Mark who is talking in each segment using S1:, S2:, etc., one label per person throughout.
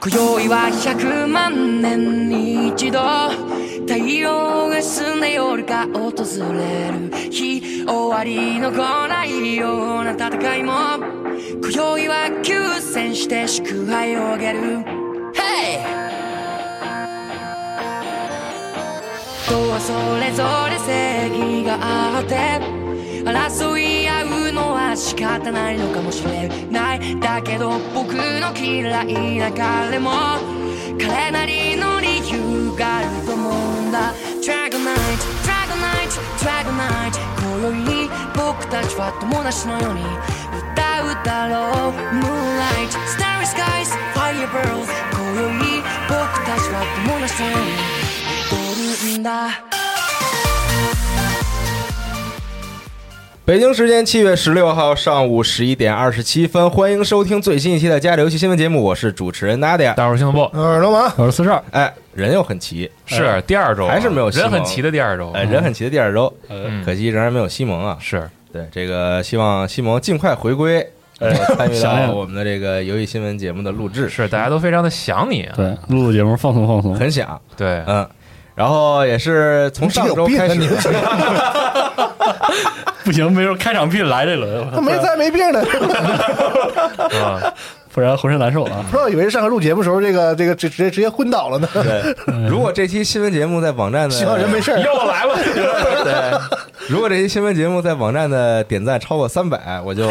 S1: 今宵は100万年に一度太陽が澄んで夜が訪れる日終わりの来ないような戦いも今宵は休戦して祝杯をあげる Hey! 人はそれぞれ正義があって争い合うのは仕方ないのかもしれないだけど僕の嫌いな彼も彼なりの理由があると思うんだ Dragon Knight Dragon Knight Dragon Knight 今宵僕たちは友達のように歌うだろう Moonlight Starry Skies Firebird 今宵僕たちは友達のように踊るんだ
S2: 北京时间七月十六号上午十一点二十七分，欢迎收听最新一期的《家里游戏新闻节目》，我是主持人 Nadia。
S3: 大伙儿行得不？
S4: 我呃是罗马，
S5: 我是四十二，
S2: 哎，人又很齐，
S3: 是第二周啊
S2: 还是没有西蒙
S3: 人很齐的第二周，
S2: 哎，人很齐的第二周，
S3: 嗯
S2: 可惜仍然没有西蒙啊。
S3: 是
S2: 对，这个希望西蒙尽快回归，然后参与
S5: 想念
S2: 到我们的这个游戏新闻节目的录制，
S3: 哎是，大家都非常的想你啊，
S5: 对，录录节目放松放松，
S2: 很想，
S3: 对，
S2: 嗯。然后也是从上周
S4: 你有
S2: 开
S4: 病
S2: 始，
S4: 啊
S5: 不行，没准开场必来这轮，
S4: 你没灾没病的，
S3: 嗯
S5: 不然浑身难受啊
S4: 不。知道以为上回录节目时候，这个这个直直接直接昏倒了呢。
S3: 嗯
S2: 对，如果这期新闻节目在网站的，
S4: 希望人没事儿。
S3: 又来 了，
S2: 对，如果这期新闻节目在网站的点赞超过三百，我 就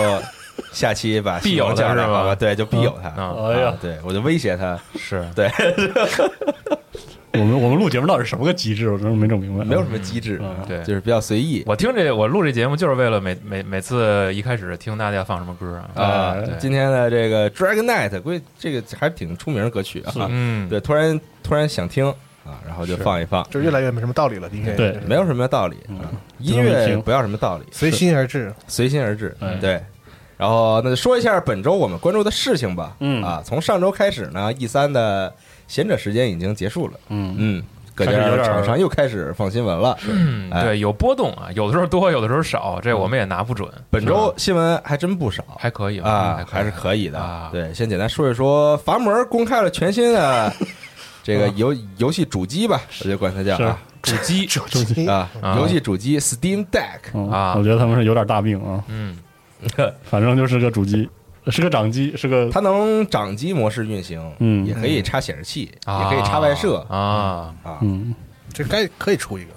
S2: 下期把
S3: 必有
S2: 西蒙叫
S3: 他是
S2: 上，
S3: 吧
S2: 好吧？对，就必有他。
S3: 嗯
S5: 哎呀
S2: 啊，对我就威胁他，
S3: 是
S2: 对，
S5: 我们我们录节目到底是什么个机制，我真是没整明白。
S2: 没有什么机制，啊
S5: 嗯
S3: 对
S2: 就是比较随意
S3: 我听这我录这节目就是为了每每每次一开始听大家放什么歌啊，
S2: 啊
S3: 对。
S2: 今天的这个 Dragon Knight，估计这个还挺出名的歌曲啊，
S3: 嗯，
S2: 对，突然突然想听啊，然后就放一放，
S4: 就是越来越没什么道理了，应该
S5: 对
S2: 没有什么道理啊，音
S5: 嗯就这么一
S2: 乐
S5: 听
S2: 不要什么道理，
S4: 随心而 至。
S2: 随心而至
S5: 哎，
S2: 对。然后那就说一下本周我们关注的事情吧，
S5: 嗯
S2: 啊，从上周开始呢，E 三的闲者时间已经结束了，
S5: 嗯，
S2: 嗯，各
S5: 开始有
S2: 家
S5: 点
S2: 厂商又开始放新闻了，
S3: 嗯，
S2: 哎嗯
S3: 对，有波动啊，有的时候多，有的时候少，这我们也拿不准。
S2: 本周
S3: 是吧
S2: 新闻还真不少，
S3: 还可以吧嗯
S2: 啊，还
S3: 还
S2: 是可以的。
S3: 啊
S2: 对，先简单说一说，阀门公开了全新 的这个游游戏主机吧，我就管它叫啊
S3: 啊主机
S5: 中 间
S4: 哎
S2: 啊
S3: 啊
S2: 游戏主机 Steam Deck
S5: 嗯
S3: 啊
S5: 我觉得他们是有点大病啊，
S3: 嗯，
S5: 反正就是个主机，是个掌机，是个
S2: 它能掌机模式运行，
S5: 嗯
S2: 也可以插显示器，也
S3: 啊
S2: 可以插外设
S3: 啊，
S2: 啊。
S5: 嗯，
S4: 这该可以出一个，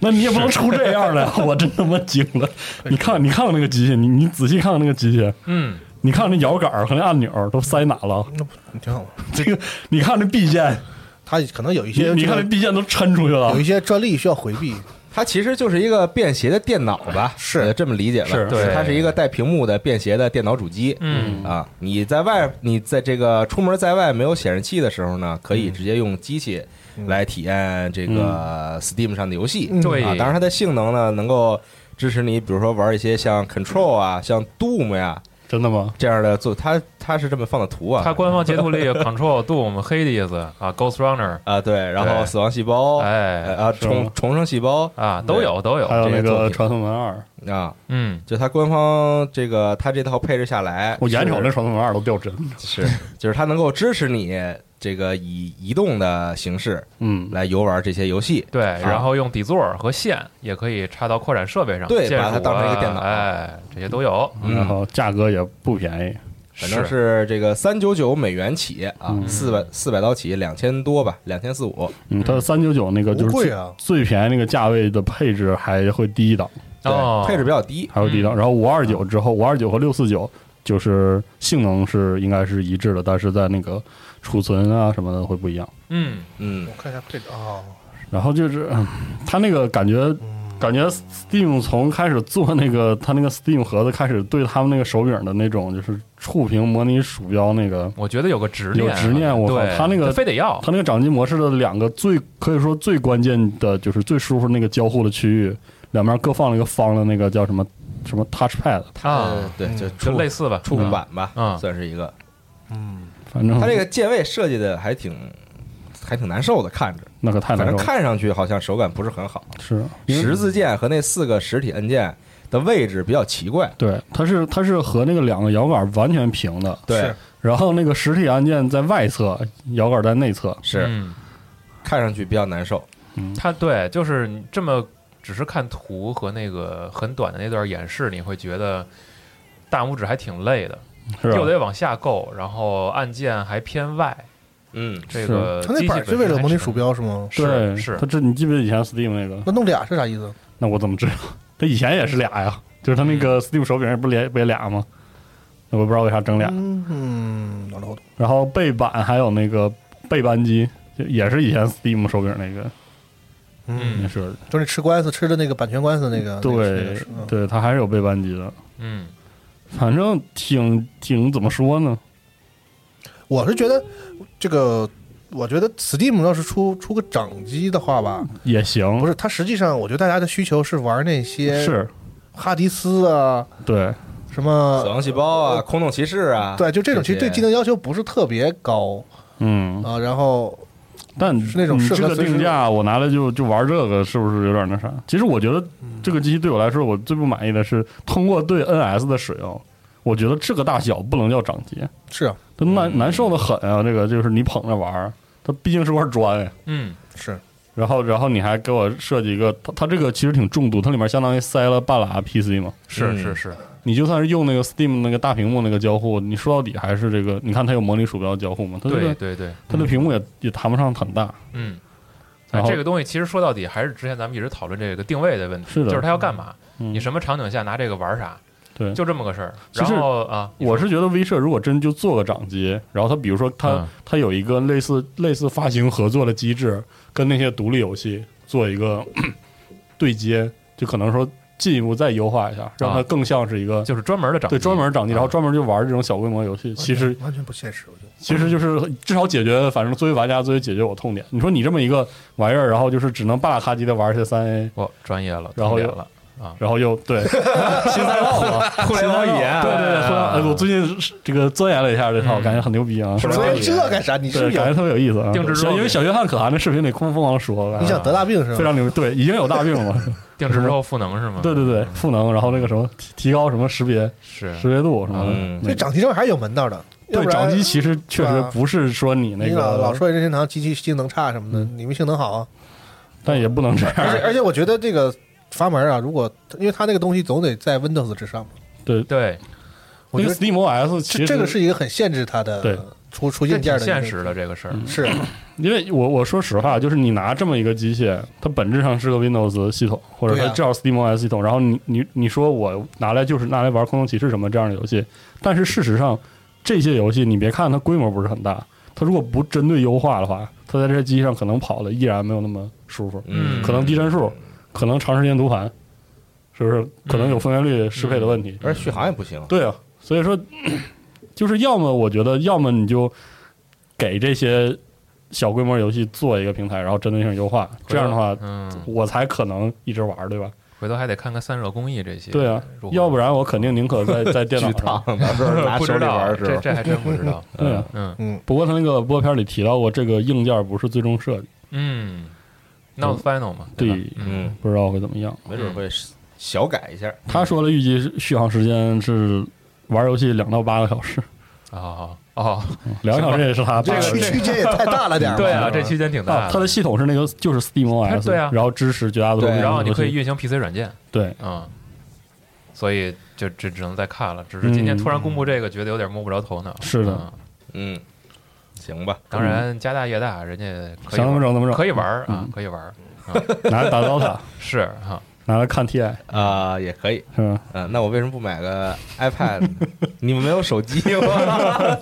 S5: 那你也不能出这样 的呀，我真他妈惊了。你看，你看看那个机器，你你仔细看看那个机器，
S3: 嗯，
S5: 你看看那摇杆儿和那按钮儿都塞哪了？
S4: 那不挺好吗？
S5: 这个，你看那 B 键，
S4: 他可能有一
S5: 你
S4: 些，
S5: 你看那 B 键都抻出去了
S4: 有一，些专利需要回避。
S2: 它其实就是一个便携的电脑吧，
S4: 是
S2: 呃这么理解吧？
S5: 是
S3: 对
S2: 它是一个带屏幕的便携的电脑主机。
S3: 嗯
S2: 啊，你在外，你在这个出门在外没有显示器的时候呢，可以直接用机器来体验这个 Steam 上的游戏。
S4: 嗯
S3: 对
S2: 啊，当然它的性能呢，能够支持你，比如说玩一些像 Control 啊、像 Doom 呀、
S5: 真的吗？
S2: 这样的做，他他是这么放的图啊，
S3: 它官方截图里有 Control Doom 黑的意思啊，Ghost Runner
S2: 啊对，然后
S3: 对
S2: 死亡细胞，
S3: 哎
S2: 呃啊
S5: 是吗
S2: 重重生细胞
S3: 啊都有都
S5: 还
S3: 有，
S5: 有那
S2: 这个作
S5: 个
S2: 品
S5: 《传送门二》，
S2: 啊，
S3: 嗯，
S2: 就他官方这个他这套配置下来，
S5: 我眼瞅
S2: 是
S5: 那《传送门二》都掉帧。
S2: 是，就是它能够支持你这个以移动的形式
S5: 嗯，
S2: 来游玩这些游戏。
S3: 对，然后用底座和线也可以插到扩展设备上，
S2: 对
S3: 键
S2: 把它
S3: 鼠
S2: 当成一个
S3: 啊
S2: 电脑
S3: 哎，这些都有，
S2: 嗯
S5: 然后价格也不便宜。
S2: 反正是这个三九九美元起啊，四百四百刀起，两千多吧，两千四五。
S5: 嗯，它三九九那个就是
S4: 不贵
S5: 最
S4: 啊
S5: 最便宜那个价位的配置还会低一档，
S2: 对
S3: 哦，
S2: 配置比较低。
S5: 还会低一档。然后五二九之后，五二九和六四九就是性能是应该是一致的，但是在那个储存啊什么的会不一样。
S3: 嗯，
S2: 嗯
S4: 我，看一下配置啊，嗯
S5: 然后就是嗯它那个感觉。感觉 Steam 从开始做那个它那个 Steam 盒子开始，对他们那个手柄的那种就是触屏模拟鼠标那个，
S3: 我觉得有个执念啊，
S5: 有执念我靠
S3: 对
S5: 它那个
S3: 非得要，
S5: 它那个掌机模式的两个最可以说最关键的就是最舒服那个交互的区域，两边各放了一个方的那个叫什么什么 touchpad，
S2: 呃
S3: 啊，
S2: 对，就
S3: 就
S2: 触
S3: 类似吧，
S2: 触控板吧，
S3: 嗯
S2: 算是一个。
S5: 反正
S2: 它这个键位设计的还挺还挺难受的，看着，
S5: 那可太
S2: 反
S5: 难
S2: 正
S5: 受了，
S2: 看上去好像手感不是很好。
S5: 是因为
S2: 十字键和那四个实体按键的位置比较奇怪。
S5: 对，它是它是和那个两个摇杆完全平的，
S2: 对
S4: 是，
S5: 然后那个实体按键在外侧，摇杆在内侧，
S2: 是
S3: 嗯，
S2: 看上去比较难受。
S3: 它对，就是你这么只是看图和那个很短的那段演示，你会觉得大拇指还挺累的，
S5: 是啊吧
S3: 又？得往下够，然后按键还偏外，
S2: 嗯，
S3: 这个
S4: 它那板儿是为了模拟鼠，标是吗？
S5: 对，
S3: 是是
S5: 它这你记不记得以前 Steam 那个？
S4: 那弄俩是啥意思？
S5: 那我怎么知道？它以前也是俩呀，就是它那个 Steam 手柄不连不也俩吗？我也不知道为啥整俩。
S4: 嗯，なるほど。
S5: 然后背板还有那个背扳机，就也是以前 Steam 手柄那个，
S4: 嗯，
S5: 也
S3: 嗯
S5: 是
S4: 就是吃官司吃的那个版权官司那个，那个是那个
S5: 对
S4: 是嗯
S5: 对，它还是有背扳机的，
S3: 嗯，
S5: 反正挺挺怎么说呢？
S4: 我是觉得这个，我觉得 Steam 要是出出个掌机的话吧，
S5: 也行，
S4: 不是，它实际上我觉得大家的需求是玩那些
S5: 嗯是，
S4: 哈迪斯啊，
S5: 对，
S4: 什
S2: 死
S4: 么。
S2: 亡细胞啊，空洞骑士啊，
S4: 对，就这种，其实
S2: 这
S4: 对
S2: 些
S4: 技能要求不是特别高
S5: 嗯，
S4: 啊。然后
S5: 但
S4: 是那种
S5: 你
S4: 适合
S5: 这个
S4: 随时
S5: 定价，我拿来就就玩这个，是不是有点那啥？其实我觉得
S4: 嗯
S5: 这个机器对我来说，我最不满意的是通过对 NS 的使用，我觉得这个大小不能叫掌机，
S4: 是啊，
S5: 它难难受的很啊！这个就是你捧着玩儿，它毕竟是块砖呀。
S3: 嗯
S4: 是
S5: 然后，然后你还给我设计一个，它它这个其实挺重度，它里面相当于塞了半拉 PC 嘛。
S3: 是
S2: 嗯
S3: 是是，
S5: 你就算是用那个 Steam 那个大屏幕那个交互，你说到底还是这个，你看它有模拟鼠标交互嘛？它这
S3: 对
S5: 个
S3: 对对，
S5: 它的屏幕也也谈不上很大。
S3: 嗯。哎
S5: 然后
S3: 这个东西其实说到底还是之前咱们一直讨论这个定位的问题，
S5: 是的
S3: 就是它要干嘛，
S5: 嗯
S3: 你什么场景下拿这个玩啥，
S5: 对
S3: 就这么个事儿。
S5: 其
S3: 然
S5: 实
S3: 后啊，你说
S5: 我是觉得威社如果真就做个掌机，然后它比如说它、
S3: 嗯
S5: 它有一个类似类似发行合作的机制，跟那些独立游戏做一个 对接，就可能说进一步再优化一下，让它
S3: 啊
S5: 更像是一个、
S3: 就是专门的掌机，
S5: 对专门掌机，然后
S3: 啊
S5: 专门就玩这种小规模游
S3: 嗯
S5: 戏。其实
S4: 完全不现实，我觉得。
S5: 其实就是至少解决，反正作为玩家，作为解决我痛点。你说你这么一个玩意儿，然后就是只能巴拉咔叽的玩些三 A，
S3: 我专业了，
S5: 然后
S3: 通
S5: 又
S3: 点了，
S5: 然后又 对新赛道嘛，
S2: 互联网语言啊
S5: 对对对，互联网呃我最近是这个钻研了一下这套，
S3: 嗯
S5: 感觉很牛逼啊，
S3: 吧
S4: 所以这干啥？你是不
S5: 对，
S4: 是
S5: 感觉
S4: 有？
S5: 特别有意思啊。
S3: 定制作
S5: 小因为小约翰可汗那视频里疯疯狂说，感觉
S4: 你想得嗯大病是
S5: 非
S4: 吧？
S5: 常牛逼，对，已经有大病了，
S3: 定制之后赋能是吗？
S5: 对对对，赋能，然后那个什么提提高什么识别
S3: 是
S5: 识别度什么的
S2: 嗯，
S5: 那
S4: 这
S5: 个
S4: 掌机上还是有门道的，要
S5: 对
S4: 不然
S5: 掌机其实确
S4: 是
S5: 实
S4: 吧
S5: 不是说你那
S4: 你老老
S5: 个，嗯
S4: 说任天堂机器性能差什么的，你们性能 好啊。
S5: 但也不能这样，
S4: 而且而且，我觉得这个阀门啊，如果因为它那个东西总得在 Windows 之上嘛，
S5: 对。
S3: 对，
S4: 我
S5: 那
S4: 觉
S5: 个
S4: 得
S5: SteamOS 其实
S4: 这这个是一个很限制它
S5: 对
S4: 的出出
S3: 这
S4: 硬件
S3: 挺
S4: 的一个
S3: 现实的这个事儿，
S5: 嗯
S4: 是
S5: 因为我我说实话，就是你拿这么一个机械，它本质上是个 Windows 系统，或者
S4: 对
S5: 它
S4: 啊
S5: 叫 SteamOS 系统，然后你你你说我拿来就是拿来玩《空洞骑士》什么这样的游戏，但是事实上这些游戏你别看它规模不是很大，它如果不针对优化的话，它在这些机器上可能跑的依然没有那么舒服，
S3: 嗯
S5: 可能低帧数，可能长时间读盘，是不是？可能有分辨率适配的问题，
S2: 而且续航也不行。
S5: 对啊，所以说 就是要么我觉得，要么你就给这些小规模游戏做一个平台，然后针对性优化，这样的话，
S3: 嗯，
S5: 我才可能一直玩，对吧？
S3: 回头还得看看散热工艺这些。
S5: 对啊，要不然我肯定宁可在在电
S2: 巨
S5: 脑
S2: 烫
S5: 上。，
S2: 到时候拿
S3: 不
S2: 手
S3: 知
S2: 里玩
S3: 道，
S2: 儿
S3: 这
S2: 是吧？
S3: 这还真不知 道。
S5: 对啊，
S3: 嗯
S4: 嗯，
S5: 不过他那个播片里提到过，这个硬件不是最终设计，
S3: 嗯，Not Final 嘛，吧
S5: 对
S3: 嗯
S2: 嗯，
S5: 不知道会怎么样。
S2: 没准会小改一下。
S5: 他说的预计是续航时间是玩游戏两到八个小时，
S3: 哦 哦，
S5: 两个小时也是他
S4: 这
S5: 八个
S4: 个
S5: 小
S4: 区
S5: 时。
S4: 区间也太大了点儿吧。
S3: 对啊，
S4: 是吧
S3: 这区间挺大
S5: 啊，它的
S3: 的。
S5: 系统是那个就是 Steam
S3: 它
S5: OS，
S3: 对啊
S5: 然后支持绝大多数
S2: 对
S5: 游戏，
S3: 然后你可以运行 PC 软件，
S5: 对，
S3: 嗯，所以就只只能再看了。只是今天突然公布这个，觉得有点摸不着头脑。
S5: 是的
S3: 嗯
S2: 嗯，行吧，
S3: 当然家大业大，人家可以
S5: 嗯想怎么整怎么整，
S3: 可以玩儿啊
S5: 嗯，
S3: 可以玩儿，
S5: 拿来打 DOTA，
S3: 是哈，
S5: 拿来看 TI
S2: 啊，也可以。
S5: 是吧？
S2: 嗯，那我为什么不买个 iPad？呢 你们没有手机吗？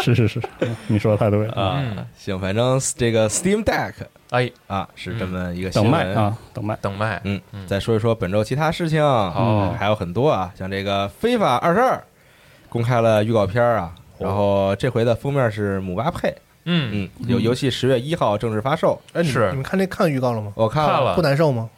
S5: 是是是，嗯你说的太对了。
S2: 啊
S3: 嗯，
S2: 行，反正这个 Steam Deck
S3: 哎，
S2: 啊是这么一个
S5: 等
S2: 新
S5: 卖
S2: 闻。
S5: 啊，等卖，
S3: 等麦，
S2: 嗯
S3: 嗯，
S2: 再说一说本周其他事情，
S3: 好
S2: 还有很多啊，像这个《非法二十二》公开了预告片儿啊，然后这回的封面是姆巴佩，
S3: 哦嗯，
S2: 嗯，有游戏十月一号正式发售，
S4: 哎，你
S3: 是
S4: 你们看这看预告了吗？
S2: 我看
S3: 看了
S4: 不难受吗？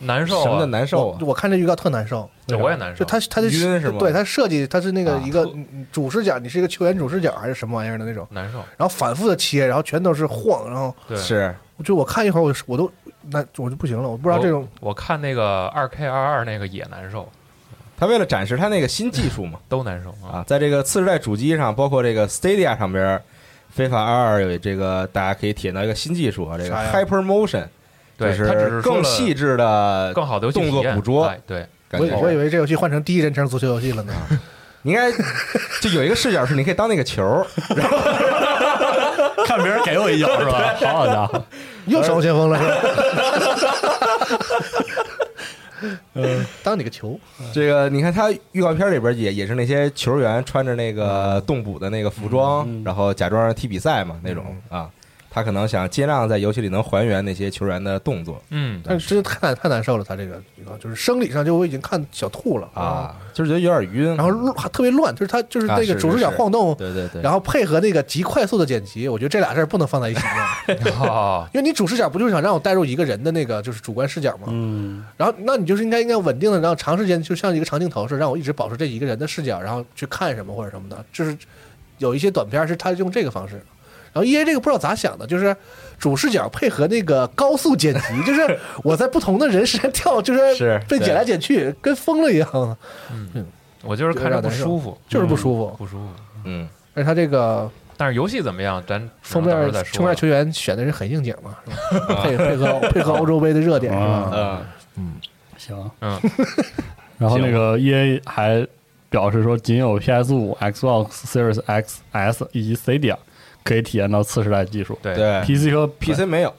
S3: 难受
S2: 什么
S3: 啊
S2: 的，难啊受啊
S4: 我，我看这预告特难受，
S3: 对我也难
S4: 就
S3: 受。
S4: 它它的
S2: 晕是吗
S4: 对它设计它是那个
S2: 啊
S4: 一个嗯主视角，你是一个球员主视角还是什么玩意儿的那种，
S3: 难受，
S4: 然后反复的切，然后全都是晃，然后
S3: 对，
S2: 是
S4: 就我看一会儿我我都那我就不行了，我不
S3: 不
S4: 知道这
S2: 哦
S4: 种。
S3: 我看那个二 K 二二那个也难受，
S2: 他为了展示他那个新技术 嘛
S3: 都难受啊。
S2: 啊，在这个次世代主机上，包括这个 Stadia 上边儿，《非法二二》有这个大家可以体验到一个新技术啊，这个
S4: 啥呀
S2: Hyper Motion 就
S3: 对，他只是说
S2: 更
S3: 了
S2: 细致的
S3: 更好的游戏
S2: 动作
S3: 体验
S2: 捕捉
S3: 哎对，
S2: 感
S4: 我以
S2: 觉。
S4: 我以为这游戏换成第一人称足球游戏了 呢，
S2: 你应该就有一个视角是你可以当那个球儿，
S5: 看别人给我 一脚是吧？好好家伙，
S4: 又守前锋了 是吧？
S5: 嗯，
S4: 呃当你 个球，
S2: 这个你看，他预告片里边也也是那些球员穿着那个
S4: 嗯
S2: 动捕的那个服装，
S5: 嗯嗯
S2: 然后假装踢比赛嘛那种
S4: 嗯
S2: 啊。他可能想尽量在游戏里能还原那些球员的动作
S3: 嗯，
S4: 但是真的太难太难受了，他这个预告就是生理上就我已经看小吐了，
S2: 啊，就是觉得有点晕。
S4: 哦然后乱还特别乱，就是他就是
S2: 啊
S4: 那
S2: 是
S4: 个主视角
S2: 是是
S4: 晃动，
S2: 对对对，
S4: 然后配合那个极快速的剪辑，我觉得这俩事儿不能放在一起 弄，
S3: 哦，
S4: 因为你主视角不就是想让我带入一个人的那个就是主观视角吗？
S5: 嗯，
S4: 然后那你就是应该应该稳定的，然后长时间就像一个长镜头似的，让我一直保持这一个人的视角，然后去看什么或者什么的。就是有一些短片是他用这个方式，然后 E A 这个不知道咋想的，就是主视角配合那个高速剪 辑，就是我在不同的人身上跳，就是
S2: 是
S4: 被剪来剪去，跟疯了一样的，
S3: 我就是看着不舒服，
S4: 就是不舒服。
S3: 不舒服。
S2: 嗯，
S4: 而且他这个
S3: 但是游戏怎么样，咱
S4: 封
S3: 到时候
S4: 面
S3: 再
S4: 封
S3: 说
S4: 面球
S3: 吧。
S4: 员选的是很应景嘛，是吧？配 配合配合欧洲杯的热点是吧？
S2: 呃，
S5: 行，
S3: 嗯，
S5: 然后那个 E A 还表示说，仅有 P S 五、Xbox Series X S 以及 C D a 可以体验到次世代技术
S3: 对
S2: 对
S5: ，P C 和
S2: P C 没有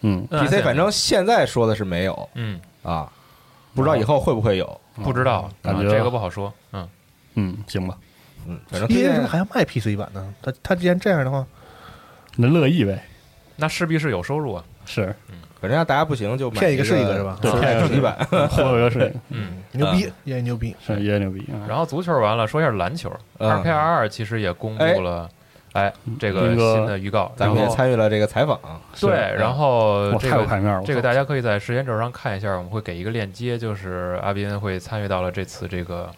S5: 嗯，
S3: 嗯
S2: ，P C 反正现在说的是没有
S3: 嗯，
S2: 啊，不知道以后会不会有。
S3: 不知道，
S5: 感
S3: 啊
S5: 觉
S3: 这个不好说。嗯，
S5: 嗯，行吧，
S2: 嗯，反正推
S4: 因呃
S2: 荐
S4: 为什么还要卖 PC 版呢？他他既然这样的话，
S5: 那乐意呗，
S3: 那势必是有收入啊。
S5: 是，
S2: 反正要大家不行就买
S4: 骗一个是一
S2: 个
S4: 个是吧
S2: 次世代主机版。
S5: 霍格是
S3: 嗯，
S4: 牛逼也牛逼。
S5: 是也牛逼啊。
S3: 然后足球完了，说一下篮球。
S2: 嗯
S3: 二 K 二二其实也公布了，哎，这个
S5: 那个
S3: 新的预告，
S2: 咱们也
S4: 哦
S3: 然后
S2: 参与了这个采访，
S3: 对，
S5: 是嗯
S3: 然后
S5: 我
S3: 这
S5: 太有
S3: 个
S5: 牌面了，
S3: 这个
S5: 大
S3: 大家可以在时间轴上看一下，我们会给一个链接，就是阿斌会参与到了这次这个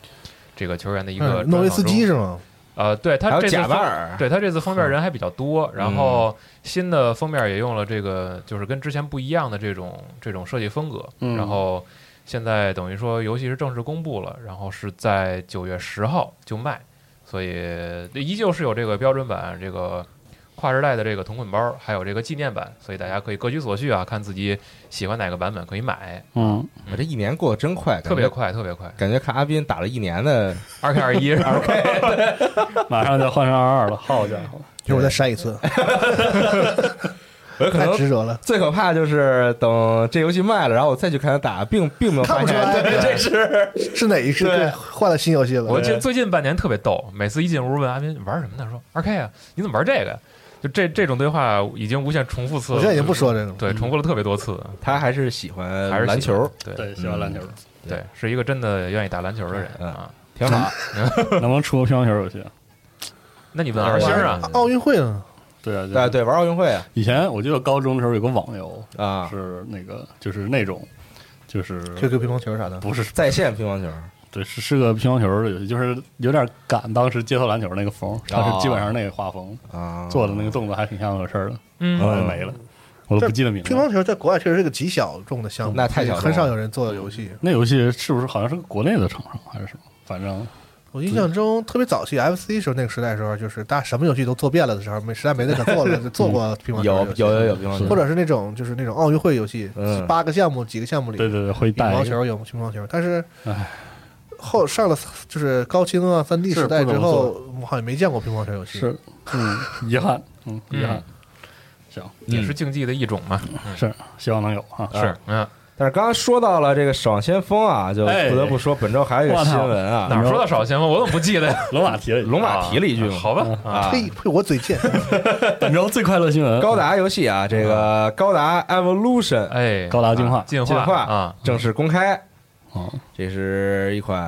S3: 这个球员的一个
S4: 嗯诺维斯基
S3: 专访中
S4: 是吗？
S3: 呃，对
S2: 还
S3: 他
S2: 有
S3: 这次
S2: 贾巴
S3: 封
S2: 尔，
S3: 对他这次封面人还比较多，然后新的封面也用了这个，就是跟之前不一样的这种这种设计风格。
S5: 嗯
S3: 然后现在等于说游戏是正式公布了，然后是在九月十号就卖，所以依旧是有这个标准版这个。跨时代的这个同捆包，还有这个纪念版，所以大家可以各取所需啊，看自己喜欢哪个版本可以买，
S5: 嗯，
S2: 我这一年过得真快，
S3: 特
S2: 感觉。
S3: 别快，特别快。
S2: 感觉看阿斌打了一年的，
S3: 二 K 二一，二 K
S5: 马上就要换成二二了，好家伙，
S4: 一会儿我再筛一次，
S2: 我可
S4: 太
S2: 能
S4: 执着了。
S2: 最可怕就是等这游戏卖了，然后我再去看他打，并并没有
S4: 看
S2: 发
S4: 不
S2: 现
S4: 出来
S2: 对
S4: 对
S2: 这是
S4: 是哪一
S2: 对
S4: 个换了新游戏了？
S3: 我记得最近半年特别逗，每次一进屋问阿斌玩什么呢，说二 K 啊，你怎么玩这个呀？就这这种对话已经无限重复次了，
S4: 我现在已经不说这个了。
S3: 对，重复了特别多次，
S2: 他还是喜欢
S3: 还是喜欢
S2: 篮球，，
S3: 对
S5: 对，喜欢篮球，
S3: 对，是一个真的愿意打篮球的人
S2: 嗯
S3: 啊。
S2: 挺好。
S5: 能不能出个乒乓球游戏？啊
S3: 那
S2: 嗯
S3: 你问二星啊，
S4: 奥运会呢？
S5: 对啊，
S2: 对，对，玩奥运会啊
S5: 以前我记得高中的时候有个网游
S2: 啊
S5: 是那个就是那种就是
S4: 就个乒乓球啥的。
S5: 不是
S2: 在线乒乓球，
S5: 对是是个乒乓球的游戏，就是有点赶当时街头篮球那个风，它是基本上那个画风
S2: 啊，
S5: 做的那个动作还挺像个事儿的，
S3: 嗯
S5: 后来没了，我都不记得名字
S4: 乒。乓球在国外确实是个极小众的项目，
S2: 那太小众了
S4: 很少有人做的游戏。
S5: 那游戏是不是好像是个国内的厂商还是什么？反正
S4: 我印象中特别早期 FC 时候那个时代的时候，就是大家什么游戏都做遍了的时候，没实在没那可做了，就做过乒乓球
S2: 有
S4: 游戏
S2: 有有有乒乓球，
S4: 或者是那种就是那种奥运会游戏
S2: 嗯，
S4: 八个项目几个项目里，
S5: 对对对，会
S4: 羽
S5: 带
S4: 毛球有乒乓球，但是
S5: 唉
S4: 后上了就是高清啊三 D
S5: 是
S4: 时代
S5: 不
S4: 之
S5: 怎么
S4: 后，我好像没见过乒乓球游戏。
S5: 是嗯 遗憾嗯遗憾，行
S2: 嗯
S3: 也是竞技的一种嘛，
S5: 是希望能有啊
S3: 是嗯，
S2: 但是刚刚说到了这个《守望先锋》啊，就
S5: 哎
S2: 不得不说，本周还有一个
S5: 我操
S2: 新闻
S3: 嗯哪
S2: 啊，
S3: 儿说到少先锋，我怎么不记得呀？
S5: 罗马提了一句
S2: 龙马提了一句嘛，
S3: 好吧，啊，
S2: 啊，
S4: 呸呸！我嘴贱，
S5: 本周最快乐新闻
S2: 高达游戏啊，这个高达 Evolution
S3: 哎，
S5: 高达进化
S3: 啊进
S2: 进化
S3: 啊，
S2: 正式公开，
S5: 啊，
S2: 这是一款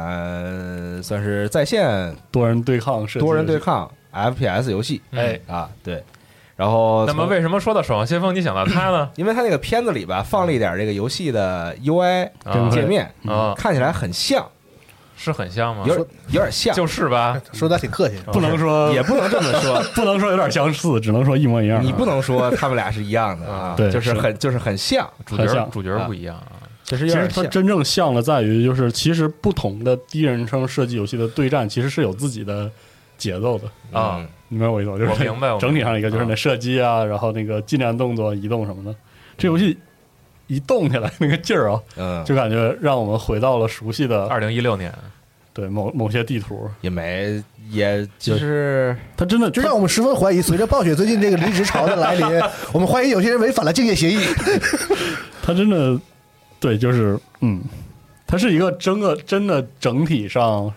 S2: 呃算是在线
S5: 多人对抗射击
S2: 多人对
S5: 游戏
S2: 抗 FPS 游戏
S3: 哎，
S2: 啊，对。然后
S3: 那
S2: 从，
S3: 么为什么说到守望先锋，你想到他呢？
S2: 因为它那个片子里吧，放了一点这个游戏的 UI
S3: 啊
S2: 界面，
S3: 啊，
S2: 看起来很像，
S3: 是很像吗？
S2: 有点有点像，
S3: 嗯就是吧，
S4: 说的挺客气。
S5: 不能说
S2: 啊也不能这么说，
S5: 不能说有点相似，只能说一模一样啊。
S2: 你不能说他们俩是一样的啊，
S5: 对
S2: 就是
S5: 是
S2: 很就是很像，
S3: 主
S5: 很
S3: 角
S5: 像
S3: 主角不一样啊，
S2: 就是
S5: 其
S2: 有
S5: 实
S2: 点
S5: 它
S2: 像。
S5: 真正像的在于，就是其实不同的第一人称射击游戏的对战，其实是有自己的节奏的。
S3: 啊
S2: 嗯，
S5: 你明白我意思吗？就是
S3: 我明白我明白
S5: 整体上一个就是
S3: 啊
S5: 你射击啊，然后那个近战动作、移动什么的，这游戏一动起来那个劲儿啊，
S2: 嗯，
S5: 就感觉让我们回到了熟悉的
S3: 二零一六年，
S5: 对某某些地图。
S2: 也没，也就是
S5: 它真的
S4: 就让我们十分怀疑，随着暴雪最近这个离职潮的来临， 我们怀疑有些人违反了竞业协议。
S5: 它真的对，就是嗯，它是一个真的真的整体上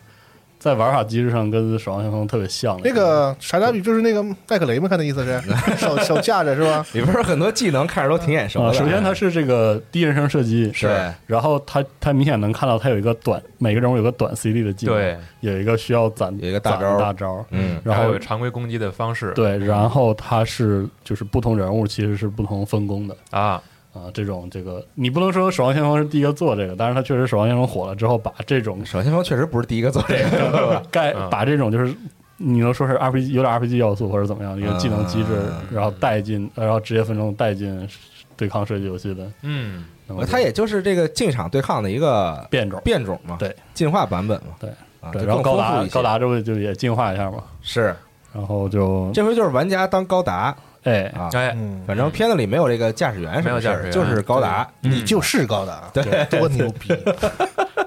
S5: 在玩法机制上跟《守望先锋》特别像的
S4: 那个啥傻比就是那个麦克雷吗？看那意思是手手架着是吧？
S2: 里边有很多技能看着都挺眼熟
S5: 啊，
S2: 的。
S5: 首先它是这个第一人称射击，
S2: 是
S5: 然后它它明显能看到它有一个短，每个人物有个短 CD 的技能，
S3: 对，
S5: 有一个需要攒
S2: 有一个大
S5: 攒
S2: 招
S5: 大招，
S2: 嗯
S5: 然
S3: 还
S5: 后
S3: 有常规攻击的方式，
S5: 对，然后它是就是不同人物其实是不同分工的。
S3: 啊，
S5: 啊，这种这个你不能说《守望先锋》是第一个做这个，但是它确实《守望先锋》火了之后，把这种
S2: 守望先锋确实不是第一个做这个的，是吧
S5: 该
S3: 嗯
S5: 把这种就是你能说是 RPG 有点 RPG 要素或者怎么样的一个技能机制，
S2: 嗯
S5: 然后带进，然后职业分众带进对抗射击游戏的，
S3: 嗯，
S5: 那么
S2: 呃
S5: 就
S2: 它也就是这个竞场对抗的一个
S5: 变种。
S2: 变种嘛，
S5: 对，
S2: 进化版本嘛，
S5: 对
S2: 啊，
S5: 对，
S2: 就
S5: 然后
S2: 更
S5: 高
S2: 丰
S5: 达
S2: 富一些
S5: 高达这不就也进化一下嘛，
S2: 是
S5: 然后就
S2: 这回就是玩家当高达
S5: 哎，
S2: 啊，
S3: 哎，
S4: 嗯，
S2: 反正片子里没有这个驾驶员什
S3: 没有
S2: 么事
S3: 驾驶
S2: 儿，
S3: 员
S2: 就是高达，
S4: 你
S3: 嗯
S4: 就是 高达，对，多牛逼！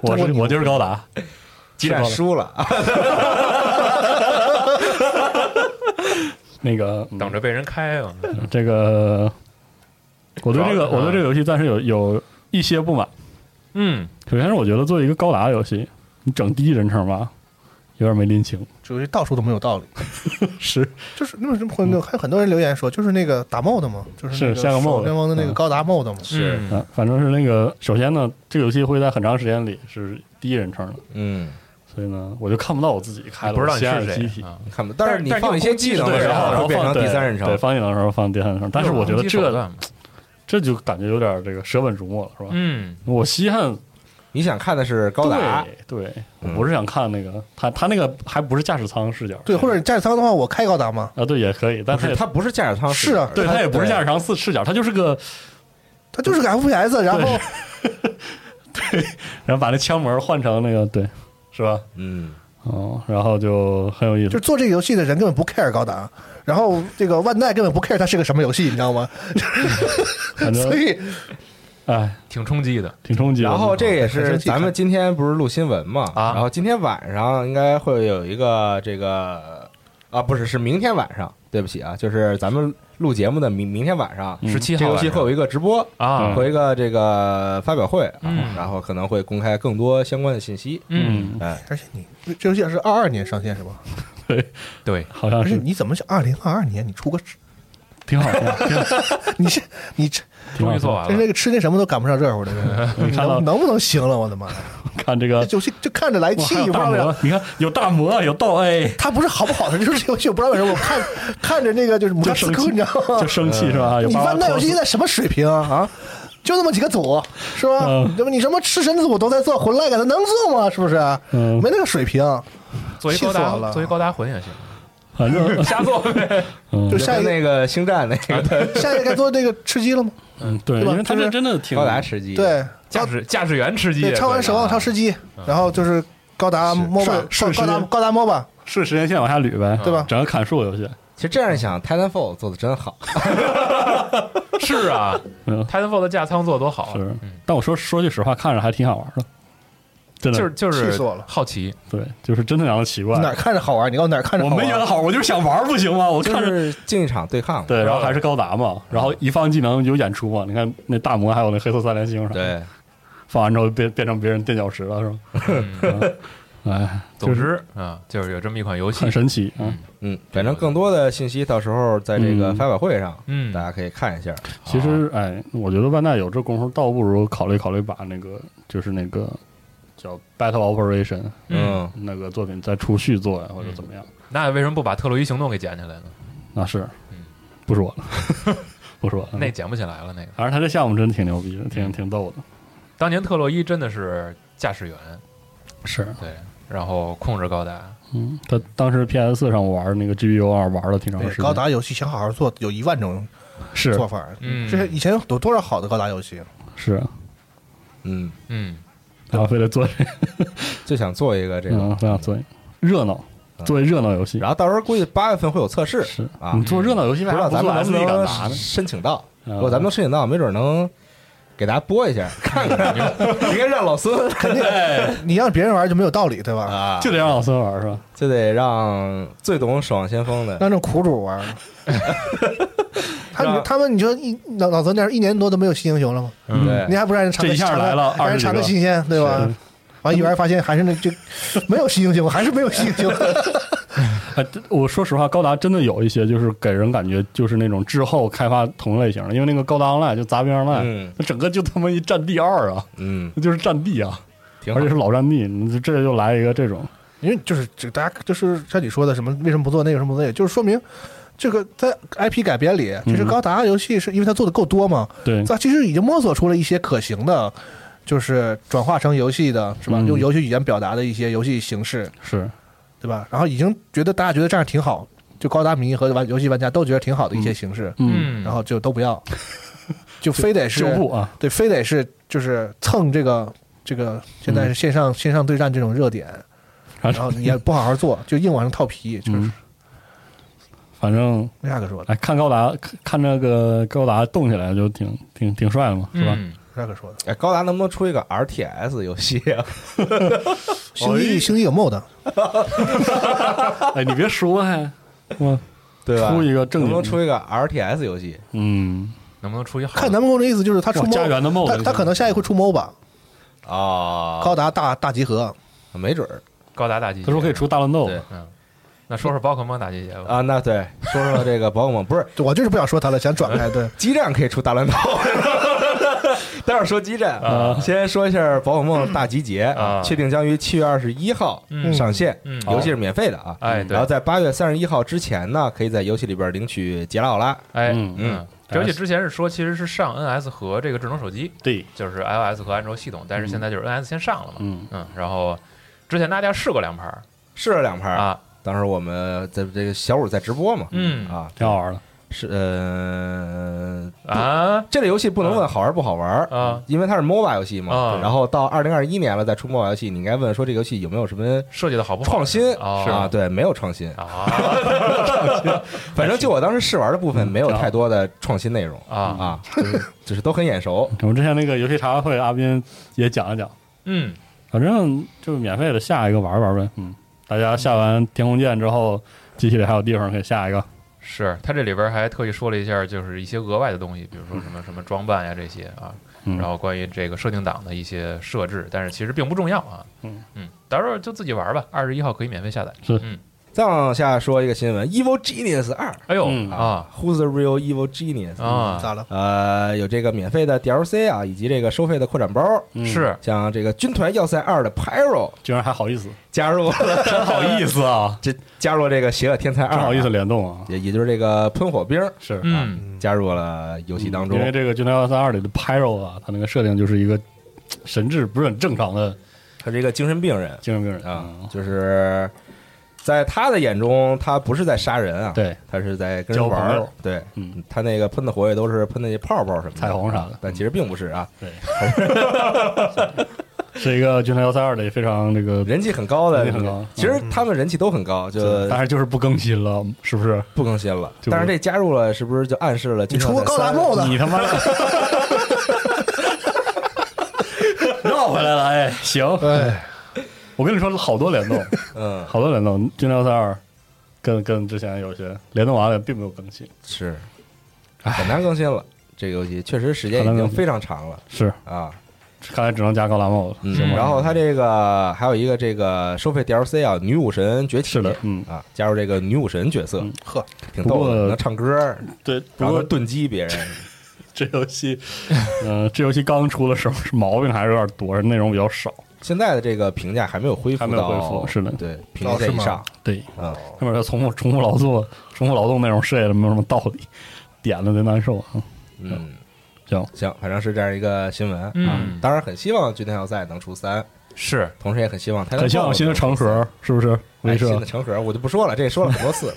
S5: 我是我就是高达，
S2: 激战输了啊，
S5: 那个嗯
S3: 等着被人开啊，
S5: 这个，我对这
S3: 主要
S5: 个
S3: 是
S5: 我对这个游戏暂时有有一些不满。
S3: 嗯，
S5: 首先是我觉得做一个高达游戏，你整第一人称吧，有点没拎清，
S4: 就是到处都没有道理，
S5: 是嗯
S4: 就是那么什么会有还有很多人留言说，就是那个打 mod 嘛，就是那
S5: 是下个 mod
S4: 守望先锋的那个
S5: 嗯
S4: 高达 mod 嘛，
S3: 是
S5: 啊，反正是那个，首先呢，这个游戏会在很长时间里是第一人称的，
S2: 嗯，
S5: 所以呢，我就看不到我自己开了，
S3: 不知道你
S5: 我心爱
S3: 是
S5: 的机体
S3: 谁，。啊
S2: 嗯看不，但是你
S3: 但是
S2: 放一些技能的
S5: 对，
S2: 时
S5: 然后
S2: 候
S5: 然后
S2: 会变
S5: 放
S2: 成第三人
S5: 对，对
S2: 称，
S5: 放技能的时候放第三人称，但是我觉得
S3: 这嗯种攻击手
S5: 这
S3: 段
S5: 这就感觉有点这个舍本逐末了，是吧？
S3: 嗯，
S5: 我稀罕
S2: 你想看的是高达，
S5: 对，对我
S2: 嗯
S5: 不是想看那个他他那个还不是驾驶舱视角，
S4: 对，或者驾驶舱的话，我开高达嘛，
S5: 啊对也可以，但
S2: 不
S5: 他
S2: 是
S5: 也
S2: 它不是驾驶舱视
S4: 是
S2: 角，
S4: 啊
S5: 对他也不是驾驶舱四视角，他就是个
S4: 它就是个 FPS，然后
S5: 然后把那枪门换成那个对，是吧？
S2: 嗯，
S5: 哦，然后就很有意
S4: 就
S5: 思，
S4: 做这个游戏的人根本不 care 高达，然后这个万代根本不 care 它是个什么游戏，你知道吗？
S5: 反
S4: 所
S5: 正
S4: 以
S5: 哎
S3: 挺冲击的
S5: 挺冲击的。
S2: 然后这也
S4: 很
S2: 是
S4: 生气
S2: 咱们
S4: 看
S2: 今天不是录新闻嘛？
S3: 啊
S2: 然后今天晚上应该会有一个这个啊，不是是明天晚上，对不起啊，就是咱们录节目的明明天晚上，
S5: 嗯
S3: 十七
S2: 这
S3: 号
S2: 游
S3: 晚
S2: 戏
S3: 上
S2: 会有一个直播，
S3: 啊，
S2: 会有一个这个发表会啊
S3: 嗯，
S2: 然后可能会公开更多相关的信息。
S3: 嗯，
S5: 嗯，
S2: 哎，
S4: 而且你这游戏是二二年上线是吧？
S3: 对，
S5: 好像
S4: 而且
S5: 啊是
S4: 你怎么想二零二二年你出个
S5: 挺好的， 挺好
S4: 你这你这
S3: 终于做。
S4: 这
S3: 完
S4: 那
S3: 了，
S4: 个吃那什么都赶不上热乎的，真
S5: 你
S4: 是
S5: 看到
S4: 能能不能行了？我的妈呀！
S5: 看这个
S4: 这游戏就看着来
S5: 哇
S4: 气
S5: 还，有
S4: 不知
S5: 大
S4: 道为啥
S5: 魔，你看有大魔，有哎倒 A，
S4: 它不是好不好的，就是这 游戏我不知道为什么我看看着那个就是摩
S5: 就
S4: 纳斯
S5: 生
S4: 科，
S5: 气，啊
S4: 你知道吗
S5: 就？生气是吧？有
S4: 你
S5: 巴巴
S4: 万代游
S5: 托
S4: 戏现
S5: 斯，
S4: 在什么水平啊？啊就那么几个组，是吧？
S5: 嗯
S4: 对吧？你什么吃神组都在做魂类，给他能做吗？是不是？
S5: 嗯
S4: 没那个水平。
S3: 作为
S4: 气
S3: 高
S4: 死我
S3: 达，
S4: 了
S3: 作为高达魂也行，
S5: 反 正
S3: 瞎做呗。
S5: 嗯
S4: 就下
S2: 跟
S4: 一个，
S2: 那个星战那个
S4: 下一个该做那个吃鸡了吗？
S5: 嗯，对，
S4: 对吧
S5: 因为他
S4: 就
S5: 这
S4: 是
S5: 真的挺
S2: 高达吃鸡，，
S4: 对，
S3: 驾驶驾驶员吃鸡也
S4: 对，
S3: 可以，啊
S4: 唱完守望唱吃鸡，然后就是高达
S2: 是
S4: MOBA，
S5: 是
S4: 高
S5: 是
S4: 高达高达 MOBA，
S5: 顺时间线往下捋呗，
S4: 对吧
S5: 整个砍树游戏，
S2: 其实这样一想，Titanfall 做的真好，
S3: 是啊
S5: 嗯
S3: ，Titanfall 的架舱做得多好，
S5: 是
S3: 嗯。
S5: 但我说说句实话，看着还挺好玩的，真的，
S3: 就是就
S4: 气
S3: 是
S4: 死我了
S3: 好 奇，
S5: 对，就是真他娘的奇怪。
S4: 哪儿看着好玩？你告诉我哪儿看着
S5: 我
S4: 好玩？
S5: 没觉得好，我就是想玩儿不行吗？我
S2: 就
S5: 看着。
S2: 是竞技场对抗嘛。
S5: 对，然后还是高达嘛，然后一放技能有演出嘛，你看那大魔还有那黑色三连星啥，，
S2: 对，
S5: 放完之后变变成别人垫脚石了是吧？
S3: 嗯
S5: 哎，
S3: 总
S5: 就是
S3: 之啊，就是有这么一款游戏
S5: 很，神奇啊！
S2: 嗯，反正更多的信息到时候在这个
S5: 嗯
S2: 发表会上，
S3: 嗯
S2: 大，家可以看一下。
S5: 其实哎，我觉得万代有这功夫，倒不如考虑考虑把那个就是那个叫 Battle Operation
S3: 嗯，
S2: 嗯，
S5: 那个作品再出续作呀，或者怎么样？
S3: 那为什么不把特洛伊行动给捡起来呢？
S5: 那是
S3: 嗯，
S5: 不说了， 不说了。
S3: 那捡不起来了，那个
S5: 反正他这项目真挺牛逼的，
S2: 嗯
S5: 挺挺逗的。
S3: 当年特洛伊真的是驾驶员，
S5: 是，
S3: 对，然后控制高达，
S5: 嗯，他当时 PS 四上玩那个 GBO 二玩了挺长
S4: 对
S5: 时间。
S4: 高达游戏想好好做，有一万种
S5: 是
S4: 做法。
S3: 嗯
S4: 这些以前有多少好的高达游戏？
S5: 是，
S2: 嗯，
S3: 嗯，
S5: 然后非得做这个，
S2: 就想做一个这
S5: 嗯，
S2: 个，
S5: 非想做一个热闹，
S2: 嗯
S5: 做一热闹游戏。
S2: 然后到时候估计八月份会有测试
S5: 是
S2: 啊
S5: 你，做热闹游戏，
S2: 不
S5: 为
S2: 知
S5: 啥
S2: 道咱
S5: 做
S2: 们能
S5: SD
S2: 不
S5: 干
S2: 能
S5: 嘛呢？
S2: 申请到？
S5: 嗯
S2: 如果咱们能申请到，没准能给大家播一下，看 看。应该让老孙
S4: 肯定，你让别人玩就没有道理，对吧？
S2: 啊，
S5: 就得让老孙玩是吧？
S2: 就得让最懂《守望先锋》的
S4: 让这种苦主 玩。他
S2: 让
S4: 们他们，你说一老老泽那样一年多都没有新英雄了吗？
S3: 嗯
S2: 对
S4: 你还不让人尝个
S5: 这一下
S4: 尝个
S5: 来了
S4: 让人
S5: 20
S4: 尝个
S5: 个
S4: 新鲜，对吧
S5: 是？
S4: 完一玩发现还是那就没有新英雄，还是没有新英 雄。
S5: 哎，这我说实话，高达真的有一些就是给人感觉就是那种滞后开发同类型的，因为那个高达 online 就杂兵 online，
S2: 嗯
S5: 那整个就他妈一战地二啊，
S2: 嗯，
S5: 那就是战地啊，
S2: 挺好
S5: 而且。是老战地，你这这就来一个这种，
S4: 因为就是这个大家就是像你说的什么为什么不做那个为什么不做那个，就是说明这个在 IP 改编里，其实
S5: 嗯
S4: 高达游戏是因为它做的够多嘛，
S5: 对，
S4: 它其实已经摸索出了一些可行的，就是转化成游戏的是吧？
S5: 嗯
S4: 用游戏语言表达的一些游戏形式，
S5: 是，
S4: 对吧？然后已经觉得大家觉得这样挺好，就高达迷和玩游戏玩家都觉得挺好的一些形式，
S5: 嗯，
S3: 嗯，
S4: 然后就都 不要，就非得是
S5: 就不啊，
S4: 对，非得是就是蹭这个这个现
S5: 嗯
S4: 在是线上、线上对战这种热点，
S5: 然
S4: 然
S5: 后
S4: 后你也不好好做，就硬往上套皮，就是
S5: 嗯，反正
S4: 没啥可说的，
S5: 哎，看高达，看看那个高达动起来就挺挺挺帅的嘛，是吧？
S3: 嗯？
S4: 没啥可说的。
S2: 哎，高达能不能出一个 RTS 游戏 啊？
S4: 星际星际有 mod，
S5: 哎，你别说还，我
S2: 对吧？
S5: 出一个正
S2: 能不
S5: 经
S2: 能出一个 RTS 游戏？
S5: 嗯，
S3: 能不能出一好的
S4: 看咱们公司的意思就是他出
S5: 哇
S4: mod，
S5: 家园的 mod
S4: 他他可能下一回出 MOBA，
S5: 啊
S2: 哦，
S4: 高达大大集合，
S2: 没准儿
S3: 高达打机？
S5: 他说可以出，大乱斗
S2: 对，
S3: 嗯，那说说宝可梦打机节吧。
S2: 啊。那对，说说这个宝可梦，不是
S4: 就我就是不想说他了，想转开。
S5: 啊
S4: 对，
S2: 激战可以出大乱斗， 待会儿说激战
S3: 啊
S2: 先说一下宝可梦大集结
S3: 啊
S2: 确定将于七月二十一号
S3: 嗯
S2: 上线，
S3: 嗯
S2: 游戏是免费的啊。
S3: 哎，
S5: 嗯
S2: 然后
S3: 对，
S2: 在八月三十一号之前呢，可以在游戏里边领取杰拉奥拉。
S3: 哎，
S5: 嗯
S3: 嗯，而且之前是说其实是上 NS 和这个智能手机，
S5: 对，
S3: 就是 iOS 和安卓系统，但是现在就是 NS 先上了嘛，
S5: 嗯，
S3: 嗯，然后之前大家试过两盘儿
S2: 试了两盘儿，
S3: 啊，
S2: 当时我们在这个小五在直播嘛，
S3: 嗯
S2: 啊，
S5: 挺好玩的，
S2: 是呃，
S3: 啊
S2: 这类游戏不能问好玩不好玩儿
S5: 嗯
S3: 啊，
S2: 因为它是 MOBA 游戏嘛
S3: 啊。
S2: 然后到二零二一年了再出 MOBA 游戏，你应该问说这个游戏有没有什么呃
S3: 设计的好不好？
S2: 创新
S3: 哦
S2: 啊？对，没有创新，
S3: 啊
S2: 反正就我当时试玩的部分没有太多的创新内容
S3: 啊，
S2: 啊，就是就是都很眼熟。
S5: 我们之前那个游戏茶话会，阿斌也讲一讲，
S3: 嗯，
S5: 反正就是免费的，下一个玩玩呗。嗯，大家下完天空剑之后，机器里还有地方可以下一个。
S3: 是他这里边还特意说了一下，就是一些额外的东西，比如说 什么什么装扮呀这些啊，
S5: 嗯，
S3: 然后关于这个设定档的一些设置，但是其实并不重要啊。
S5: 嗯
S3: 嗯，到时候就自己玩吧。二十一号可以免费下载。
S5: 是
S3: 嗯，
S2: 再往下说一个新闻，《Evil Genius 二
S3: 哎呦
S5: 嗯
S3: 啊》
S2: ，Who's the real Evil Genius？
S3: 啊，
S4: 咋了？
S2: 呃，有这个免费的 DLC 啊，以及这个收费的扩展包，
S5: 嗯
S3: 是
S2: 像这个《军团要塞二》的 Pyro
S5: 居然还好意思，
S2: 加入了，
S5: 真好意思 啊，
S2: 这加入了这个《邪恶天才二》，
S5: 真好意思，联动啊，
S2: 也也就是这个喷火兵
S5: 是
S3: 嗯，
S2: 加入了游戏当中
S5: 嗯因为。这个《军团幺三二》里的 Pyro 啊，他那个设定就是一个神志不是很正常的
S2: 他是一个精神病人
S5: 精神病人
S2: 啊，
S5: 嗯
S2: 就是在他的眼中，他不是在杀人啊，
S5: 对，
S2: 他是在跟人
S5: 交
S2: 玩
S5: 朋
S2: 儿
S5: 友。
S2: 对
S5: 嗯，
S2: 他那个喷的活跃都是喷那些泡泡什么的
S5: 彩虹啥的
S2: 但其实并不是啊，
S5: 对，是一个《军团幺三二》里非常这个，
S2: 人气很高的
S5: 嗯人气很高。
S2: 其实他们人气都很高，就
S5: 但是就是不更新了，是不是？
S2: 不更新了。
S5: 就
S2: 但是这加入了，是不是就暗示了？
S4: 你出个高达 mod
S5: 你他妈的 绕回来了，哎，行，
S4: 哎，
S5: 我跟你说，好多联动，
S2: 嗯，
S5: 好多联动，《军团幺三二》跟跟之前有些联动完了并没有更新，
S2: 是很难更新了。这个游戏确实时间已
S5: 很难
S2: 经
S5: 更新
S2: 非常长了
S5: 是，
S2: 啊，
S5: 看来只能加高达帽了，
S2: 嗯
S5: 行吧
S2: 然后它这个还有一个这个收费 DLC 啊，女武神崛起
S5: 是的，嗯，
S2: 啊，加入这个女武神角色，
S5: 嗯
S4: 呵，
S2: 挺逗
S5: 不
S2: 的，
S5: 过
S2: 能唱歌，
S5: 对，不
S2: 然后
S5: 过
S2: 能钝击别人，
S5: 这游戏，嗯，这游戏刚出的时候是毛病还是有点多，内容比较少，
S2: 现在的这个评价还没有恢复
S5: 还没有恢复
S2: 到，
S5: 是的
S2: 对，评价
S4: 哦是
S2: 以
S4: 吗
S2: 上
S5: 对，
S2: 啊，
S5: 后面它重复重复劳作、重复劳动内容设计的没有什么道理，点了贼难受啊。
S2: 嗯，
S5: 行
S2: 行，反正是这样一个新闻，
S3: 嗯
S2: 当然很希望《军团要塞》能出三，
S3: 是
S2: 同时也很希望它能
S5: 很像
S2: 爆
S5: 新的
S2: 能
S5: 长
S2: 出三
S5: 河，是不是？
S2: 哎
S5: 威
S2: 新
S5: 慑
S2: 的成盒，我就不说了，这也说了很多 次了。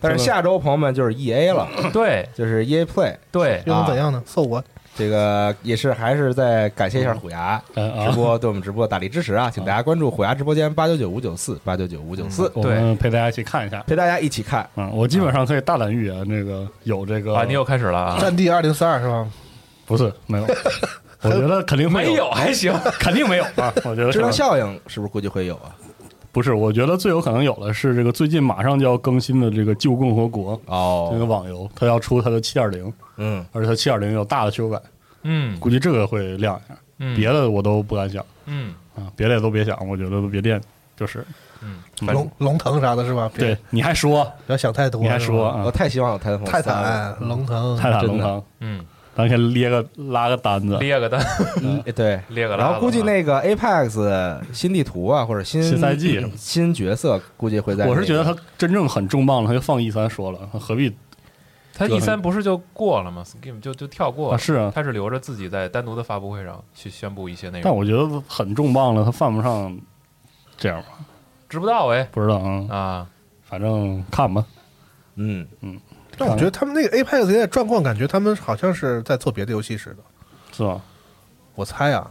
S2: 但是
S5: 真的
S2: 下周朋友们就是 E A 了，
S3: 对
S2: 就是 E A Play，
S3: 对
S4: 又能怎
S5: 啊
S4: 样呢？凑我
S2: 这个也是还是在感谢一下虎牙
S5: 嗯啊
S2: 直播对我们直播的大力支持啊，请大家关注虎牙直播间八九九五九四八九九五九四，
S5: 我们陪大家一起看一下。
S2: 陪大家一起看。
S5: 嗯，我基本上可以大胆预言，那个有这个
S3: 啊，你又开始了啊？
S4: 《战地二零四二》是吧？
S5: 不是没有？我觉得肯定会
S3: 没
S5: 有
S3: 有，还行，
S5: 肯定没有啊！我觉得
S2: 质量
S5: 是
S2: 效应是不是估计会有啊？
S5: 不是，我觉得最有可能有的是这个最近马上就要更新的这个《旧共和国》这个
S2: 哦，
S5: 网游，它要出它的七点零，
S2: 嗯，
S5: 而且它七点零有大的修改，
S3: 嗯
S5: 估计这个会亮一下。
S3: 嗯，
S5: 别的我都不敢想
S3: 嗯，
S5: 啊，别的也都别想，我觉得都别惦记。就是反
S4: 龙龙腾啥的是吧？别
S5: 对，你还说，
S4: 不要想太多，
S5: 你还
S4: 是吧
S5: 说
S2: 我
S5: 啊，
S2: 太希望有泰坦
S4: 泰坦哎龙 腾
S5: 泰坦
S2: 真
S5: 龙
S2: 的
S5: 堂，
S3: 嗯，
S5: 咱先列个拉个单子，
S3: 列个单，
S2: 嗯，对。
S3: 列个拉
S2: 然
S3: 了
S2: 后估计那个 Apex 新地图啊，或者新
S5: 新赛季什么
S2: 新角色，估计会在那个。
S5: 我是觉得他真正很重磅了，他就放 E 三说了，他何必
S3: 他
S5: 折腾
S3: E 三不是就过了吗？Steam 就就跳过
S5: 啊？
S3: 了，
S5: 是啊，
S3: 他是留着自己在单独的发布会上去宣布一些内
S5: 但
S3: 容，
S5: 我觉得很重磅了，他犯不上这样吧？
S3: 知不到哎
S5: 不知道啊，
S3: 啊，
S5: 反正看吧。
S2: 嗯，
S4: 但我觉得他们那个 Apex 现在状况，感觉他们好像是在做别的游戏似的。
S5: 是吧？
S4: 我猜 啊，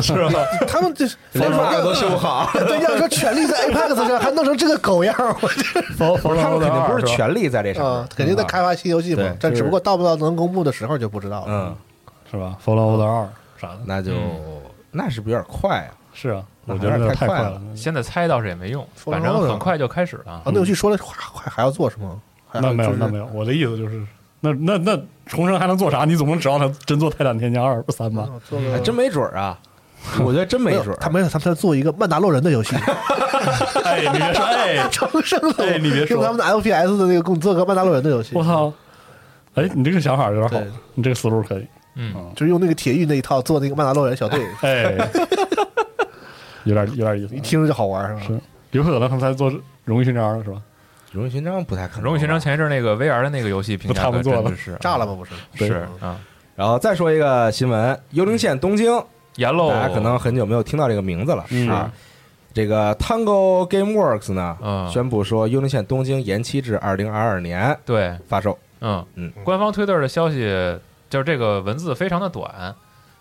S4: 是吧？他们这
S2: 连 bug 都修不好，
S4: 对，要说权力 在 Apex 上还弄成这个狗样儿，我
S5: 不是
S2: 他们肯定不是全力在这上面 嗯
S4: 啊，，肯定
S5: 嗯
S4: 在开发新游戏
S2: 对
S4: 嘛。但
S2: 就是
S4: 只不过到不到能公布的时候就不知道了。
S2: 嗯，
S5: 是吧？Follow the 二啥的，
S2: 那就那是不是有点快啊？
S5: 是啊，
S2: 那
S5: 我
S2: 还
S5: 觉得
S2: 是太
S5: 太快
S2: 快
S5: 了。
S3: 现在猜倒是也没用，
S4: 说
S3: 反
S4: 着
S3: 正
S4: 呢
S3: 很快就开始了啊
S4: 啊，。那游戏说了还还还要做是吗？
S2: 啊
S4: 还
S5: 那没有，
S4: 就是
S5: 那没有。我的意思就是，那那那重生还能做啥？你总不能指望他真做《泰坦天降二》不三吧？
S4: 做个
S2: 还真没准儿啊，我觉得真没
S4: 没
S2: 准
S4: 有，
S2: 儿。
S4: 他没有，他们在做一个曼达洛人 的游戏，
S5: 哎，你别说，哎，
S4: 重生的，
S5: 哎你别说
S4: 用他们的 FPS 的那个共做个曼达洛人的游戏
S5: 我， 操！哎，你这个想法有点好
S4: 对，
S5: 你这个思路可以。
S3: 嗯，
S4: 就是用那个铁玉那一套做那个曼达洛人小队，
S5: 哎，有点有点意思啊
S4: 一。听着就好玩是吧？
S5: 是，有可能他们才做荣誉勋章了，是吧？
S2: 荣誉勋章不太可能，
S3: 荣誉勋章。前一阵那个 VR 的那个游戏评价
S5: 他们
S3: 可
S5: 做
S3: 真
S5: 的
S3: 的是
S4: 炸了吧不是？
S3: 是
S5: 对
S3: 啊，
S2: 然后再说一个新闻，《幽灵线：东京》，
S3: 严喽，
S2: 大家可能很久没有听到这个名字了。
S3: 嗯
S5: 是
S2: 啊，这个 Tango GameWorks 呢
S3: 嗯
S2: 宣布说，《幽灵线：东京》延期至二零二二年
S3: 对，
S2: 发售。
S3: 嗯
S2: 嗯，
S3: 官方推特的消息就是这个文字非常的短，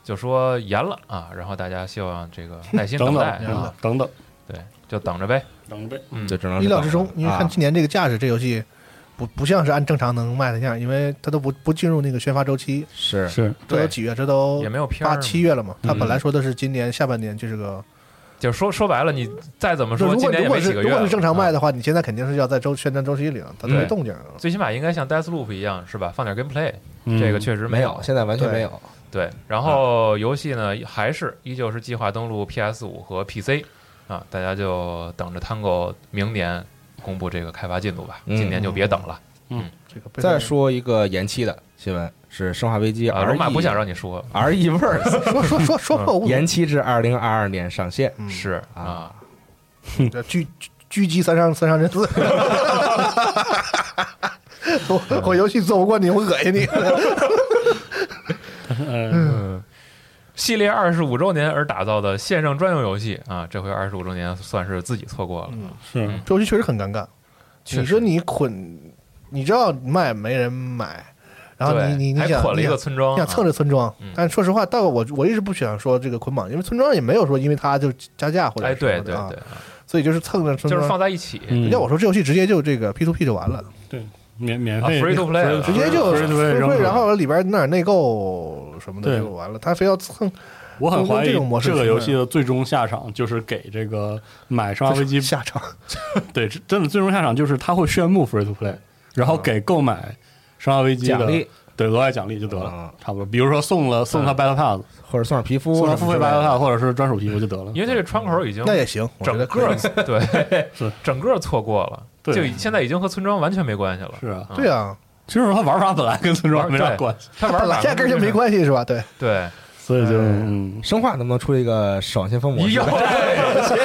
S3: 就说严了啊，然后大家希望这个耐心
S5: 等
S3: 等
S5: 等嗯
S3: 待啊，
S5: 等等
S3: 对，就等着呗，
S5: 等呗。
S3: 嗯，
S2: 就只能是
S4: 意料
S2: 等
S4: 之中
S2: 了，
S4: 因为看
S2: 啊
S4: 去年这个价值，这游戏不不像是按正常能卖的样，因为它都不不进入那个宣发周期，
S2: 是
S5: 是，
S4: 这
S3: 对
S4: 都几月？这都
S3: 也没有片
S4: 八
S3: 儿，
S4: 七月了嘛。它
S5: 嗯
S4: 本来说的是今年下半年就是个，
S3: 就说说白了，你再怎么
S4: 就
S3: 说，
S4: 如
S3: 今
S4: 果
S3: 年也
S4: 如果
S3: 没
S4: 是
S3: 几个
S4: 如
S3: 月
S4: 果
S3: 了，啊嗯
S4: 是正常卖
S3: 的，
S4: 的话，你现在肯定是要在周宣传周期里了，它都没
S3: 对
S4: 动静儿。
S3: 最起码应该像 Deathloop 一样，是吧？放点 gameplay，
S5: 嗯
S3: 这个确实
S2: 没有
S3: 有，，啊
S2: 现在完全
S4: 对
S2: 没有。
S3: 对，然后游戏呢还是依旧是计划登陆 PS 五和 PC 啊，大家就等着 Tango 明年公布这个开发进度吧，
S2: 嗯
S3: 今年就别等了。
S4: 这个被
S2: 再说一个延期的新闻是《生化危机
S3: 啊，
S2: 二
S3: 龙》，马不想让你说，
S2: R E Verse
S4: 说说说嗯说说，我
S2: 延期至二零二二年上线。
S3: 是
S2: 啊
S3: 啊，
S4: 狙狙击三上三上 真子。我我游戏做不过你，我恶心你。
S3: 嗯，系列二十五周年而打造的线上专用游戏啊，这回二十五周年算是自己错过
S4: 嗯
S3: 了。
S5: 是
S4: 这游戏确实很尴尬。
S3: 嗯确
S4: 你
S3: 实
S4: 说你捆，你知道卖没人买，然后
S3: 对，
S4: 你你你
S3: 还
S4: 想
S3: 捆了一
S4: 你
S3: 个
S4: 想
S3: 村庄，
S4: 你想蹭
S3: 着
S4: 这村庄
S3: 嗯，
S4: 但是说实话，但我我一直不喜欢说这个捆绑，因为村庄也没有说因为它就加价或者
S3: 哎，
S4: 什么
S3: 对对
S4: 的啊
S3: 对，
S4: 所以就是蹭着村
S3: 就是
S4: 庄。
S3: 放在一起，
S5: 嗯
S4: 要我说，这游戏直接就这个 P to P 就完了，
S5: 免免
S3: 啊
S5: 费
S3: ，free to play 了
S4: 直接就
S5: free to play
S4: 会
S5: 扔出来
S4: 然后里边弄点内购什么的
S5: 对
S4: 就完了，他非要蹭
S5: 我很怀疑
S4: 用这种模式
S5: 这个
S4: 去
S5: 游戏的最终下场就是给这个买《生化危机》
S4: 下场。
S5: 对，这真的最终下场就是他会宣布 free to play，然后给购买《生化危机》
S2: 奖
S5: 的
S2: 励
S5: 对额外奖励就得了
S2: 啊，
S5: 差不多。比如说送了
S3: 嗯
S5: 送他 battle pass，
S2: 或者送点皮肤，
S5: 送他付费 battle
S2: 套，
S5: pass 或者是专属皮肤就得了
S3: 因。为它这窗口已经
S4: 那也行，我觉
S3: 整
S4: 得
S3: 个
S4: 可以
S3: 对
S5: 是
S3: 整个错过了，
S5: 对
S3: 就现在已经和村庄完全没关系了。
S5: 是啊，
S4: 对啊，
S5: 其实他玩法本来跟村庄没啥
S3: 对
S5: 关系，
S3: 他玩法
S4: 压根儿就没关系是吧？对，
S3: 对，
S5: 所以就嗯
S2: 生化能不能出一个守望先锋模 式？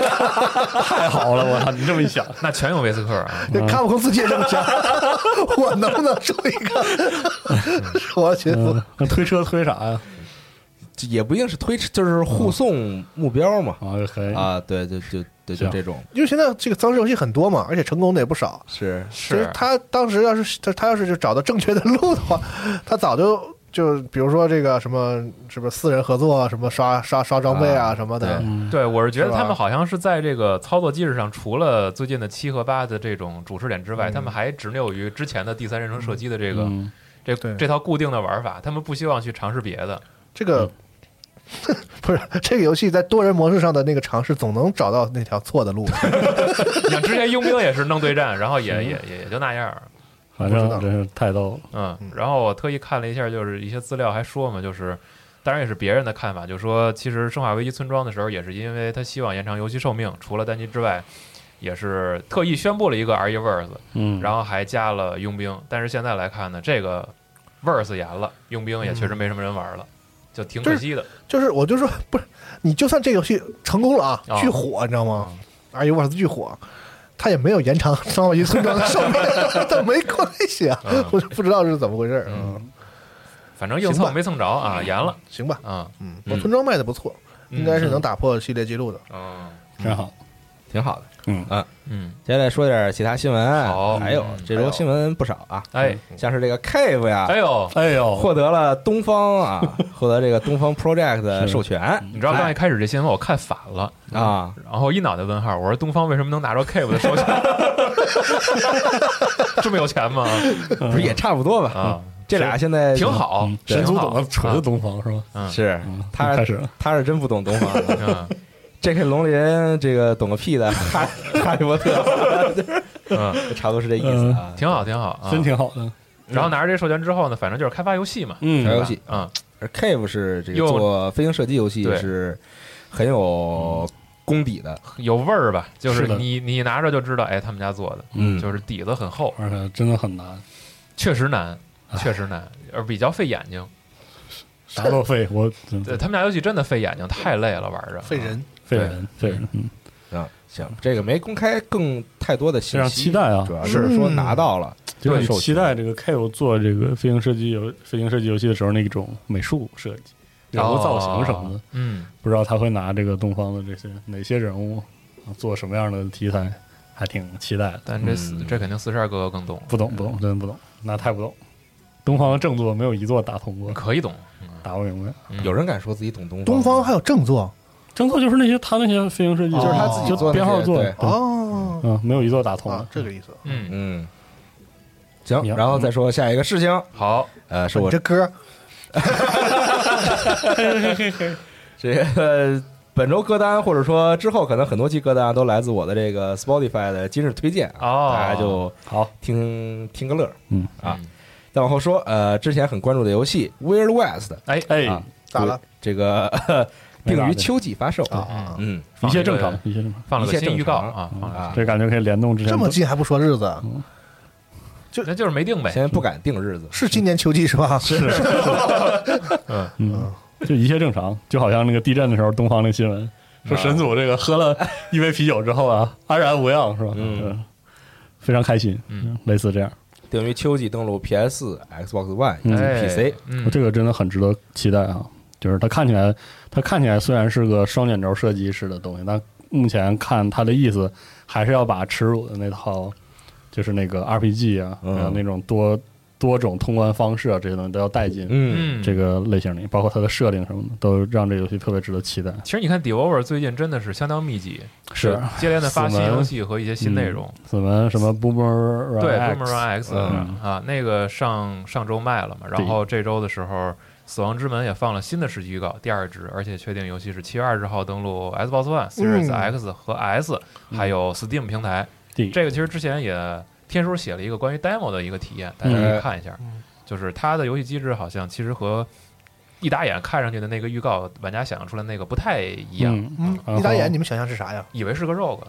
S5: 太好了，我操！你这么一想，嗯
S3: 那全用维斯克啊，
S4: 这卡普空自己也这么想，我能不能出一个？我觉得
S5: 嗯，那推车推啥呀？
S2: 也不一定是推，就是护送目标嘛。
S5: 啊，可以，
S2: 啊，对对对对，就
S5: 行
S2: 这种
S4: 因为现在这个丧尸游戏很多嘛，而且成功的也不少。
S2: 是
S4: 所以
S3: 是
S4: 他当时要是他他要是就找到正确的路的话， 他早就就比如说这个什么什么私人合作啊，什么刷刷刷装备啊什么的
S2: 对，
S5: 嗯，
S3: 对，我是觉得
S4: 是吧
S3: 他们好像是在这个操作机制上，除了最近的七和八的这种主视点之外，他们还执拗于之前的第三人称射击的这个
S5: 嗯
S3: 这
S4: 对
S3: 这套固定的玩法，他们不希望去尝试别的。
S4: 这个。 不是这个游戏在多人模式上的那个尝试，总能找到那条错的路。
S3: 你像之前佣兵也是弄对战，然后也也也也就那样。
S5: 反
S4: 不知道
S5: 正真是太逗了。
S3: 嗯
S4: 嗯，
S3: 然后我特意看了一下，就是一些资料还说嘛，就是当然也是别人的看法，就说其实《生化危机：村庄》的时候，也是因为他希望延长游戏寿命，除了单机之外，也是特意宣布了一个 RE verse，
S5: 嗯，
S3: 然后还加了佣兵。但是现在来看呢，这个 verse 严了，佣兵也确实没什么人玩了，就挺可惜的。
S4: 就是我就说不是，你就算这个游戏成功了
S3: 啊
S4: 啊，巨火，你知道吗？而且我巨火，它也没有延长《生化危机村庄》的寿命， 它没关系啊
S3: 嗯，
S4: 我就不知道是怎么回事儿。
S3: 嗯
S4: 嗯，
S3: 反正硬
S4: 行
S3: 蹭
S4: 吧
S3: 没蹭着啊，严了
S4: 行吧，
S3: 啊，
S4: 嗯，我村庄卖的不错，
S3: 嗯
S4: 应该是能打破系列记录的。
S3: 嗯
S5: 真好，
S2: 挺好的。
S5: 嗯
S2: 啊，
S3: 嗯，
S2: 接下来说点其他新闻，啊
S3: 好
S2: 还有这周新闻不少啊，
S3: 哎
S2: 像是这个 Cave 呀，
S3: 哎呦，
S5: 哎呦，
S2: 获得了东方啊，获得这个东方 Project 的
S5: 是
S2: 授权
S3: 你知道刚一开始这新闻我看反了。
S2: 啊，
S3: 然后一脑袋问号，我说东方为什么能拿着 Cave 的 授权？这么有钱吗？
S2: 不是也差不多吧？
S3: 啊，
S2: 这俩现在
S3: 挺好，
S5: 嗯神
S3: 挺
S5: 族
S3: 好
S5: 懂得锤子东方是吧？
S3: 嗯
S2: 是
S5: 嗯，
S2: 他
S5: 开始了
S2: 他是真不懂东方啊。
S3: 嗯
S2: J.K. 龙鳞这个懂个屁的，哈哈利波特，
S3: 嗯，
S2: 差不多是这意思啊。
S3: 挺好，挺好，啊
S5: 真。挺好的。
S3: 然后拿着这授权之后呢，反正就是开发游戏嘛，
S5: 嗯
S2: 玩游戏，
S3: 啊，
S2: 而 Cave 是这个
S3: 又
S2: 做飞行射击游戏
S3: 对
S2: 是很有功底的，
S3: 有味儿吧？就是
S5: 是的
S3: 你你拿着就知道，哎，他们家做的，
S5: 嗯
S3: 就是底子很厚，
S5: 而且真的很难，
S3: 确实难，
S5: 啊
S3: 确实难，而比较费眼睛。
S5: 嗯啥都嗯费，我
S3: 对他们家游戏真的费眼睛，太累了，玩啊着
S4: 废。人，
S5: 费人费人，嗯
S2: 啊，行，这个没公开更太多的信息，
S5: 非常期待啊
S2: 主！要是
S4: 嗯
S2: 说拿到了，
S5: 就是你
S2: 授权
S5: 期待这个 K.O. 做这个飞行射击游飞行射击游戏的时候那种美术设计、人物造型什么的
S3: 哦，，嗯，
S5: 不知道他会拿这个东方的这些哪些人物啊做什么样的题材，还挺期待的。
S3: 但这四
S2: 嗯
S3: 这肯定四十二哥哥更懂了，
S5: 不懂不懂，真的不懂，那太不懂。东方的正作没有一座打通过，
S3: 可以懂，
S5: 打不明白。
S3: 嗯
S2: 有人敢说自己懂东方？
S4: 东方还有正作
S5: 正作就是那些他那些飞行设计，
S2: 就是他自己做那些
S5: 就编号做
S2: 对
S5: 的，
S4: 哦
S5: 嗯，没有一座打通
S4: 啊
S5: 的，。
S4: 这个意思。
S3: 嗯，
S2: 嗯，行，
S5: 行
S2: 然后再说下一个事情，
S3: 好，
S2: 呃，是我
S4: 啊你这歌
S2: 这个 本周歌单，或者说之后可能很多期歌单啊都来自我的这个 Spotify 的今日推荐啊，
S3: 哦
S2: 大家就
S5: 好，
S2: 听听个乐儿
S5: 嗯
S2: 啊。再往后说，呃，之前很关注的游戏《Weird
S5: 嗯
S2: West
S3: 哎，
S5: 哎，
S2: 啊
S4: 咋了？
S2: 这个呵
S5: 没
S2: 定
S5: 大
S2: 于
S5: 的
S2: 秋季发售
S4: 啊
S3: 嗯，
S2: 嗯，
S5: 一
S3: 放了
S5: 切
S3: 一个
S5: 正常，一切正常。
S3: 放
S2: 一
S3: 了个
S2: 切
S3: 新
S2: 正
S3: 预告
S2: 常
S3: 啊，放了
S2: 啊
S3: 个
S5: 这感觉可以联动之前
S4: 这么近还不说日子，
S3: 新，那就是没定呗
S2: 现。在不敢定日子，
S4: 是今年秋季是吧？是，
S5: 嗯，就一切正常，就好像那个地震的时候，东方那新闻说神祖这个喝了一杯啤酒之后啊，安然无恙是吧？
S2: 嗯，
S5: 非常开心，
S3: 嗯，
S5: 类似这样，
S2: 定于秋季登陆 PS、Xbox One 以及
S3: 哎
S2: PC。
S3: 嗯，
S5: 这个真的很值得期待啊！就是它看起来，它看起来虽然是个双卷轴射击式的东西，但目前看它的意思还是要把耻辱的那套，就是那个 RPG 啊，
S2: 嗯
S5: 还有那种多多种通关方式啊这些东西都要带进。
S2: 嗯，
S3: 嗯，
S5: 这个类型里，包括它的设定什么的，都让这游戏特别值得期待。
S3: 其实你看 d e v o v e r 最近真的是相当密集，
S5: 是
S3: 接连的发新
S5: 死门
S3: 游戏和一些新内容。
S5: 什么什么 Boomer
S3: 对
S5: Rex
S3: ，Boomerang X
S5: 嗯
S3: 啊，那个上上周卖了嘛，然后这周的时候，死亡之门也放了新的实际预告，第二支，而且确定游戏是七月二十号登陆 Xbox One、Series X 和 S，还有 Steam 平台。
S5: 对
S3: 这个其实之前也天叔写了一个关于 demo 的一个体验，大
S5: 嗯
S3: 家可以看一下，就是它的游戏机制好像其实和一打眼看上去的那个预告，玩家想象出来那个不太一样，
S5: 嗯
S4: 嗯，
S5: 然后
S4: 一打眼你们想象是啥呀？
S3: 以为是个 rogue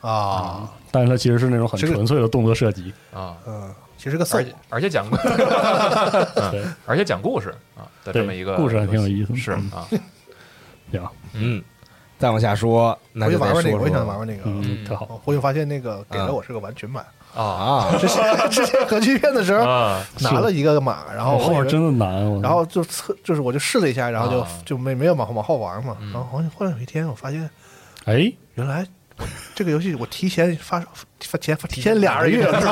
S4: 啊，
S5: 但是它其实是那种很
S4: 这个
S5: 纯粹的动作射击，
S3: 啊，
S4: 嗯，其实个
S3: 而
S4: 赛
S3: 且而且讲故，
S5: 对
S3: 嗯，而且讲故事啊的这么一个
S5: 故事还挺有
S3: 游戏
S5: 意思的嗯
S3: 是 啊，
S5: 行，
S2: 嗯，再往下说，那
S4: 我
S2: 就
S4: 就
S2: 得
S4: 玩玩那个，
S2: 说
S4: 我也想玩
S2: 说
S4: 玩那个。
S5: 嗯，
S3: 嗯
S5: 特好，
S4: 哦我就发现那个给
S2: 啊
S4: 了我是个完全版，
S3: 啊
S2: 啊，
S4: 之 前之前核聚变的时候
S3: 啊，
S5: 哎
S4: 拿了一个码，然
S3: 嗯
S4: 后
S5: 后
S4: 我
S5: 面
S4: 以为
S5: 哦真的难，我
S4: 然后就测，就是我就试了一下，然后就、
S3: 啊
S4: 就没没有往后往后玩嘛。
S3: 嗯
S4: 然后好像忽然有一天，我发现
S5: 哎，
S4: 原来我这个游戏我提前发发前提前俩个月知道吗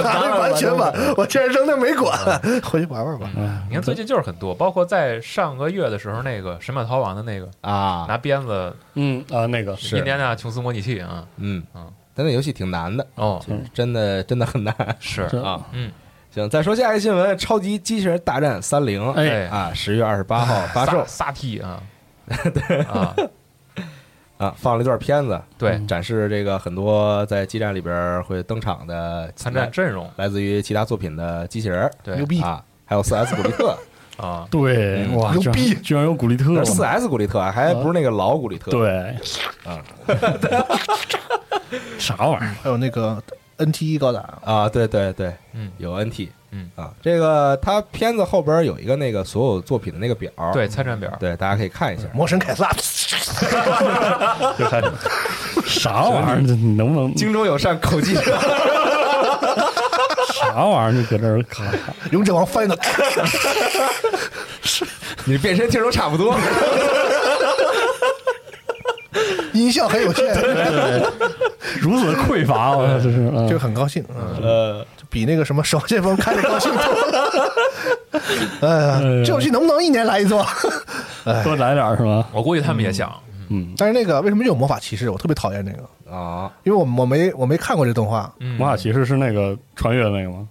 S4: 拿了完全版，我竟然扔那没管，回去玩玩吧。
S5: 哎
S3: 你看最近就是很多，包括在上个月的时候，那个《神马逃亡》的那个
S2: 啊，
S3: 拿鞭子
S5: 嗯啊那个
S3: 印第安纳琼斯模拟器啊，
S2: 嗯
S3: 嗯，
S2: 但那游戏挺难的，
S3: 哦
S2: 就是真的真的很难
S3: 是
S5: 这
S2: 啊。
S3: 嗯，
S2: 行，再说下一个新闻，《超级机器人大战三零》
S5: 哎
S2: 啊，十月二十八
S3: 哎
S2: 号发售
S3: 撒踢 啊，对啊，
S2: 啊，放了一段片子，
S3: 对，
S2: 展示这个很多在基站里边会登场的
S3: 参战阵容
S2: 来自于其他作品的机器人儿
S3: 对
S4: 牛逼
S2: 啊，还有四 S 古力 特，
S3: 啊，
S5: 对
S2: 嗯
S5: 哇，
S4: 牛
S5: 居然
S4: 逼
S5: 居然有古力
S3: 嗯
S5: 特了，
S2: 四 S 古力特啊还不是那个老古力特，，
S5: 对
S2: 啊，
S5: 啥玩意儿？
S4: 还有那个 NT 高达，
S2: 啊，对对对，
S3: 嗯
S2: 有 NT，
S3: 嗯
S2: 啊，这个它片子后边有一个那个所有作品的那个表，
S3: 对参战表，
S2: 对，大嗯家可以看一下。
S4: 魔神凯撒，
S5: 就开始啥玩意儿？这你能不能
S2: 中有善，口 技
S5: 啥玩意儿？就搁这儿咔咔
S4: 勇者王 Final，
S2: 你变身听都差不多。
S4: 音效很有限，
S5: 如此匮乏，我操，
S4: 哎
S5: 这是嗯
S4: 就很高兴，嗯，
S2: 呃，
S4: 就比那个什么守望先锋看着高兴多了。哎呀，这游戏能不能一年来一座？哎
S5: 多来点儿是吧？
S3: 我估计他们也想，
S5: 嗯，
S4: 但是那个为什么有魔法骑士？我特别讨厌那个，
S2: 啊，
S4: 因为我我没我没看过这动画，
S3: 嗯
S5: 魔法骑士是那个穿越的那个吗？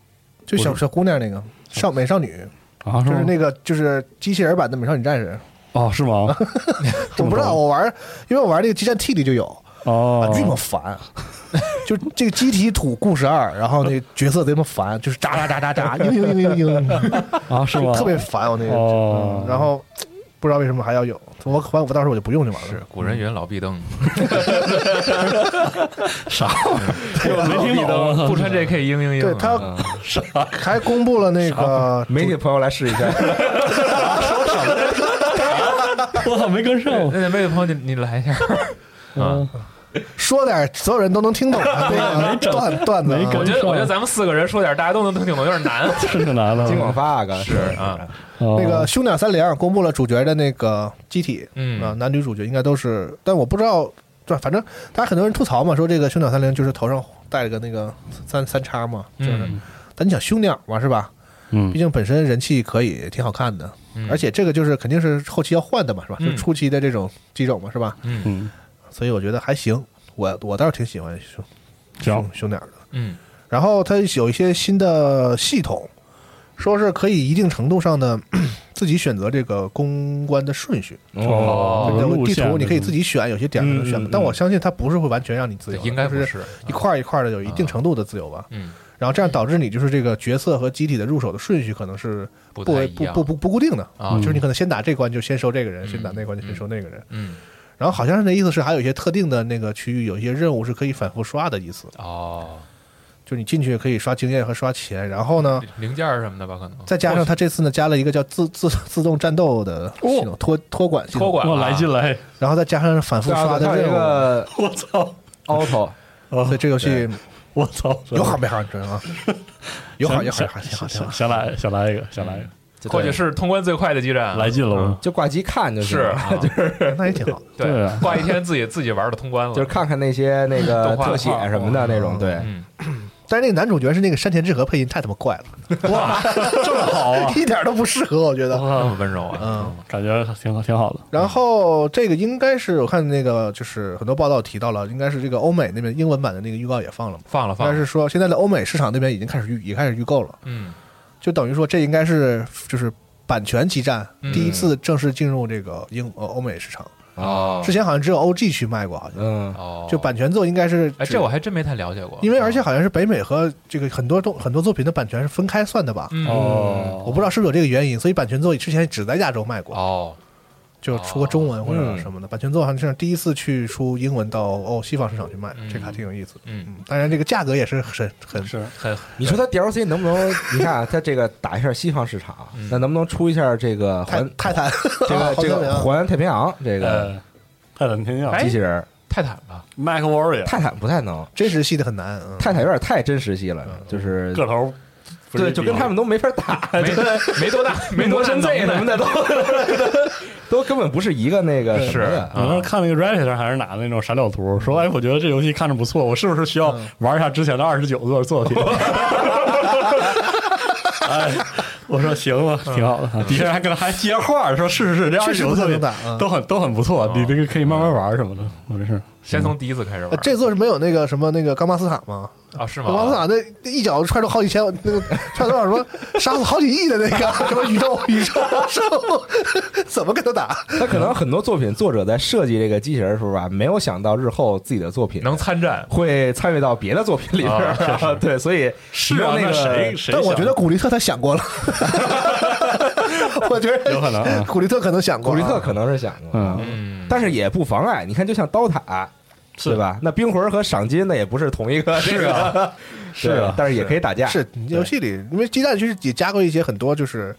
S4: 就小小姑娘那个少美少女，
S5: 啊，
S4: 就是
S5: 吗
S4: 那个就是机器人版的美少女战士。
S5: 哦，是吗？
S4: 我不知道我玩，因为我玩那个激战 T 里就有，啊
S5: 哦，
S4: 这么烦。就这个机体土故事二，然后那个角色贼么烦，就是喳喳喳喳喳，嘤嘤嘤嘤嘤，
S5: 啊，是吗？
S4: 特别烦我那个。
S5: 哦
S4: 嗯然后不知道为什么还要有，我反正我到时候我就不用就完了。
S3: 是古人云老壁灯，
S5: 我没听懂，
S3: 不穿 JK 嘤嘤嘤，
S4: 对他还公布了那个
S2: 媒体朋友来试一 下。
S5: 我操，没跟上。
S3: 那那位朋友你你来一下，
S5: 嗯，
S4: 说点所有人都能听懂 的那个段段子啊，
S5: 没梗
S3: 我 觉得我觉得咱们四个人说点大家都能听懂的有点难，
S5: 是挺难的。
S2: 金广发啊，刚才是
S3: 啊，
S5: 哦
S4: 那个《凶鸟三零》公布了主角的那个机体，
S3: 嗯
S4: 啊，男女主角应该都是，但我不知道，对，反正大家很多人吐槽嘛，说这个《凶鸟三零》就是头上戴了个那个三三叉嘛，就是，
S3: 嗯
S4: 但你想凶鸟嘛，是吧？
S5: 嗯
S4: 毕竟本身人气可以，挺好看的，
S3: 嗯
S4: 而且这个就是肯定是后期要换的嘛，是吧？
S3: 嗯
S4: 就是初期的这种机种嘛，是吧？
S3: 嗯
S5: 嗯，
S4: 所以我觉得还行，我我倒是挺喜欢凶
S5: 行哦
S4: 凶，凶鸟的。
S3: 嗯
S4: 然后它有一些新的系统，说是可以一定程度上的 自己选择这个公关的顺序。
S5: 哦
S4: 对
S5: 这个
S4: 不对
S5: 路
S4: 地
S5: 线
S4: 图你可以
S5: 的
S4: 自己选，有些点儿可能
S2: 嗯
S4: 选不
S2: 嗯，
S4: 但我相信它不是会完全让你自
S3: 对
S4: 由的，
S3: 应该
S4: 就
S3: 不
S4: 是
S3: 是，
S4: 一块儿一块儿的有一定程度的自由吧。
S3: 嗯
S4: 然后这样导致你就是这个角色和机体的入手的顺序可能是
S3: 不
S4: 不
S3: 太
S4: 为
S3: 一
S4: 不
S3: 样
S4: 不不不固定的嗯
S3: 啊
S4: 就是你可能先打这关就先收这个人，
S3: 嗯
S4: 先打那关就先收那个人。
S3: 嗯，
S4: 然后好像是那意思是还有一些特定的那个区域有一些任务是可以反复刷的意思，
S3: 哦，
S4: 就是你进去可以刷经验和刷钱。然后呢，
S3: 零件儿什么的吧，可能
S4: 再加上他这次呢加了一个叫自自自动战斗的系统，托托管啊系统
S3: 托，管
S5: 我哦来
S3: 了
S5: 劲来，
S4: 然后再加上反复
S2: 对啊
S4: 刷
S2: 它
S4: 的啊
S2: 有一
S4: 任务，
S2: 个
S5: 我 操，
S2: auto，
S4: 所以这游戏
S5: 我操，
S4: 有好没好，你知道吗？有好
S5: 想
S4: 有好有好
S5: 想
S4: 有好有
S5: 想
S4: 好，
S5: 想来想来一个，想来一个，
S2: 就
S3: 或
S2: 对
S3: 者是通关最快的基站，
S5: 来劲了
S3: 嗯
S5: 我。
S2: 就挂机看就是行了，
S3: 啊
S4: 那也挺好。
S5: 对
S3: 对
S5: 啊，
S3: 挂一天自己自己玩的通关了，
S2: 就是看看那些那个
S3: 动画
S2: 特写什么的那种，对，
S3: 嗯，
S4: 但是那个男主角是那个山田智和配音，太他妈怪了，
S5: 哇，这么好啊！
S4: 一点都不适合我觉得。
S3: 那么温柔啊，
S4: 嗯，
S5: 感觉挺好，挺好的。
S4: 然后这个应该是我看那个就是很多报道提到了，应该是这个欧美那边英文版的那个预告也放了嘛，
S3: 放了
S4: 应
S3: 放
S4: 该
S3: 了，
S4: 是说现在的欧美市场那边已经开始预也开始预购了，
S3: 嗯，
S4: 就等于说这应该是就是版权基站
S3: 嗯
S4: 第一次正式进入这个英呃欧美市场，
S2: 哦
S4: 之前好像只有 OG 去卖过，好像
S2: 嗯，
S3: 哦，
S4: 就版权作应该是
S3: 哎，
S4: 只
S3: 这我还真没太了解过，哦
S4: 因为而且好像是北美和这个很多动很多作品的版权是分开算的吧，
S3: 嗯
S5: 哦，
S4: 我不知道是不是有这个原因，所以版权作之前只在亚洲卖过，
S3: 哦，
S4: 就出过中文或
S2: 哦嗯
S4: 者什么的。版权作好像是第一次去出英文到哦西方市场去卖，
S3: 嗯
S4: 这个还挺有意思的。
S3: 嗯，
S4: 嗯，当然这个价格也是很很
S5: 是
S3: 很
S2: 你说它 DLC 能不能？你看啊它这个打一下西方市场
S3: 嗯，
S2: 那能不能出一下这个
S4: 泰
S2: 环
S4: 泰坦
S2: 这
S4: 啊
S2: 个这个环太平洋这个
S5: 呃，泰坦天降
S3: 哎
S2: 机器人儿？
S3: 泰坦吧，
S5: ，Mac Warrior，
S2: 泰坦不太能，
S4: 真实系的很难。嗯
S2: 泰坦有点太真实系了，
S3: 嗯
S2: 就是
S5: 个头，
S2: 对，就跟他们都没法打，
S3: 没 没多大，没多
S2: 魔
S3: 大
S2: 神 Z
S3: 能
S2: 什么
S3: 耐，
S2: 的都都根本不是一个那个什么
S3: 啊
S2: 的。啊
S5: 我当时看那个 Reddit 上还是哪的那种傻屌图，说哎，我觉得这游戏看着不错，我是不是需要
S4: 嗯
S5: 玩一下之前的二十九座作 品？哎，嗯我说行吧，挺好的。底下人还跟他还接话，说是是是，这二
S4: 确
S5: 十
S4: 实
S5: 九
S4: 不
S5: 作
S4: 太
S5: 品
S4: 能打嗯
S5: 都很都很不错，你这个可以慢慢玩什么的。我这是
S3: 先从第一次开始
S4: 呃
S3: 玩，
S4: 这座是没有那个什么那个冈巴斯塔吗？
S3: 啊
S2: 哦
S3: 是吗？
S4: 冈巴斯塔那那一脚踹出好几千，那个踹多少 什么杀死好几亿的那个什么宇宙宇宙生物， 怎么跟他打？
S2: 那可能很多作品作者在设计这个机器人的时候吧，没有想到日后自己的作品
S3: 能参战，
S2: 会参与到别的作品里边儿
S3: 啊确实。
S2: 对，所以
S5: 是
S2: 没
S5: 啊
S2: 有，那
S5: 那
S2: 个
S5: 谁谁
S4: 但
S5: 想，
S4: 我觉得古力特他想过了，我觉得
S5: 有可能啊
S4: 古力特可能想过
S2: 古
S4: 啊，
S2: 力特可能是想过，啊
S5: 嗯
S3: 嗯，
S2: 但是也不妨碍。你看，就像刀塔。
S5: 是
S2: 对？吧？那冰魂和赏金那也不是同一个，
S5: 是啊
S2: 啊，
S5: 是啊
S2: 对但是也可以打架，
S4: 是游戏里，因为鸡蛋其实也加过一些很多，就是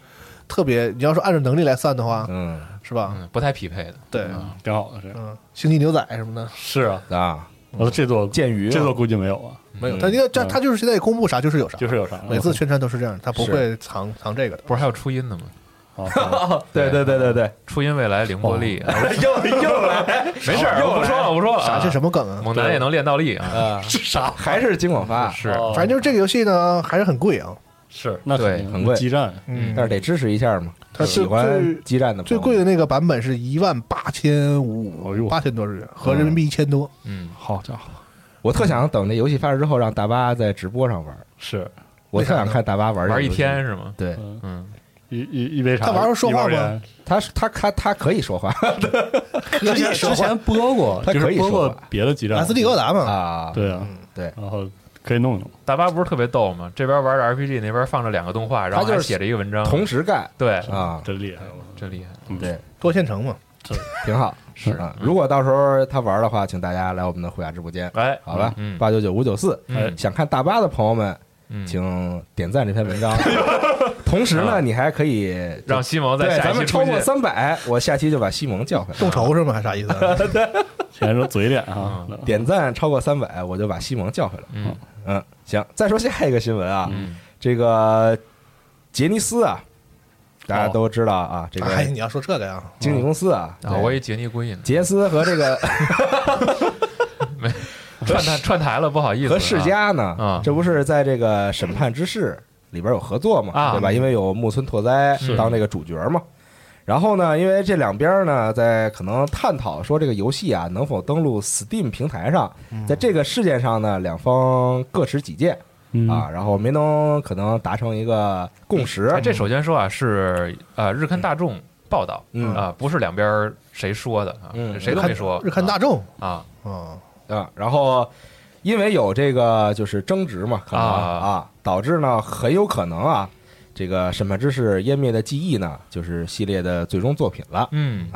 S4: 特别，你要说按照能力来算的话，
S2: 嗯
S4: 是吧？
S3: 嗯不太匹配的，
S4: 对，
S5: 嗯挺好的，这
S4: 嗯，星际牛仔什么的
S5: 是啊。
S2: 啊，嗯
S5: 我说这座
S2: 剑鱼
S5: 这座估计没有啊，
S4: 没有，他因为这他就是现在公布啥就是有啥，
S5: 就是有啊嗯啥
S4: 每次宣传都是这样，他不
S2: 是
S4: 会藏藏这个的。
S3: 不是还有初音的吗？
S5: 好好
S2: 哦，对对对对对，
S3: 初音未来凌波丽，啊
S2: 又 又来，
S3: 没事儿，我不说 了，我不说了啊，
S4: 啥这什么梗啊？
S3: 猛男也能练倒立啊，
S2: 啊，
S5: 是啥？
S2: 还是金广发，
S3: 是
S5: 哦
S4: 反正就是这个游戏呢，还是很贵啊。
S5: 是那
S3: 对
S5: 肯定
S2: 很贵
S5: 基站
S4: 嗯
S2: 但是得支持一下嘛，
S4: 它
S2: 喜
S4: 最
S2: 欢激战的
S4: 最贵的那个版本是一万八千五
S5: 哎呦，
S4: 八千多日元，合人民币一千多。
S3: 嗯，
S5: 好家伙，
S2: 我特想等这游戏发售之后，让大巴在直播上玩，
S5: 是
S2: 我特想看大巴玩这
S3: 玩
S2: 个
S3: 一
S2: 游戏，
S3: 天是吗？
S2: 对
S5: 嗯，
S3: 嗯，
S5: 一一一杯茶，
S4: 他玩儿说话吗
S5: 一包烟？
S2: 他他他他可以说话
S4: 之 前
S5: 之前播过，
S2: 他
S5: 就
S2: 可
S5: 是
S2: 以
S5: 播
S2: 说
S5: 过
S2: 话
S5: 别的基站，
S4: 马斯蒂高达嘛，
S2: 啊，
S5: 对嗯啊，
S2: 对，
S5: 然后可以弄弄，
S3: 大巴不是特别逗吗？这边玩着 RPG，那边放着两个动画，然后
S2: 他就
S3: 还
S2: 是
S3: 写着一个文章，
S2: 同时干
S3: 对，
S2: 啊，
S5: 真厉害，
S3: 真厉害，
S5: 嗯
S2: 对，
S4: 多线程嘛。
S2: 挺好。
S5: 是
S2: 啊，如果到时候他玩的话，请大家来我们的虎牙直播间，
S3: 哎，
S2: 好吧
S3: 嗯，
S2: 八九九五九四，呃
S3: 嗯
S2: 想看大巴的朋友们，
S3: 嗯，
S2: 请点赞这篇文 章。同时呢，
S3: 啊
S2: 你还可以
S3: 让西蒙
S2: 对
S3: 在下
S2: 咱
S3: 一期
S2: 们超
S3: 出
S2: 过
S3: 现，
S2: 三百，我下期就把西蒙叫回来。
S4: 众筹是吗？还啥意思啊？
S5: 先说嘴脸啊，
S2: 点赞超过三百，我就把西蒙叫回来。
S3: 嗯
S2: 嗯，行，再说下一个新闻啊，
S3: 嗯，
S2: 这个杰尼斯啊，大
S3: 哦
S2: 家都知道啊，这
S4: 哎，
S2: 个
S4: 你要说这个呀？
S2: 经纪公司啊，
S3: 啊，
S2: 对
S3: 我也杰尼龟 呢，
S2: 杰尼斯和这个
S3: 串台串台了，不好意思，
S2: 和世嘉呢
S3: 啊，
S2: 这不是在这个审判之誓里边有合作嘛，
S3: 啊
S2: 对吧？因为有木村拓哉
S3: 是
S2: 当这个主角嘛。然后呢，因为这两边呢在可能探讨说这个游戏啊能否登陆 Steam 平台上，
S4: 嗯
S2: 在这个事件上呢，两方各持己见
S5: 嗯
S2: 啊，，然后没能可能达成一个共识
S3: 哎，。这首先说啊，是呃日刊大众报道，
S2: 嗯
S3: 啊，不是两边儿谁说的啊
S2: 嗯，
S3: 谁都没说，
S4: 日刊大众
S3: 啊，
S4: 啊，
S2: 啊，然后因为有这个就是争执嘛，可能啊
S3: 啊
S2: 导致呢很有可能啊，这个审判知识湮灭的记忆呢，就是系列的最终作品了，
S3: 嗯，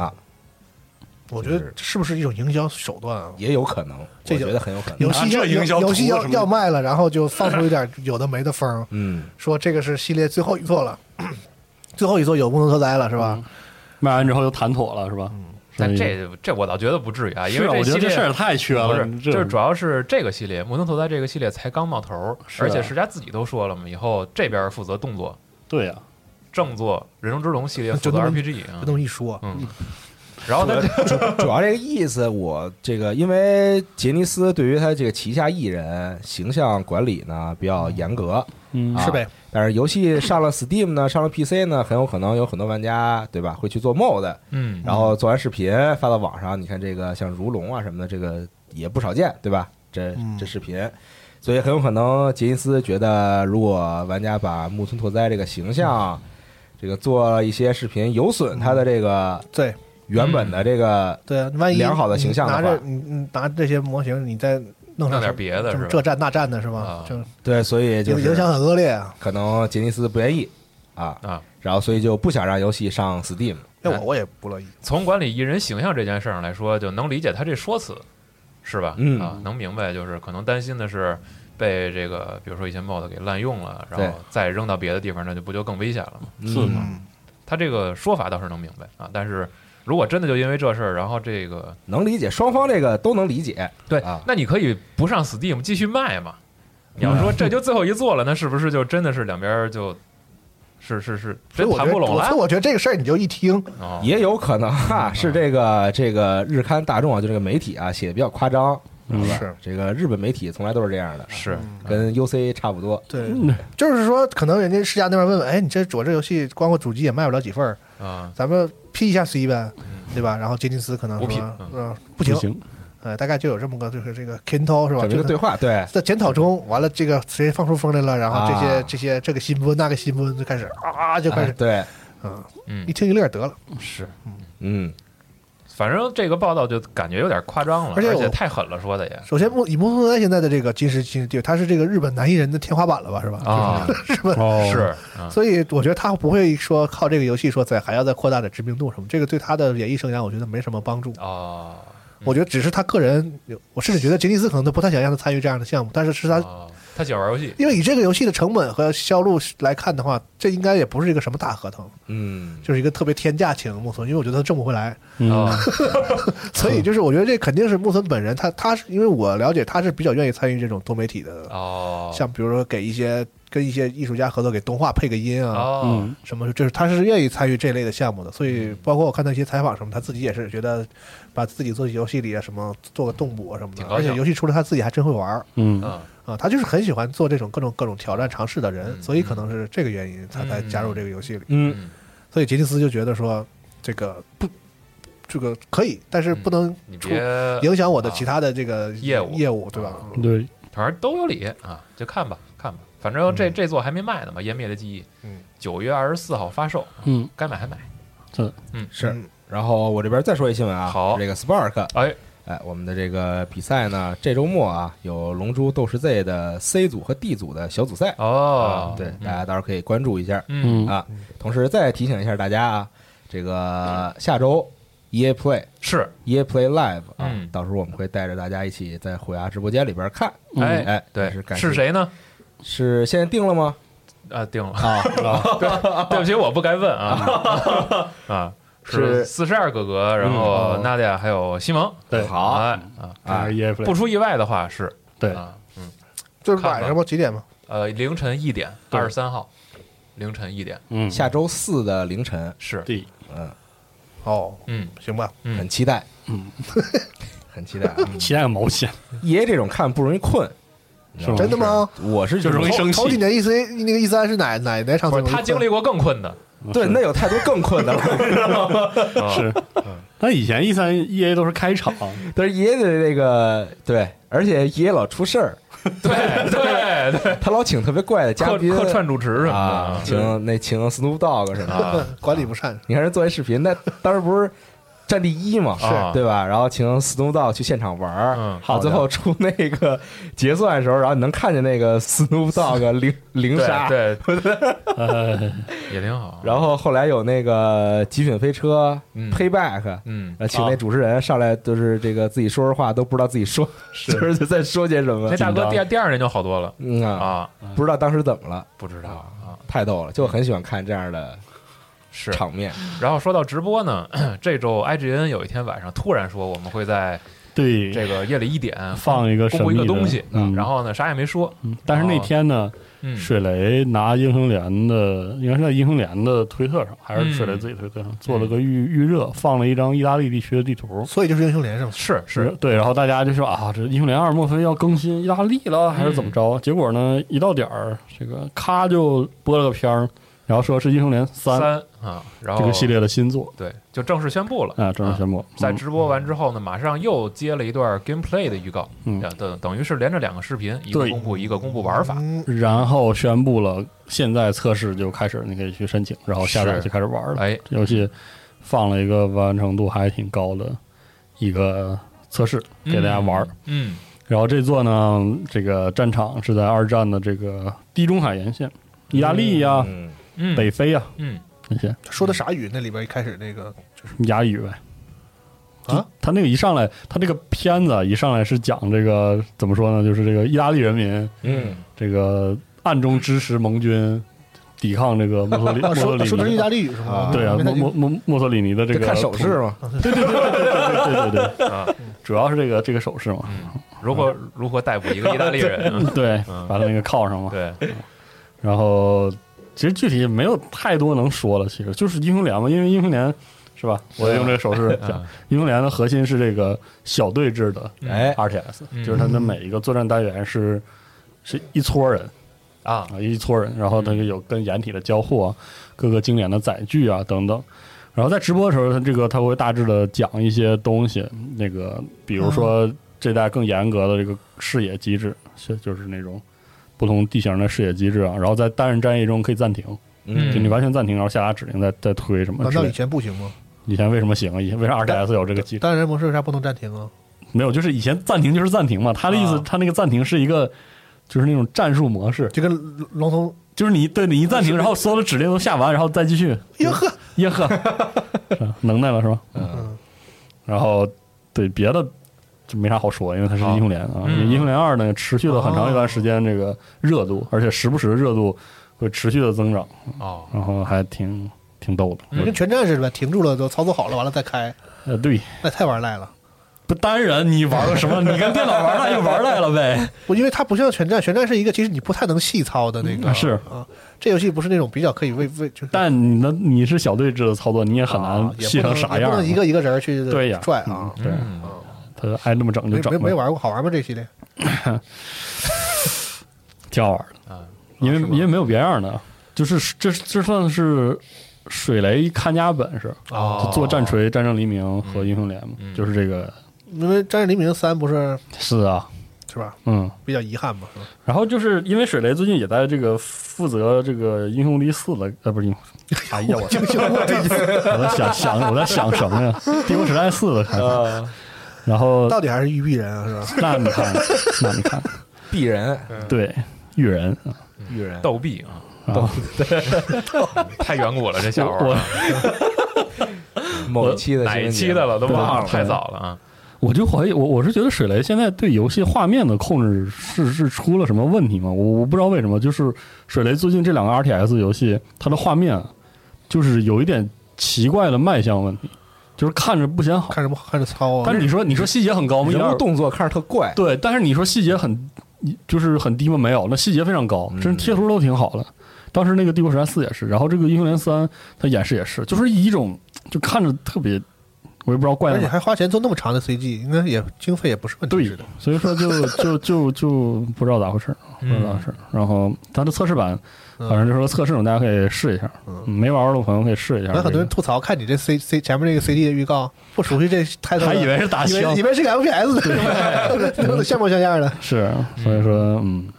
S4: 我觉得是不是一种营销手段啊？
S2: 也有可能，
S4: 这
S2: 我
S4: 就
S2: 觉得很有可能
S4: 游。戏
S6: 这
S4: 要
S6: 营销
S4: 游戏
S6: 图啊
S4: 要
S6: 什么的
S4: 要卖了，然后就放出一点有的没的风儿，
S2: 嗯，
S4: 说这个是系列最后一座了， 最后一座有功能特灾了是吧？
S5: 嗯卖完之后就谈妥了，是吧？
S3: 但这这我倒觉得不至于啊，因
S5: 是啊
S3: 为
S5: 我觉
S3: 系
S5: 得这
S3: 列
S5: 事儿也太缺
S3: 不
S5: 了，
S3: 是，
S5: 这
S3: 就是主要是这个系列《摩登头戴》这个系列才刚冒头儿，
S5: 是啊
S3: 而且世嘉自己都说了嘛，以后这边负责动作、
S5: 对啊呀，
S3: 正作，《人中之龙》系列负
S4: 就
S3: 责
S4: 那么
S3: RPG 啊
S4: 就，那么一说，
S3: 嗯，然后他这
S2: 主主要这个意思，我这个因为杰尼斯对于他这个旗下艺人形象管理呢比较严格，
S5: 嗯
S2: 啊
S4: 是呗？
S2: 但是游戏上了 Steam 呢，上了 PC 呢，很有可能有很多玩家对吧会去做 mod，
S3: 嗯，
S2: 然后做完视频发到网上，你看这个像如龙啊什么的，这个也不少见，对吧？这
S4: 嗯
S2: 这视频，所以很有可能杰尼斯觉得，如果玩家把木村拓哉这个形象，这个做一些视频，有损他的这个
S4: 对
S2: 原本的这个，
S4: 对啊，万一
S2: 良好的形象的话
S4: 你拿着你你拿这些模型，你再弄
S3: 弄
S4: 上
S3: 点别的
S4: 什么
S3: 是吧
S4: 这战那战的是吧
S3: 啊？
S4: 就
S2: 对，所以就
S4: 影影
S2: 是
S4: 响很恶劣啊！
S2: 可能杰尼斯不愿意啊，
S3: 啊，
S2: 然后所以就不想让游戏上 Steam，
S4: 要哎我我也不乐意。
S3: 从管理艺人形象这件事儿上来说，就能理解他这说辞，是吧？
S2: 嗯
S3: 啊，能明白，就是可能担心的是被这个，比如说一些 mod 给滥用了，然后
S2: 对
S3: 再扔到别的地方，那就不就更危险了吗？
S5: 是
S2: 嗯
S5: 吗？
S3: 他这个说法倒是能明白啊，但是如果真的就因为这事儿，然后这个
S2: 能理解，双方这个都能理解，
S3: 对
S2: 啊，
S3: 那你可以不上 Steam 继续卖嘛？你要说这就最后一座了，那是不是就真的是两边儿就是是是
S4: 所
S3: 真
S4: 以我觉
S3: 谈
S4: 得，
S3: 不拢
S4: 我
S3: 了啊
S4: 所以？我觉得这个事儿你就一听，
S3: 哦
S2: 也有可能哈、
S3: 嗯
S2: 是这个这个日刊大众啊，就这个媒体啊写的比较夸张，
S5: 嗯
S2: 吧
S4: 是
S2: 这个日本媒体从来都是这样的，
S3: 是
S2: 跟 UC 差不多。
S4: 对
S5: 嗯，
S4: 就是说可能人家世嘉那边问问，哎，你这我这游戏光我主机也卖不了几份儿，
S3: 啊，
S4: 咱们批一下 C 呗，对吧？然后杰尼斯可能
S3: 不批
S4: 说
S3: 嗯，
S4: 嗯，
S5: 不
S4: 不行，
S5: 行，
S4: 呃，大概就有这么个就是这个 Kinto
S3: 哦
S4: 是吧？
S2: 整
S4: 这
S2: 个对
S4: 个
S2: 话，对，
S4: 在检讨中，完了这个谁放出风来了，然后这些
S2: 啊
S4: 这些这个新闻那个新闻就开始啊就开
S2: 哎
S4: 始
S2: 对，
S3: 嗯
S4: 一，听一乐得了，
S3: 是，
S2: 嗯，
S3: 反正这个报道就感觉有点夸张了，而
S4: 而且我
S3: 太狠了，说的也
S4: 首先，木以木村拓哉现在的这个今时今日地位，他是这个日本男艺人的天花板了吧，是吧？
S3: 啊，
S4: 是吧？
S5: 哦
S3: 是啊，
S4: 所以我觉得他不会说靠这个游戏说再还要再扩大的知名度什么，这个对他的演艺生涯我觉得没什么帮助。
S2: 嗯
S3: 哦，
S4: 我觉得只是他个人有，我甚至觉得杰尼斯可能都不太想让他参与这样的项目，但是是他
S2: 啊
S3: 哦他喜欢玩游戏，
S4: 因为以这个游戏的成本和销路来看的话，这应该也不是一个什么大合同，
S2: 嗯，
S4: 就是一个特别天价请木村，因为我觉得他挣不回来，
S5: 嗯
S3: 哦，
S4: 所以就是我觉得这肯定是木村本人，他他是因为我了解他是比较愿意参与这种多媒体的，
S3: 哦，
S4: 像比如说给一些跟一些艺术家合作，给动画配个音啊，
S3: 哦，
S5: 嗯，
S4: 什么就是他是愿意参与这类的项目的，所以
S3: 嗯
S4: 包括我看到一些采访什么，他自己也是觉得把自己做游戏里啊什么做个动捕啊什么的
S3: 挺，高
S4: 而
S3: 兴
S4: 且游戏除了他自己还真会玩儿
S5: 嗯，
S3: 嗯，
S4: 啊，他就是很喜欢做这种各种各种挑战尝试的人，
S3: 嗯
S4: 所以可能是这个原因他才加入这个游戏里。
S2: 嗯，
S3: 嗯
S4: 所以杰尼斯就觉得说这个不这个可以，但是不能
S3: 嗯你
S4: 出
S3: 别
S4: 影响我的
S3: 啊
S4: 其他的这个
S3: 业务
S4: 业务对吧？
S5: 对，
S3: 反正都有理啊，就看吧，看吧，反正
S5: 嗯
S3: 这这座还没卖呢嘛，《湮灭的记忆》，
S4: 嗯，
S3: 九月二十四号发售，
S5: 嗯，
S3: 该买还买。
S2: 是。
S4: 嗯
S2: 然后我这边再说一新闻啊，
S3: 好
S2: 这个 Spark，
S3: 哎，
S2: 哎，我们的这个比赛呢，这周末啊有《龙珠斗士 Z》的 C 组和 D 组的小组赛，
S3: 哦
S2: 啊，对，大家到时候可以关注一下。
S3: 嗯，
S5: 嗯，
S2: 啊。同时再提醒一下大家啊，这个下周 EA Play
S3: 是，
S2: EA Play Live 啊
S3: 嗯，
S2: 到时候我们会带着大家一起在虎牙直播间里边看。
S5: 嗯
S3: 哎
S2: 哎，
S3: 对
S2: 是，感谢
S3: 是谁呢？
S2: 是现在定了吗？
S3: 啊，定了，
S2: 啊，
S3: 对不起，我不该问啊啊，是四十二哥哥，然后
S2: 嗯
S3: 娜迪亚还有西蒙，
S5: 对，
S2: 好
S3: 哎啊，
S5: 啊，也不
S3: 不出意外的话是，
S5: 对
S3: 啊，嗯，
S4: 就是晚
S3: 看
S4: 上
S3: 吧
S4: 吧，几点吧？
S3: 呃，凌晨一点，
S5: 对
S3: 二十三号，凌晨一点
S5: 嗯，
S2: 下周四的凌晨，
S3: 是，
S5: 地，
S4: 哦，
S3: 嗯，
S4: 行吧，
S3: 嗯
S2: 很期待，
S5: 嗯，
S2: 很期待啊。
S5: 期待个毛线，
S2: EA 这种看不容易困，你知道
S5: 是
S4: 真的吗？
S2: 我是
S5: 就容
S2: 觉
S5: 易
S2: 得
S5: 生
S4: 头几
S5: 气，
S4: 年 E C 那个 E 三是哪哪哪场
S3: 不
S4: 最
S3: 是
S4: 容易
S3: 他
S4: 困
S3: 经历过更困的，
S2: 对，
S5: 是
S2: 那有太多更困的 了。
S3: 啊
S5: 是，但以前 E 三 E A 都是开场，
S2: 但是 EA 的那个对，而且 EA 老出事儿，
S3: 对对对，
S2: 他老请特别怪的嘉
S3: 客
S2: 宾
S3: 客串主持什么的
S2: 啊，请那请 Snoop Dogg 什么的。
S3: 啊，
S4: 管理不善，
S2: 你看人做一视频，那当时不是战地一嘛，
S3: 是
S2: 对吧？然后请 Snow Dogg 去现场玩儿，
S3: 嗯
S2: 好，最后出那个结算的时候，然后你能看见那个 Snow Dogg 零零杀，
S3: 对
S5: 呃，
S3: 对也挺好。
S2: 然后后来有那个极品飞车、
S3: 嗯
S2: Payback，
S3: 嗯，
S2: 呃，请那主持人上来，就是这个自己说说话都不知道自己说，就是在说些什么
S3: 那。大
S5: 紧
S3: 哥
S5: 张
S3: 第二第二年就好多了
S2: 嗯啊，
S3: 啊，
S2: 不知道当时怎么了，
S3: 不知道啊
S2: 太逗了，就很喜欢看这样的
S3: 是。
S2: 场面。
S3: 然后说到直播呢， 这周 IGN 有一天晚上突然说我们会在
S5: 对，
S3: 这个夜里一点
S5: 放一个
S3: 公布一
S5: 神秘
S3: 个
S5: 的
S3: 东西，
S5: 嗯
S3: 然后呢啥也没说，
S5: 嗯但是那天呢，
S3: 嗯，
S5: 水雷拿英雄联的，应该是在英雄联的推特上，
S3: 嗯
S5: 还是水雷自己推特上做了个预预热，放了一张意大利地区的地图。
S4: 所以就是英雄联是吗？
S3: 是是，
S5: 对，然后大家就说啊，这英雄联二莫非要更新意大利了，还是怎么
S3: 嗯
S5: 着？结果呢，一到点儿，这个咔就播了个片儿，然后说是英雄联三
S3: 三啊，然后
S5: 这个系列的新作
S3: 对就正式宣布了
S5: 啊，正式宣布。
S3: 在
S5: 嗯
S3: 直播完之后呢，马上又接了一段 gameplay 的预告，
S5: 嗯
S3: 啊等等于是连着两个视频，一个
S5: 对
S3: 公布一个公布玩法，
S4: 嗯，
S5: 然后宣布了，现在测试就开始，你可以去申请，然后下载
S3: 是
S5: 就开始玩了。
S3: 哎，
S5: 这游戏放了一个完成度还挺高的一个测试给大家玩儿。
S3: 嗯，
S5: 然后这座呢，这个战场是在二战的这个地中海沿线，意大利呀、
S2: 嗯，
S3: 嗯嗯，
S5: 北非呀、
S3: 嗯
S5: 那些
S4: 说的啥语？那里边一开始那个就是
S5: 哑语呗。
S4: 啊，
S5: 他那个一上来，他这个片子啊一上来是讲这个怎么说呢？就是这个意大利人民
S2: 嗯，
S5: 这个暗中支持盟军抵抗这个墨索里
S4: 啊
S5: 墨索
S4: 说
S5: 里
S4: 说的是
S5: 尼嗯
S4: 意
S5: 的。
S4: 大利语是吗
S2: 啊？
S5: 对啊，
S4: 因为
S5: 墨
S4: 他
S5: 墨墨墨索里尼的这
S2: 就
S5: 个
S2: 看手势嘛，
S5: 对对对，
S3: 啊，
S5: 主要是这个这个手势嘛，
S3: 如何
S5: 嗯
S3: 如何逮捕一个意大利人？ 嗯
S5: 对
S3: 嗯，
S5: 把他那个铐上嘛。
S3: 对，
S5: 然后其实具体也没有太多能说了，其实就是英雄联嘛，因为英雄联是吧？我用这个手势讲，英雄联的核心是这个小队制的
S3: 嗯
S2: 哎，
S5: RTS，
S3: 嗯
S5: 就是它的每一个作战单元是是一撮人
S3: 啊，
S5: 啊，一撮人，然后它就有跟掩体的交互啊，各个经典的载具啊等等。然后在直播的时候，它这个它会大致的讲一些东西，那个比如说这代更严格的这个视野机制，是就是那种不同地形的视野机制啊。然后在单人战役中可以暂停，
S3: 嗯
S5: 就你完全暂停，然后下达指令再再推什么
S4: 难
S5: 之
S4: 道
S5: 类
S4: 以
S5: 的。
S4: 前不行吗？
S5: 以前为什么行啊？以前为啥 RTS 有这个机制？
S4: 单人模式为啥不能暂停啊？
S5: 没有，就是以前暂停就是暂停嘛。他的意思
S4: 啊，
S5: 他那个暂停是一个，就是那种战术模式，
S4: 就跟龙头，
S5: 就是你对你一暂
S4: 啊
S5: 停，然后所有的指令都下完，然后再继续。
S4: 哟呵，
S5: 耶 呵，是吧能耐了是吧？
S4: 嗯，
S5: 然后对别的就没啥好说，因为它是
S3: 好
S5: 英雄联啊，
S3: 嗯
S5: 英雄联二呢持续了很长一段时间这个热度，而且时不时的热度会持续的增长，
S3: 哦，
S5: 然后还挺挺逗的。
S4: 跟全战似的，停住了都操作好了，完了再开，
S5: 呃，对，
S4: 那太玩赖了。
S5: 不单人你玩个什 么，你跟电脑玩赖就玩赖了呗。
S4: 我因为它不像全战，全战是一个其实你不太能细操的那个，
S5: 啊是
S4: 啊，这游戏不是那种比较可以为为就是
S5: 但你的你是小队制的操作，你也很
S4: 啊
S5: 难
S4: 也
S5: 细
S4: 不
S5: 成
S4: 能
S5: 啥
S4: 也
S5: 样
S4: 不
S5: 啊。
S4: 能一个一个人儿去
S5: 对呀，
S4: 拽啊。
S5: 嗯对，
S3: 嗯
S5: 他爱那么整就
S4: 没
S5: 整
S4: 没
S5: 呗
S4: 没，玩过，好玩吗？这系列
S5: 挺好玩的。
S3: 啊，
S5: 因为因为没有别样的，就是这这算是水雷看家本事，
S3: 哦
S5: 就做战锤、战争黎明和英雄联盟，
S3: 嗯
S5: 就是这个
S4: 因为《战士黎明三》不是
S5: 是啊，
S4: 是吧？
S5: 嗯。
S4: 比较遗憾嘛，是吧
S5: 然后就是因为水雷最近也在这个负责这个英雄离四的，呃，不是英雄，哎呀，我我在想 想我在想什么呀？帝国时代四的开
S3: 啊
S5: 始，然后
S4: 到底还是育碧人啊，是吧？
S5: 那你看，那你看，
S2: 鄙人，
S3: 嗯
S5: 对育人啊，
S2: 鄙人，
S3: 逗逼啊，
S5: 逗
S3: 太远古了，这小伙
S5: 我
S3: 儿
S2: 某一期的
S3: 哪一期的了都忘了，太早了啊。
S5: 我就怀疑，我我是觉得水雷现在对游戏画面的控制是是出了什么问题吗？我我不知道为什么，就是水雷最近这两个 RTS 游戏，它的画面就是有一点奇怪的卖相问题，就是看着不显好。
S4: 看什么看着操啊
S5: 但是？你说你说细节很高吗？一点
S2: 哦人
S5: 儿
S2: 物动作看着特怪，
S5: 对，但是你说细节很就是很低吗？没有，那细节非常高，
S2: 嗯
S5: 真是贴图都挺好的。当时那个《帝国时代四》也是，然后这个《英雄联三》它演示也是，就是一种就看着特别，我也不知道怪在
S4: 而
S5: 哪
S4: 且
S5: 儿。
S4: 还花钱做那么长的 CG，应该也经费也不是问题。
S5: 对
S4: 是的，
S5: 所以说 就就就就不知道咋回事儿，不知道咋回事儿。然后它的测试版，
S4: 嗯
S5: 反正就是说测试版，大家可以试一下。嗯没玩过的朋友可以试一下。
S4: 那很多人
S5: 这
S4: 吐槽，看你这 C C 前面这个 CD 的预告，不熟悉这
S5: 个
S4: title，的
S5: 还以为是打
S4: 以为
S5: 枪
S4: 以，为是个 FPS 的， 弄得像模像样的。
S5: 是，所以说嗯。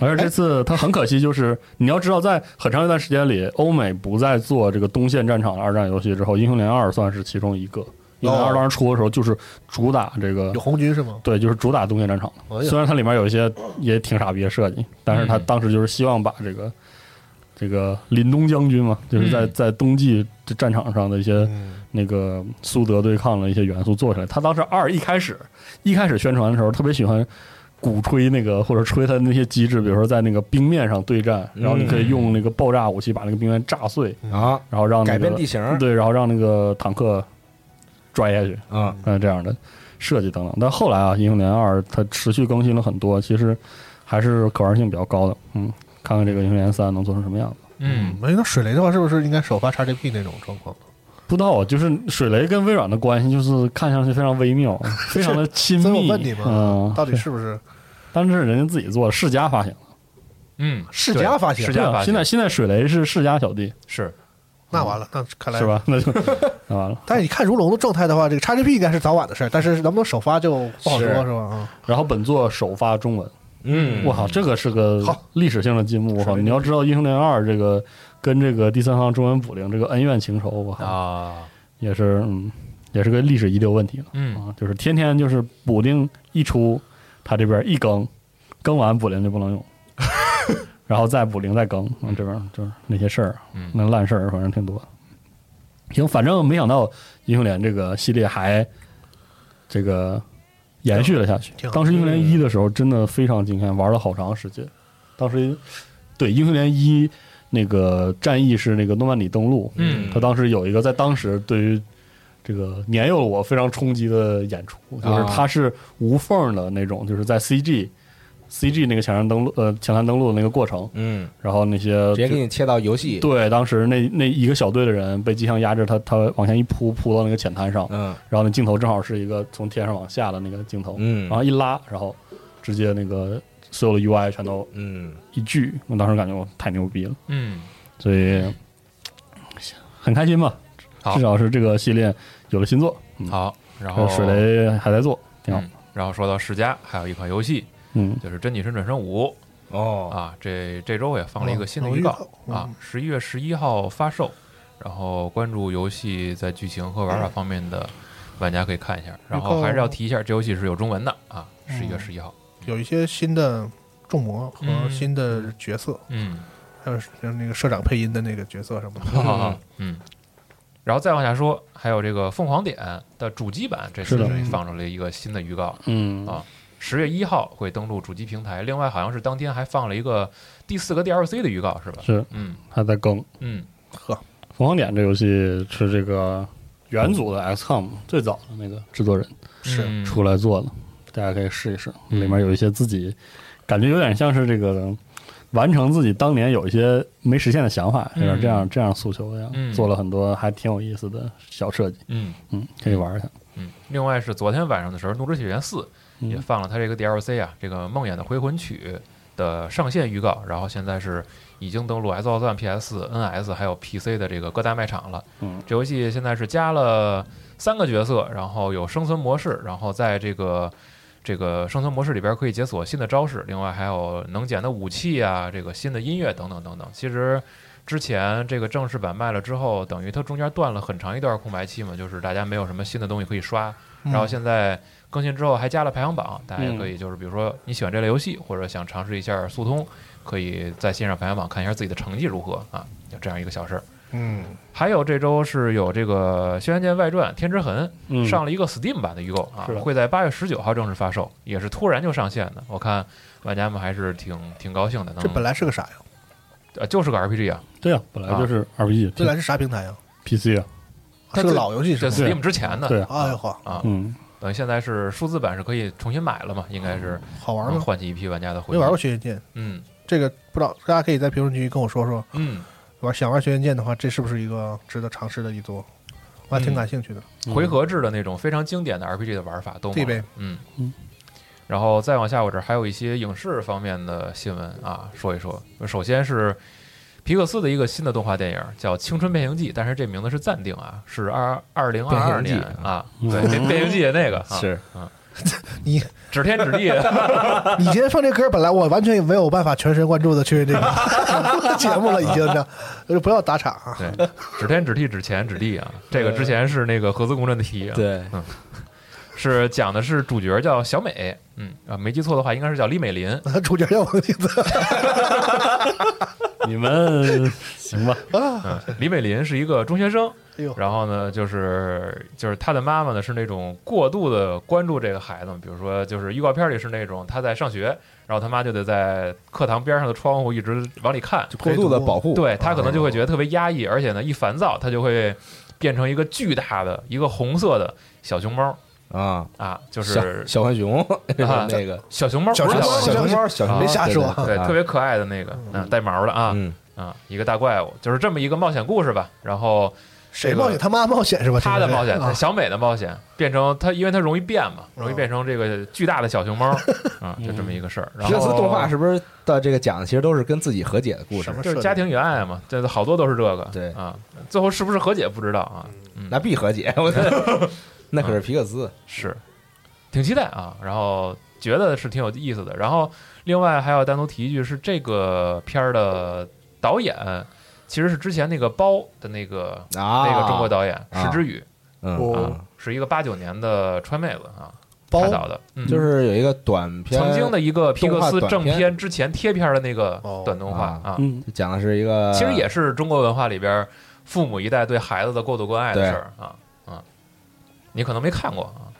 S5: 而且这
S4: 哎
S5: 次它很可惜，就是你要知道，在很长一段时间里，欧美不再做这个东线战场的二战游戏之后，《英雄联二》算是其中一个，因为
S4: 哦
S5: 二当时出的时候就是主打这个
S4: 有红军是吗？
S5: 对，就是主打东线战场
S4: 哎呀。
S5: 虽然它里面有一些也挺傻逼的设计，但是它当时就是希望把这个这个林东将军嘛，就是在
S3: 嗯
S5: 在冬季这战场上的一些
S4: 嗯，
S5: 那个苏德对抗的一些元素做起来。他当时二一开始一开始宣传的时候，特别喜欢鼓吹那个或者吹他那些机制，比如说在那个冰面上对战，然后你可以用那个爆炸武器把那个冰面炸碎，
S2: 啊，
S3: 嗯
S5: 然后让、那
S2: 改
S5: 个、
S2: 变地形
S5: 对，然后让那个坦克拽下去。
S2: 啊，
S5: 嗯，这样的设计等等。但后来啊，《英雄联盟二》它持续更新了很多，其实还是可玩性比较高的。嗯，看看这个《英雄联盟三》能做成什么样子。
S3: 嗯，
S4: 没那水雷的话，是不是应该首发 XGP 那种状况？
S5: 不知道啊，就是水雷跟微软的关系，就是看上去非常微妙，非常的亲密。
S4: 所以我问你嘛
S5: 嗯，，
S4: 到底是不是？
S5: 但是人家自己做的，世嘉发行的。
S3: 嗯，
S2: 世嘉发行
S3: 世
S5: 对
S3: 嘉
S5: 啊，
S3: 发
S5: 现
S3: 行
S5: 在现在水雷是世嘉小弟，
S3: 是
S4: 那
S3: 嗯
S4: 完了，那看来
S5: 是？吧？那就啊那完了。
S4: 但是你看如龙的状态的话，这个 XGP 应该是早晚的事儿，但是能不能首发就不好说，
S2: 是
S4: 是吧？啊，
S5: 然后本作首发中文，
S2: 嗯
S5: 我靠，这个是个
S4: 好
S5: 历史性的进步。我靠，
S4: 是
S5: 你要知道《英雄联盟二》这个跟这个第三方中文补丁这个恩怨情仇，我靠，
S3: 啊，
S5: 也是嗯，也是个历史遗留问题了
S3: 嗯，
S5: 啊，就是天天就是补丁一出，他这边一更，更完补丁就不能用，然后再补丁再更，嗯，这边就是那些事儿，
S3: 嗯
S5: 那烂事儿反正挺多的。行，反正没想到英雄联这个系列还这个延续了下去
S4: 挺。好
S5: 当时英雄联一的时候真的非常惊艳，玩了好长时间。当时对英雄联一那个战役是那个诺曼底登陆，
S3: 嗯
S5: 他当时有一个在当时对于这个年幼了我非常冲击的演出，就是
S2: 啊
S5: 他是无缝的那种，就是在 CG CG 那个抢滩登陆呃抢滩登陆的那个过程，
S2: 嗯，
S5: 然后那些
S2: 直接给你切到游戏，
S5: 对当时那那一个小队的人被机枪压制，他他往前一扑扑到那个浅滩上，
S2: 嗯
S5: 然后那镜头正好是一个从天上往下的那个镜头，
S2: 嗯
S3: 啊
S5: 然后一拉，然后直接那个所有的 UI 全都
S2: 嗯，
S5: 一聚，我当时感觉我太牛逼了。
S3: 嗯，
S5: 所以很开心吧。
S3: 好
S5: 至少是这个系列有了新作，嗯，
S3: 好，然
S5: 还有
S3: 后
S5: 水雷还在做，挺好
S3: 嗯。，然后说到世嘉，还有一款游戏
S5: 嗯，
S3: 就是《真女神转生五》
S2: 哦，
S3: 啊，这这周也放了一个新的
S4: 哦
S3: 预告
S4: 哦预告
S3: 啊
S4: 嗯，
S3: 十一月十一号发售。然后关注游戏在剧情和玩法方面的玩家可以看一下。然后还是要提一下，这游戏是有中文的啊，十一
S5: 哦
S3: 月十一号。
S4: 有一些新的众魔和
S3: 嗯
S4: 新的角色，
S3: 嗯，
S4: 还有就是那个社长配音的那个角色什么的。
S3: 嗯嗯，然后再往下说，还有这个《凤凰点》的主机版，这次
S5: 是的
S3: 是放出了一个新的预告，
S5: 嗯
S3: 啊十月一号会登陆主机平台。另外，好像是当天还放了一个第四个 DLC 的预告，是吧？
S5: 是
S3: 嗯
S5: 还在更《
S3: 嗯
S5: 凤凰点》这游戏是这个元祖的 XCOM 最早的那个制作人
S4: 是
S3: 嗯
S5: 出来做的，大家可以试一试，
S3: 嗯
S5: 里面有一些自己感觉有点像是这个。完成自己当年有一些没实现的想法，有点这样、这样诉求一样，
S3: 嗯
S5: 做了很多还挺有意思的小设计，
S3: 嗯
S5: 嗯，可以玩一下。
S3: 嗯。另外是昨天晚上的时候，《怒之铁拳四》
S5: 嗯
S3: 也放了它这个 DLC 啊，这个《梦魇的回魂曲》的上线预告。然后现在是已经登陆 Xbox One、PS、NS 还有 PC 的这个各大卖场了。
S5: 嗯，
S3: 这游戏现在是加了三个角色，然后有生存模式，然后在这个这个生存模式里边可以解锁新的招式，另外还有能捡的武器啊，这个新的音乐等等等等。其实之前这个正式版卖了之后，等于它中间断了很长一段空白期嘛，就是大家没有什么新的东西可以刷。
S4: 嗯
S3: 然后现在更新之后还加了排行榜，大家也可以就是比如说你喜欢这类游戏，或者想尝试一下速通，可以在线上排行榜看一下自己的成绩如何啊，有这样一个小事儿。
S4: 嗯，
S3: 还有这周是有这个《轩辕剑外传：天之痕》
S5: 嗯
S3: 上了一个 Steam 版的预购啊
S5: 是，的
S3: 会在八月十九号正式发售，也是突然就上线的。我看玩家们还是挺挺高兴的，能
S4: 这本来是个啥呀？
S3: 呃就是个 RPG 啊，
S5: 对啊，本来就是 RPG，、
S4: 这来是啥平台呀？
S5: PC 啊，
S4: 是个老游戏是
S3: 这
S4: 吗？
S3: Steam 之前的
S5: 对啊，
S4: 哎呦呵，
S3: 啊，
S5: 嗯，
S3: 等于现在是数字版是可以重新买了嘛，应该是
S4: 好哦玩
S3: 能
S4: 吗？
S3: 唤起一批玩家的回
S4: 没
S3: 忆。
S4: 玩过《轩辕剑》，
S3: 嗯
S4: 这个不知道，大家可以在评论区跟我说说，
S3: 嗯，
S4: 玩想玩《轩辕剑》的话，这是不是一个值得尝试的一作？我还
S3: 嗯
S4: 挺感兴趣的。
S5: 嗯
S3: 回合制的那种非常经典的 RPG 的玩法都
S4: 对
S3: 有
S4: 呗。
S3: 嗯
S5: 嗯。
S3: 然后再往下，我这儿还有一些影视方面的新闻啊，说一说。首先是皮克斯的一个新的动画电影叫《青春变形记》，但是这名字是暂定啊，是二二零二二
S2: 变形
S3: 年
S2: 记
S3: 啊，
S5: 嗯
S3: 对，变变形记那个啊，
S5: 是
S3: 啊，指天指地，啊
S4: 你今天放这歌，本来我完全也没有办法全神贯注的去这个节目了，已经这样，就是不要打岔啊。
S3: 对，指天指地指钱指地啊，这个之前是那个合资共振的题啊，
S6: 对，
S3: 是讲的是主角叫小美，嗯啊，没记错的话应该是叫李美林，
S4: 主角叫王金子，
S5: 嗯你们行 吧？
S3: 嗯，李美林是一个中学生
S4: 哎呦，
S3: 然后呢，就是就是她的妈妈呢是那种过度的关注这个孩子，比如说就是预告片里是那种她在上学，然后他妈就得在课堂边上的窗户一直往里看，
S2: 过度的保护，
S3: 对他可能就会觉得特别压抑，而且呢一烦躁，他就会变成一个巨大的一个红色的小熊猫
S2: 啊，
S3: 啊，就
S2: 小
S3: 是啊
S2: 小浣熊 那个
S3: 小熊猫，
S4: 小熊
S3: 不是
S4: 猫
S2: 小
S3: 浣熊
S2: 熊猫，小熊猫
S3: 别
S4: 瞎说
S2: 啊，
S3: 对，特别可爱的那个，嗯，带毛的啊
S2: 嗯，
S3: 啊，一个大怪物，就是这么一个冒险故事吧。然后
S2: 啊
S4: 谁
S3: 这个
S4: 冒险？他妈冒险是吧？
S3: 他的冒险，
S4: 啊
S3: 小美的冒险，变成他，因为他容易变嘛，容易
S2: 嗯
S3: 变成这个巨大的 小熊猫啊，就这么一个事儿。然
S2: 这次
S3: 后
S2: 动画是不是到这个讲的其实都是跟自己和解的故事
S4: 什？么
S3: 就
S4: 设
S3: 是
S4: 定
S3: 家庭与爱嘛，这好多都是这个，
S2: 对嗯
S3: 啊，最后是不是和解不知道啊，
S2: 那必和解，我觉得 那可是皮克斯
S3: 是，挺期待啊。然后觉得是挺有意思的。然后另外还要单独提一句，是这个片儿的导演其实是之前那个包的那个、
S2: 啊，
S3: 那个中国导演
S2: 啊
S3: 石之宇
S2: 嗯，
S4: 哦
S3: 啊，是一个八九年的川妹子啊
S4: 包
S3: 拍导的，嗯、
S2: 就是有一个短片，
S3: 曾经的一个皮克斯
S2: 动画短
S3: 正
S2: 片
S3: 片之前贴片的那个
S4: 哦
S3: 短动画
S2: 啊
S3: 啊，
S5: 嗯，
S2: 就讲的是一个，
S3: 其实也是中国文化里边父母一代对孩子的过度关爱的
S2: 对
S3: 事儿啊啊，你可能没看过啊，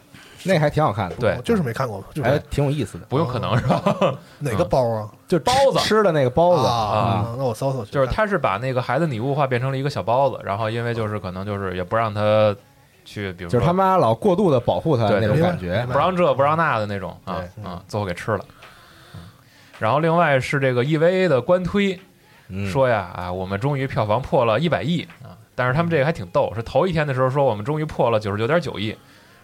S2: 那个还挺好看的，
S3: 对
S4: 我就是没看过，就是
S2: 还
S4: 没
S2: 挺有意思的，
S3: 不用可能是吧？
S4: 哪个包啊？
S2: 就包
S3: 子
S2: 吃的那个包子，
S4: 啊，那我搜搜去看，
S3: 就是他是把那个孩子拟物化变成了一啊个小包子，然后因为就是可能就是也不让他去，比如
S2: 就
S3: 说
S2: 是他妈老过度的保护他
S3: 对
S2: 那种
S4: 明白
S2: 感觉
S4: 明白
S3: 不让这不让那的那种啊啊，最后给吃了。嗯然后另外是这个 EVA 的官推，
S2: 嗯
S3: 说呀啊，我们终于票房破了一百亿啊！但是他们这个还挺逗，是头一天的时候说我们终于破了九十九点九亿，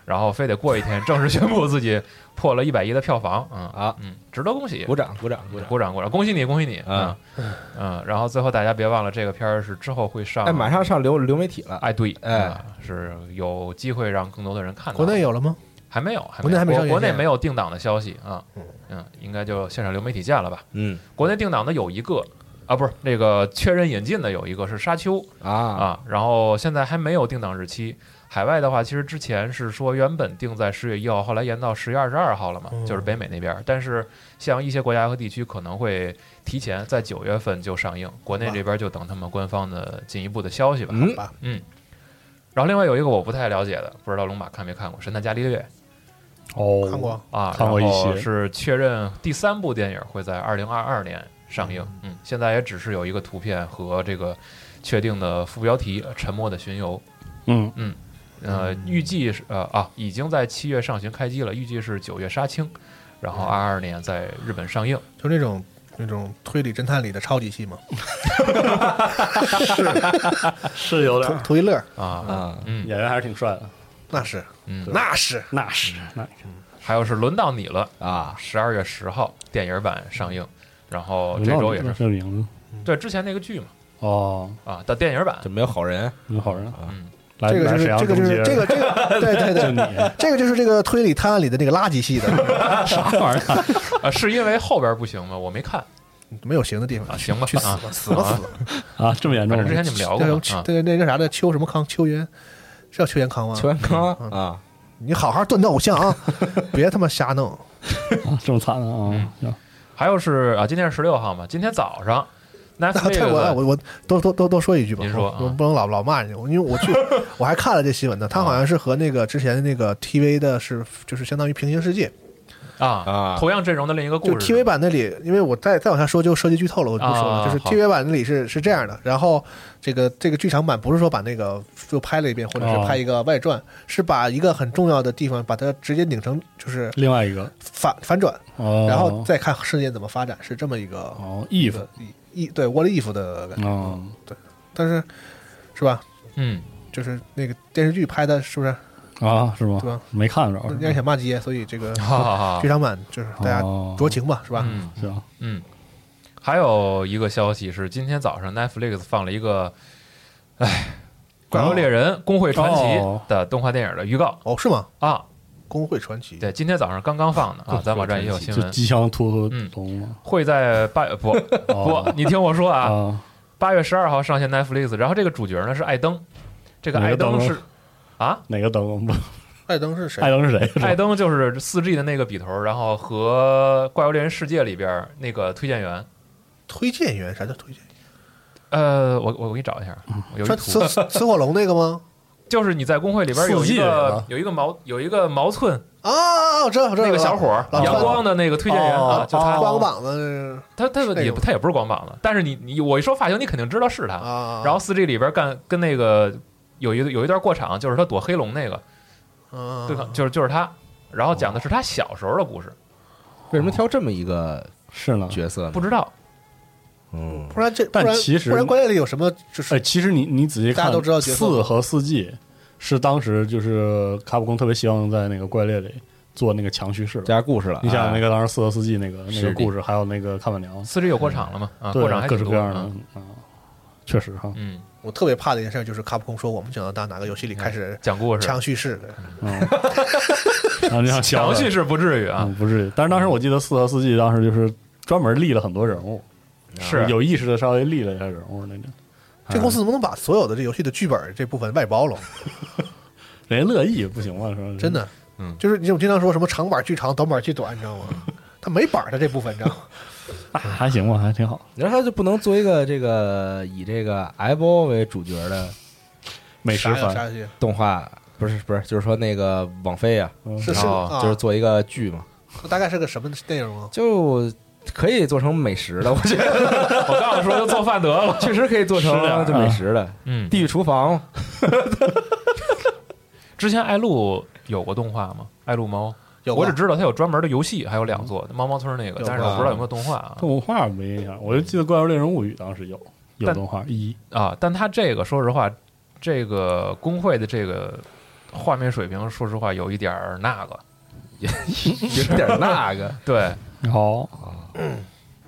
S3: 然后非得过一天正式宣布自己破了一百亿的票房啊
S2: 啊，
S3: 嗯，值得恭喜，
S2: 鼓掌鼓掌鼓掌。
S3: 鼓掌鼓掌，恭喜你恭喜你
S2: 啊
S3: 嗯嗯，然后最后大家别忘了这个片儿是之后会上，
S2: 哎，马上上流流媒体了，
S3: 啊哎对，
S2: 哎
S3: 啊是有机会让更多的人看到。
S4: 国内有了吗？
S3: 还没有，还
S4: 国内还没
S3: 有
S4: 上
S3: 国
S4: 院线
S3: 内没有定档的消息啊，嗯，应该就线上流媒体见了吧？
S2: 嗯
S3: 国内定档的有一个啊，不是那个确认引进的有一个是沙丘
S2: 啊
S3: 啊，然后现在还没有定档日期。海外的话，其实之前是说原本定在十月一号，后来延到十月二十二号了嘛，
S2: 哦
S4: 嗯
S3: 就是北美那边。但是像一些国家和地区可能会提前在九月份就上映，国内这边就等他们官方的进一步的消息吧。
S2: 嗯
S4: 吧
S3: 然后另外有一个我不太了解的，不知道龙马看没看过《神探伽利略》。
S5: 哦，
S4: 看过，
S3: 啊，
S5: 看过一
S3: 然后
S5: 些
S3: 是确认第三部电影会在二零二二年上映。嗯，现在也只是有一个图片和这个确定的副标题《沉默的巡游》。
S5: 嗯，
S3: 呃，预计是呃啊，已经在七月上旬开机了，预计是九月杀青，然后二二年在日本上映。
S4: 就那种那种推理侦探里的超级戏嘛，
S5: 是有
S4: 图
S5: 点
S4: 图一乐，
S3: 啊，
S2: 啊！
S3: 嗯
S5: 演员还是挺帅的，
S4: 那是
S3: 嗯，
S4: 那是
S5: 那是那
S3: 还有是轮到你了，
S2: 啊，
S3: 十二月十号电影版上映，然后哦这周也
S5: 那
S3: 是
S5: 这名字
S3: 对之前那个剧嘛
S5: 哦，
S3: 啊的电影版
S2: 就没有好人，
S5: 你好人，啊
S3: 嗯，
S5: 来
S4: 这个就
S5: 来
S4: 是
S5: 沈阳
S4: 这个就
S5: 中街
S4: 是这个这个对对
S5: 就
S4: 对
S5: 你。
S4: 这个就是这个推理探案里的那个垃圾系的，
S5: 啥玩意儿？
S3: 啊，是因为后边不行吗？我没看
S4: 没有行的地方
S3: 啊，，行吧，
S4: 去死
S3: 啊
S4: 吧，死吧死吧！
S5: 啊，这么严
S3: 反
S5: 重
S3: 正之
S5: 吗？
S3: 前你们聊过
S4: 那
S3: 嘛
S4: 种
S3: 啊，
S4: 对对那叫啥的邱什么康邱元，是叫邱元康吗？
S2: 邱元康啊，
S4: 你好好锻炼偶像 啊，别他妈瞎弄。
S5: 啊这么惨啊！啊行
S3: 还有是啊，今天是十六号嘛，今天早上 Netflix
S4: 太 我我我多多多多说一句吧，
S3: 您说啊
S4: 我我不能老老骂人家，因为 我去我还看了这新闻呢，他好像是和那个之前那个 TV 的是就是相当于平行世界，
S3: 啊
S2: 啊
S3: 同样阵容的另一个
S4: 就
S3: 故事
S4: TV 版那里，因为我再再往下说就涉及剧透了，我就不说
S3: 啊
S4: 了，就是
S3: 好
S4: TV 版那里是是这样的，然后这个这个剧场版不是说把那个就拍了一遍，或者
S5: 哦
S4: 是拍一个外传，是把一个很重要的地方把它直接拧成就是
S5: 另外一个
S4: 反反转，
S5: 哦，
S4: 然后再看事件怎么发展，是这么一个
S5: 哦
S4: 一
S5: if
S4: 个一对 what if 的感觉，
S5: 哦，
S4: 但是是吧？
S3: 嗯，
S4: 就是那个电视剧拍的，是不是？
S3: 哦
S5: 啊，是吗？
S4: 对吧
S5: 没看着，
S4: 人家想骂街，所以这个
S3: 哈哈哈
S4: 剧，场版就是大家
S5: 哦
S4: 酌情吧，是吧？
S3: 哦嗯
S5: 行，
S3: 嗯，还有一个消息是今天早上 Netflix 放了一个，哎，《怪物猎人：工会传奇
S5: 哦》
S3: 的动画电影的预告
S4: 哦，是吗？
S3: 啊，
S4: 工会传奇》
S3: 对，今天早上刚刚放的啊，咱网站也有新
S5: 哦就
S3: 闻，
S5: 机枪突突龙嘛，
S3: 会在 八月不不
S5: 哦，
S3: 你听我说啊，
S5: 啊，
S3: 八月十二号上线 Netflix，然后这个主角呢是艾登，这个
S5: 哪个
S3: 艾登
S5: 灯
S3: 是啊，
S5: 哪个灯？不
S4: 艾登是谁
S5: 艾？登是谁？
S3: 艾登就是四 G 的那个笔头，然后和《怪物猎人世界》里边那个推荐员。
S4: 推荐员？啥叫推荐员？
S3: 呃，我我我给你找一下，我有一
S4: 穿
S3: 图
S4: 雌，雌火龙那个吗？
S3: 嗯就是你在工会里边有
S5: 四
S3: 一
S5: G 人
S3: 个
S5: 啊
S3: 有一个毛有一个毛寸
S4: 啊啊，我知道，我知道
S3: 那个小伙儿，
S4: 老
S3: 阳光的那个推荐员啊，
S4: 哦，
S3: 就他
S4: 光膀子
S3: 他他
S4: 是那
S3: 也
S4: 个吗
S3: 他也不是光膀子，但是你你我一说发型，你肯定知道是他。
S4: 啊，
S3: 然后四 G 里边干跟那个有一有一段过场，就是他躲黑龙那个，
S4: 啊
S3: 对抗就是就是他，然后讲的是他小时候的故事，
S2: 为什么挑这么一个
S5: 是呢。
S2: 角色呢？
S3: 不知道
S2: 嗯，
S4: 不然这，不
S5: 但
S4: 然
S5: 其实
S4: 不然关键里有什么？就是
S5: 哎，其实你你仔细看，
S4: 大家都知道角色
S5: 四和四 G 是当时就是卡普空特别希望在那个怪猎里做那个强叙事的。
S2: 加故事了。啊
S5: 你想想那
S2: 个，
S5: 个当时四和四 G 那个那
S2: 是的
S5: 个故事，还有那个看板娘，
S3: 四 G 有过场了嘛？啊，
S5: 对
S3: 过场还
S5: 各
S3: 挺
S5: 式
S3: 多
S5: 各样的
S3: 嗯
S5: 啊，确实哈，
S3: 嗯，
S4: 我特别怕的一件事就是卡普空说我们想要到哪个游戏里开始
S3: 讲故事，
S4: 强叙事的，
S5: 嗯，然后你想
S3: 强叙
S5: 事
S3: 事不至于啊，
S5: 嗯，不至于。但是当时我记得四和四 G 当时就是 专门立了很多人物，
S3: 是
S5: 有意识的稍微立了一下人物那种。
S4: 这公司能不能把所有的这游戏的剧本这部分外包了？
S5: 人家乐意不行吗？说
S4: 真的，
S3: 嗯
S4: 就是你我经常说什么长板巨长，短板巨短，你知道吗？他没板儿的这部分，你知道吗？
S5: 啊还行吧，还挺好。
S2: 你说他就不能做一个这个以这个艾波为主角的
S5: 美食
S4: 啥呀啥
S5: 番
S4: 游戏？
S2: 动画？不是不是，就是说那个网飞啊，
S4: 是是
S3: 哦
S4: 啊，
S2: 就是做一个剧嘛，
S4: 大概是个什么内容啊？
S2: 就可以做成美食的，我觉得
S3: 我告诉你说就做饭得了，
S2: 确实可以做
S5: 是
S2: 成
S5: 啊
S2: 就美食的。
S3: 嗯，
S2: 地狱厨房
S3: 之前爱路有过动画吗？爱路猫，
S4: 有
S3: 我
S4: 过
S3: 只知道它有专门的游戏，还有两座猫猫村那个，
S4: 有
S3: 但是
S4: 吧
S3: 我不知道有没有动画啊
S5: 动画没印象，我就记得《怪物猎人物语》当时有有
S3: 但
S5: 动画一，
S3: 啊。但它这个说实话，这个工会的这个画面水平，说实话有一点儿那个，
S2: 有点 那个，
S3: 对，
S5: 好，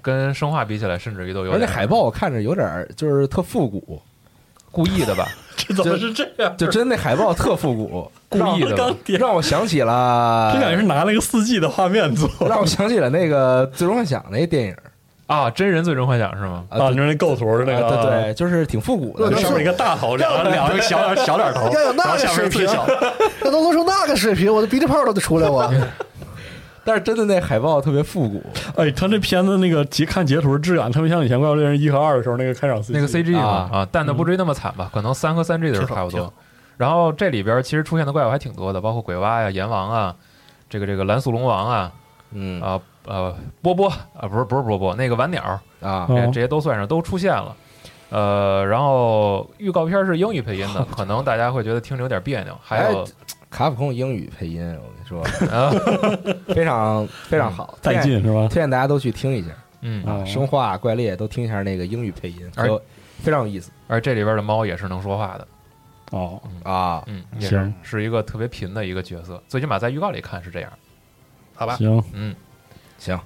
S3: 跟生化比起来，甚至于都有
S2: 而且
S3: 点
S2: 海报我看着有点儿就是特复古，
S3: 故意 的吧，
S5: 这怎么是这样？
S2: 就真那海报特复 古，
S3: 故意的吧
S5: 刚，叠上，
S2: 让我想起了
S5: 这感觉是拿了一个四 G 的画面做
S2: 让我想起了那个《最终幻想》那电影
S3: 啊，真人最终幻想是吗？
S5: 啊，
S2: 对
S5: 你说那构图是那
S2: 啊
S5: 个
S2: 对对，就是挺复古的
S4: 对
S5: 上面一个大头，两个两个小点小点头，
S4: 要有
S5: 然
S4: 那
S5: 后
S4: 个
S5: 下面
S4: 水
S5: 最
S4: 平
S5: 小，，
S4: 那都做出那个水平，我的鼻涕泡都得出来我。
S2: 但是真的那海报特别复古，
S5: 哎，他那片子那个截看截图质感，特别像以前《怪物猎人》一和二的时候那个开场 CG，
S3: 那个 CG 嘛
S2: 啊
S3: 啊，但那不至于那么惨吧？可能三和三 G 的时候差不
S4: 挺好
S3: 多。然后这里边其实出现的怪物还挺多的，包括鬼蛙呀、阎王啊、这个这个蓝素龙王啊、
S2: 嗯
S3: 啊呃波波啊，不是不是波波，那个晚鸟，
S2: 啊
S3: 这
S5: 哦
S3: 这些都算上都出现了。呃，然后预告片是英语配音的，可能大家会觉得听着有点别扭。还有
S2: 卡普空英语配音，我跟你说
S3: 啊，
S2: 非常非常好，
S5: 嗯带
S2: 推荐，
S5: 劲是吧？
S2: 推荐大家都去听一下
S3: 嗯，
S2: 啊，
S5: 哦
S2: 《生化怪猎》都听一下那个英语配音，
S3: 而
S2: 都非常有意思
S3: 而这里边的猫也是能说话的，
S5: 哦，
S2: 啊。
S3: 嗯，也是
S5: 行
S3: 是一个特别贫的一个角色，最起码在预告里看是这样。
S4: 好吧，
S5: 行，
S3: 嗯，
S2: 行，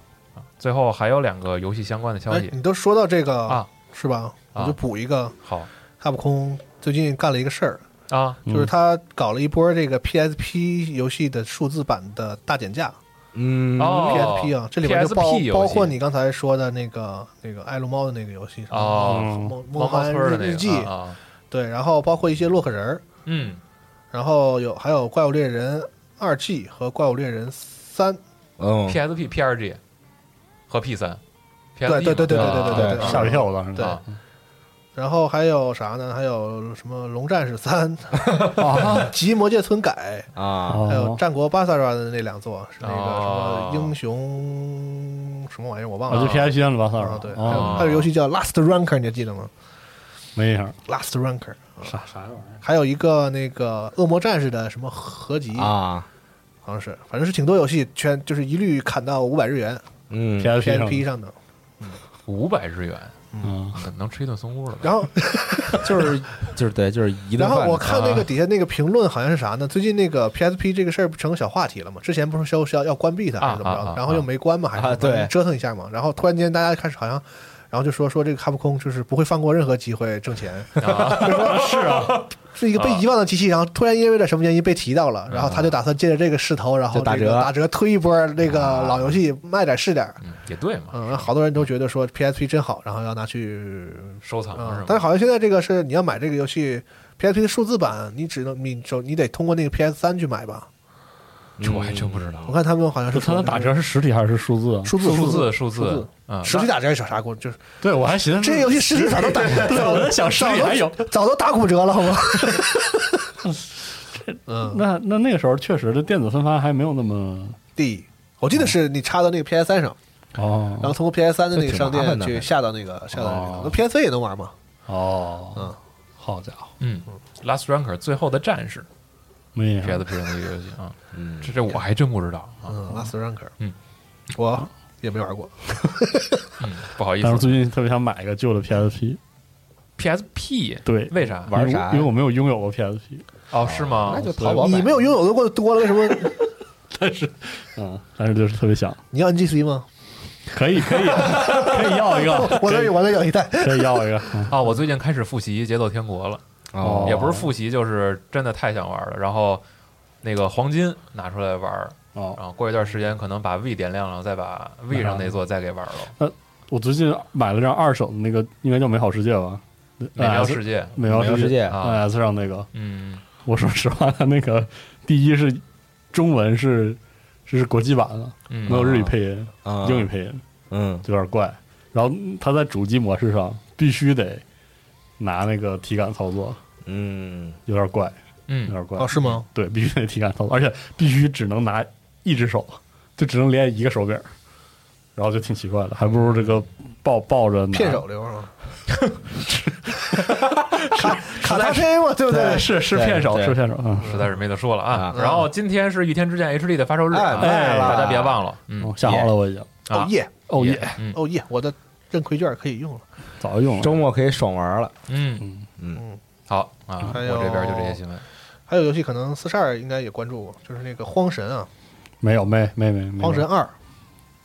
S3: 最后还有两个游戏相关的消
S4: 哎
S3: 息，
S4: 你都说到这个
S3: 啊，
S4: 是吧？
S3: 啊
S4: 我就补一个，
S3: 好
S4: 卡普空最近干了一个事儿，
S3: 啊，
S5: 嗯
S4: 就是他搞了一波这个 PSP 游戏的数字版的大减价。
S2: 嗯，
S3: 哦
S4: PSP 啊，这里面就包
S3: PSP 游戏
S4: 包括你刚才说的那个那个爱撸猫的那个游戏，
S3: 哦，
S5: 嗯
S4: 梦
S3: 猫
S4: 梦
S3: 猫
S4: 幻
S3: 村儿的那
S4: 日
S3: 个
S4: 记，
S3: 啊啊，
S4: 对，然后包括一些洛克人儿，
S3: 嗯，
S4: 然后有还有怪物猎人二 G 和怪物猎人三，
S2: 嗯
S3: PSP、PRG 和 P 三，对
S4: 对对对对对对对
S2: 对
S5: 吓我一跳，我当时
S4: 对
S3: 啊
S4: 然后还有啥呢？还有什么龙战士三、
S5: 啊，
S4: 极魔界村改，
S2: 啊，
S4: 还有
S5: 哦
S4: 战国巴萨拉的那两座是那个什
S3: 哦
S4: 么英雄什么玩意儿我忘
S5: 啊，
S4: 了
S5: 就 P S P 上的巴塞
S4: 啊
S5: 尔，
S4: 对，还有
S5: 啊，
S4: 还有游戏叫 Last Ranker，你还记得吗
S5: 没印象，
S4: ？Last Ranker，
S5: 啊啥啥玩意儿？
S4: 还有一个那个恶魔战士的什么合集
S2: 啊，
S4: 好像是，反正是挺多游戏全就是一律砍到五百日元
S2: 嗯
S5: P S
S4: PSP
S5: P
S4: 上的。
S3: 五百日元，
S5: 嗯，
S3: 能能吃一顿松屋了吧？
S4: 然后，
S2: 就是就是对，就是一顿
S4: 然
S2: 饭。啊
S4: 后我看那个底下那个评论好像是啥呢？最近那个 PSP 这个事儿不成小话题了嘛？之前不是说是要要关闭它还是怎么
S3: 啊啊啊
S4: 着？然后又没关嘛，还
S2: 啊
S4: 是
S2: 对
S4: 折腾一下嘛。然后突然间大家开始好像然后就说说这个卡普空就是不会放过任何机会 挣钱，
S3: 啊，
S4: 是啊，是一个被遗忘的机器，然后突然因为了什么原因被提到了，然后他就打算借着这个势头，然后
S2: 啊就打
S4: 这个
S2: 折啊
S4: 打折推一波那个老游戏，卖点是点儿。
S3: 嗯也对嘛，
S4: 嗯，好多人都觉得说 PSP 真好，然后要拿去，
S3: 收藏
S4: 嗯
S3: 啊是，
S4: 但
S3: 吧？
S4: 是好像现在这个是你要买这个游戏 PSP 的数字版，你只能你就你得通过那个 PS 三去买吧？
S3: 这
S2: 嗯
S3: 我还真不知道
S4: 我。看他们好像是
S5: 就它的打折是实体还是数字啊？
S4: 数字
S3: 数
S4: 字
S3: 字数
S4: 数字
S3: 字，嗯，
S4: 实体打折也啥啥过，就是
S5: 对，我还寻思
S4: 这些游戏实体早都打，
S5: 我在想实
S4: 早
S5: 体还有
S4: 都早都打骨折了，好吗？嗯，
S5: 那那那个时候确实这电子分发还没有那么
S4: 第我记得是你插到那个 PS 三上。然后
S5: 哦
S4: 通过 PS 三的那个商
S2: 这挺麻
S4: 店
S2: 烦的
S4: 去下到那个下到那
S5: 哦
S4: 个，那 PS 也能玩嘛？
S5: 哦
S4: 嗯，
S5: 好家伙，
S3: 嗯，Last Ranker 最后的战士
S5: 没有
S3: PSP 上的一个游戏啊，
S2: 嗯，
S3: 这这我还真不知道啊，
S4: 嗯，Last Ranker，
S3: 嗯，
S4: 我也没玩过，
S3: 嗯，不好意
S5: 但是
S3: 思
S5: 最近特别想买一个旧的 PSP，
S3: ，PSP
S5: 对，
S3: 为啥
S2: 玩啥呀
S5: 因为我没有拥有过 PSP，
S3: 哦是吗？
S2: 那就淘宝买
S4: 你没有拥有的过多了，为什么
S5: 嗯，但是就是特别想，
S4: 你要 NGC 吗？
S5: 可以 可以可以要一个，
S4: 我那有，我那有一代，
S5: 可以要一个，嗯
S3: 啊，我最近开始复习《节奏天国》了，
S2: 哦
S3: 也不是复习，就是真的太想玩了。然后那个黄金拿出来玩儿，
S5: 哦，
S3: 然后过一段时间可能把 V 点亮了，再把 V 上那座再给玩了。
S5: 我最近买了张二手的那个，应该叫《美好世界》吧，
S3: 美妙
S5: NS
S3: 世界
S5: 美妙
S2: 美妙世界
S3: 啊
S5: NS 上那个，
S3: 嗯，
S5: 我说实话，它那个第一是中文是是国际版的，
S3: 嗯
S5: 没有日语配音，
S2: 啊
S5: 英语配音
S2: 嗯
S5: 就有点怪。然后它在主机模式上必须得拿那个体感操作，
S2: 嗯，
S5: 有点怪，有
S3: 嗯，
S5: 点怪。
S4: 哦，是 吗？
S5: 对，必须得体感操作，而且必须只能拿一只手，就只能连一个手柄，然后就挺奇怪的，还不如这个抱抱着拿
S4: 骗手。流是吗？卡卡拉菲嘛，对不对
S5: 对，？是是骗手，
S2: 对
S5: 是骗手，嗯。
S3: 嗯实在是没得说了啊
S2: 啊。
S3: 然后今天是《御天之剑》HD 的发售日啊，
S2: 哎
S3: 大家
S2: 哎
S3: 别忘了，嗯
S5: 哦，下好了，我已经
S4: 哦
S3: 啊，
S4: 耶，
S5: 哦耶，
S3: 嗯
S4: 哦耶，我的认亏券可以用了。
S5: 早就用了。
S2: 周末可以爽玩了。
S3: 嗯
S5: 嗯，
S4: 嗯，
S3: 好啊，
S4: 还
S3: 我这边就这些
S4: 有
S3: 新闻。
S4: 还有游戏可能四十二应该也关注过，就是那个《荒神》啊，
S5: 没有没没没
S4: 《
S5: 没有，
S4: 荒神二》，
S5: 啊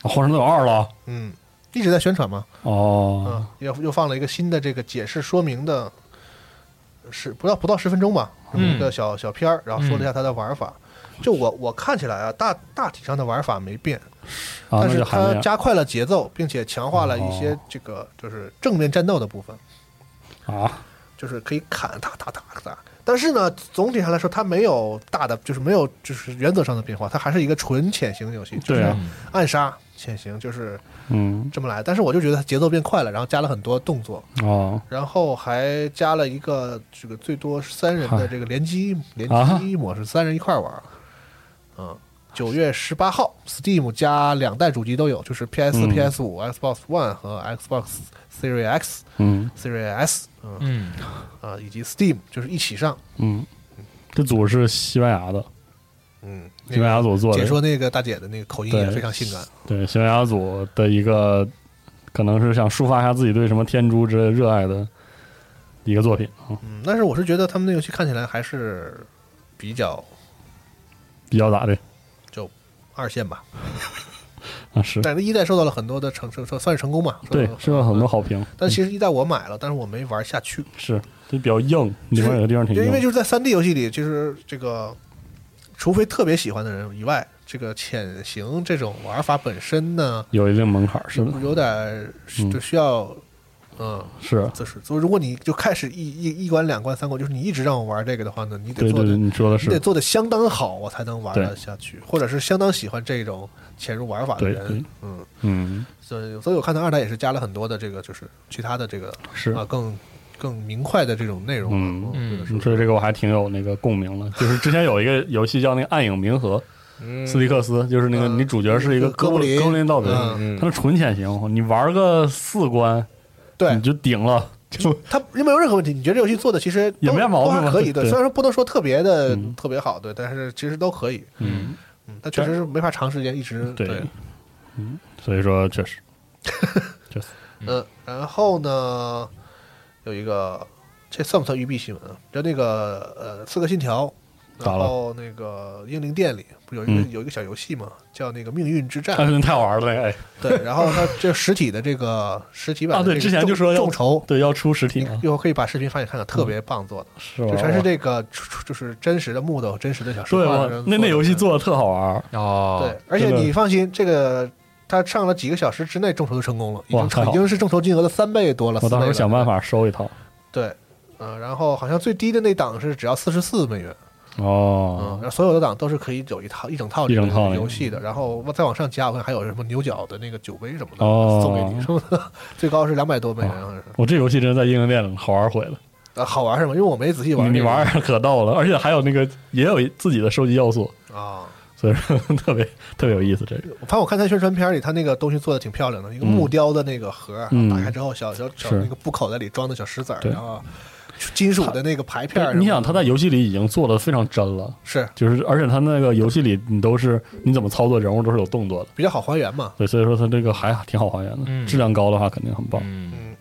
S5: 荒神都有二了
S4: 嗯，一直在宣传嘛。
S5: 哦
S4: 嗯，又又放了一个新的这个解释说明的，十不到不到十分钟吧，这么一个小小片儿，然后说了一下它的玩法。就我我看起来啊，大大体上的玩法没变，
S5: 啊，
S4: 但
S5: 那
S4: 是
S5: 就还那
S4: 它
S5: 样
S4: 加快了节奏，并且强化了一些
S5: 哦
S4: 这个就是正面战斗的部分，
S5: 啊，
S4: 就是可以砍打打打打。但是呢，总体上来说，它没有大的，就是没有就是原则上的变化，它还是一个纯潜行游戏，就
S5: 对
S4: 是
S5: 啊，
S4: 暗杀潜行，就是
S5: 嗯
S4: 这么来。但是我就觉得它节奏变快了，然后加了很多动作，
S5: 哦
S4: 然后还加了一个这个最多三人的这个联机联
S5: 啊
S4: 机模式，三人一块儿玩儿。嗯，九月十八号，Steam 加两代主机都有，就是 PS 4、
S5: 嗯
S4: PS 五、Xbox One 和 Xbox Series X、
S5: 嗯
S4: Series S，嗯
S3: 嗯，
S4: 啊，以及 Steam 就是一起上。
S5: 嗯，这组是西班牙的，
S4: 嗯，那
S5: 西班
S4: 个
S5: 牙组做
S4: 解
S5: 的，
S4: 说那个大姐的那个口音也
S5: 对
S4: 非常性感。
S5: 对西班牙组的一个，可能是想抒发一下自己对什么天珠之类热爱的一个作品啊，
S4: 嗯，但是我是觉得他们那游戏看起来还是比较
S5: 比较咋的
S4: 就二线吧，
S5: 啊是，
S4: 但是一代受到了很多的成成算是成功嘛。受到
S5: 对
S4: 了，
S5: 是有很多好评，
S4: 但
S5: 嗯
S4: 其实一代我买了，但是我没玩下去，
S5: 是就比较硬，里面有个地方挺
S4: 就因为
S5: 硬，
S4: 就是在三 D 游戏里，就是这个，除非特别喜欢的人以外，这个潜行这种玩法本身呢，
S5: 有一定门槛儿，是的，
S4: 有点儿
S5: 嗯
S4: 就需要，嗯，
S5: 是。
S4: 就是所以如果你就开始一一一关、两关、三关，就是你一直让我玩这个的话呢，你得
S5: 对
S4: 做
S5: 对对，
S4: 的。
S5: 你说的
S4: 你得
S5: 是，
S4: 做的相当好，我才能玩
S5: 对
S4: 得下去，或者是相当喜欢这种潜入玩法的
S5: 对对
S4: 人，嗯，
S5: 嗯，
S4: 所以所以我看到二代也是加了很多的这个，就是其他的这个
S5: 是
S4: 啊，更更明快的这种内容。
S5: 嗯
S3: 嗯
S4: 这个是
S5: 你说这个我还挺有那个共鸣的，就是之前有一个游戏叫那个《暗影冥河》，斯蒂克斯，就是那个
S4: 嗯
S5: 女主角是一个
S4: 哥
S5: 哥布
S4: 布林
S5: 哥布林盗贼，
S4: 嗯
S2: 嗯
S5: 他是纯潜行，你玩个四关
S4: 对
S5: 你，就顶了， 就
S4: 它没有任何问题。你觉得这游戏做的其实都
S5: 也没啥毛病
S4: 都还可以。对，
S5: 对
S4: 虽然说不能说特别的
S5: 嗯
S4: 特别好，对，但是其实都可以。
S5: 嗯，
S4: 嗯，但确实是没法长时间一直
S5: 对
S4: 对。
S5: 所以说 确实，确实，
S4: 嗯，然后呢，有一个这算不算育碧新闻啊？就那个呃，《刺客信条》
S5: 咋
S4: 然
S5: 了
S4: 后那个英灵殿里不有一个、
S5: 嗯
S4: 有一个小游戏嘛，叫那个命运之战。
S5: 啊，太好玩了那个哎，
S4: 对，然后它这实体的这个实体版
S5: 啊
S4: 的
S5: 对
S4: 这个
S5: 之前
S4: 众
S5: 就说要
S4: 众筹，
S5: 对，要出实体
S4: 你
S5: 吗？
S4: 一会儿可以把视频发给你看看，
S5: 嗯
S4: 特别棒做的，
S5: 是
S4: 就
S5: 吧？
S4: 全是这个就是真实的木头、真实的小石
S5: 哦
S4: 啊
S5: 对，啊
S4: 块
S5: 我
S4: 儿的。
S5: 那那游戏做的特好玩儿，
S3: 哦，
S4: 对，，而且
S5: 真的
S4: 你放心，这个它上了几个小时之内众筹就成功了，已
S5: 哇
S4: 经
S5: 太好
S4: 已经是众筹金额的三倍多了。
S5: 我到时候
S4: 四倍了
S5: 想办。法收一套。
S4: 对，嗯、然后好像最低的那档是只要四十四美元，嗯，
S5: 哦
S4: 然，后所有的档都是可以有一套一整套
S5: 一整套
S4: 这
S5: 那个
S4: 个游戏的，然后再往上加，我看还有什么牛角的那个酒杯什么的、
S5: 哦
S4: 送给你什么的，最高是两百多美元，好像是。
S5: 我这游戏真的在应用店里好玩毁了，
S4: 啊，好玩是吗？因为我没仔细
S5: 你
S4: 玩、
S5: 你玩儿可逗了，而且还有那个也有自己的收集要素，
S4: 啊？
S5: 所以说 特别特别有意思。这个
S4: 我反正我看它宣传片里，它那个东西做的挺漂亮的，一个木雕的那个盒儿，
S5: 嗯
S4: 打开之后小小小
S5: 是
S4: 那个布口袋里装的小石子儿，
S5: 对
S4: 然后金属的那个牌片儿什么的。
S5: 你想，它在游戏里已经做的非常真了，
S4: 是
S5: 就是而且它那个游戏里你都是你怎么操作人物都是有动作的，
S4: 比较好还原嘛。
S5: 对，所以说它这个还挺好还原的，
S3: 嗯
S5: 质量高的话肯定很棒。
S3: 嗯，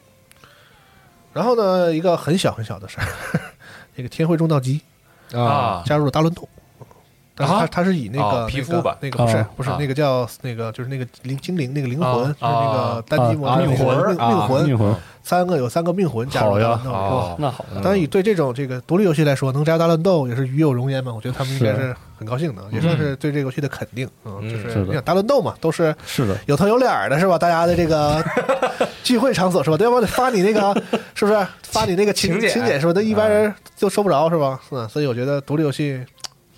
S4: 然后呢，一个很小很小的事儿，那个天绘中道机嗯
S3: 啊
S4: 加入了大乱斗，但是它
S3: 啊
S4: 它是以那个
S3: 哦皮肤
S4: 那个
S3: 吧
S4: 那个不是
S5: 啊
S4: 不是
S3: 啊
S4: 那个叫那个就是那个灵精灵那个灵魂，
S3: 啊
S4: 就是那个单机模
S5: 啊
S4: 式
S5: 命
S4: 那个
S5: 魂
S4: 命
S2: 啊
S4: 命魂
S5: 命魂
S4: 三个有三个命魂加入
S5: 好
S4: 了
S5: 呀
S4: 大乱斗，
S3: 哦
S4: 哇
S5: 那好
S2: 嗯
S5: 的，
S4: 当然，以对这种这个独立游戏来说，能加入大乱斗也是与有荣焉嘛。我觉得他们应该是很高兴的，也算是对这个游戏的肯定啊、嗯就是
S5: 是的
S4: 你想大乱斗嘛，都是
S5: 是的，
S4: 有头有脸儿的，是吧？大家的这个聚会场所是吧？对要不然得发你那个是不是发你那个请
S2: 请柬
S4: 请柬是吧？那一般人就收不着是吧？嗯，所以我觉得独立游戏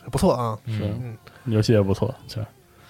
S4: 嘖不错啊。
S5: 是
S4: 嗯
S5: 游戏也不错，是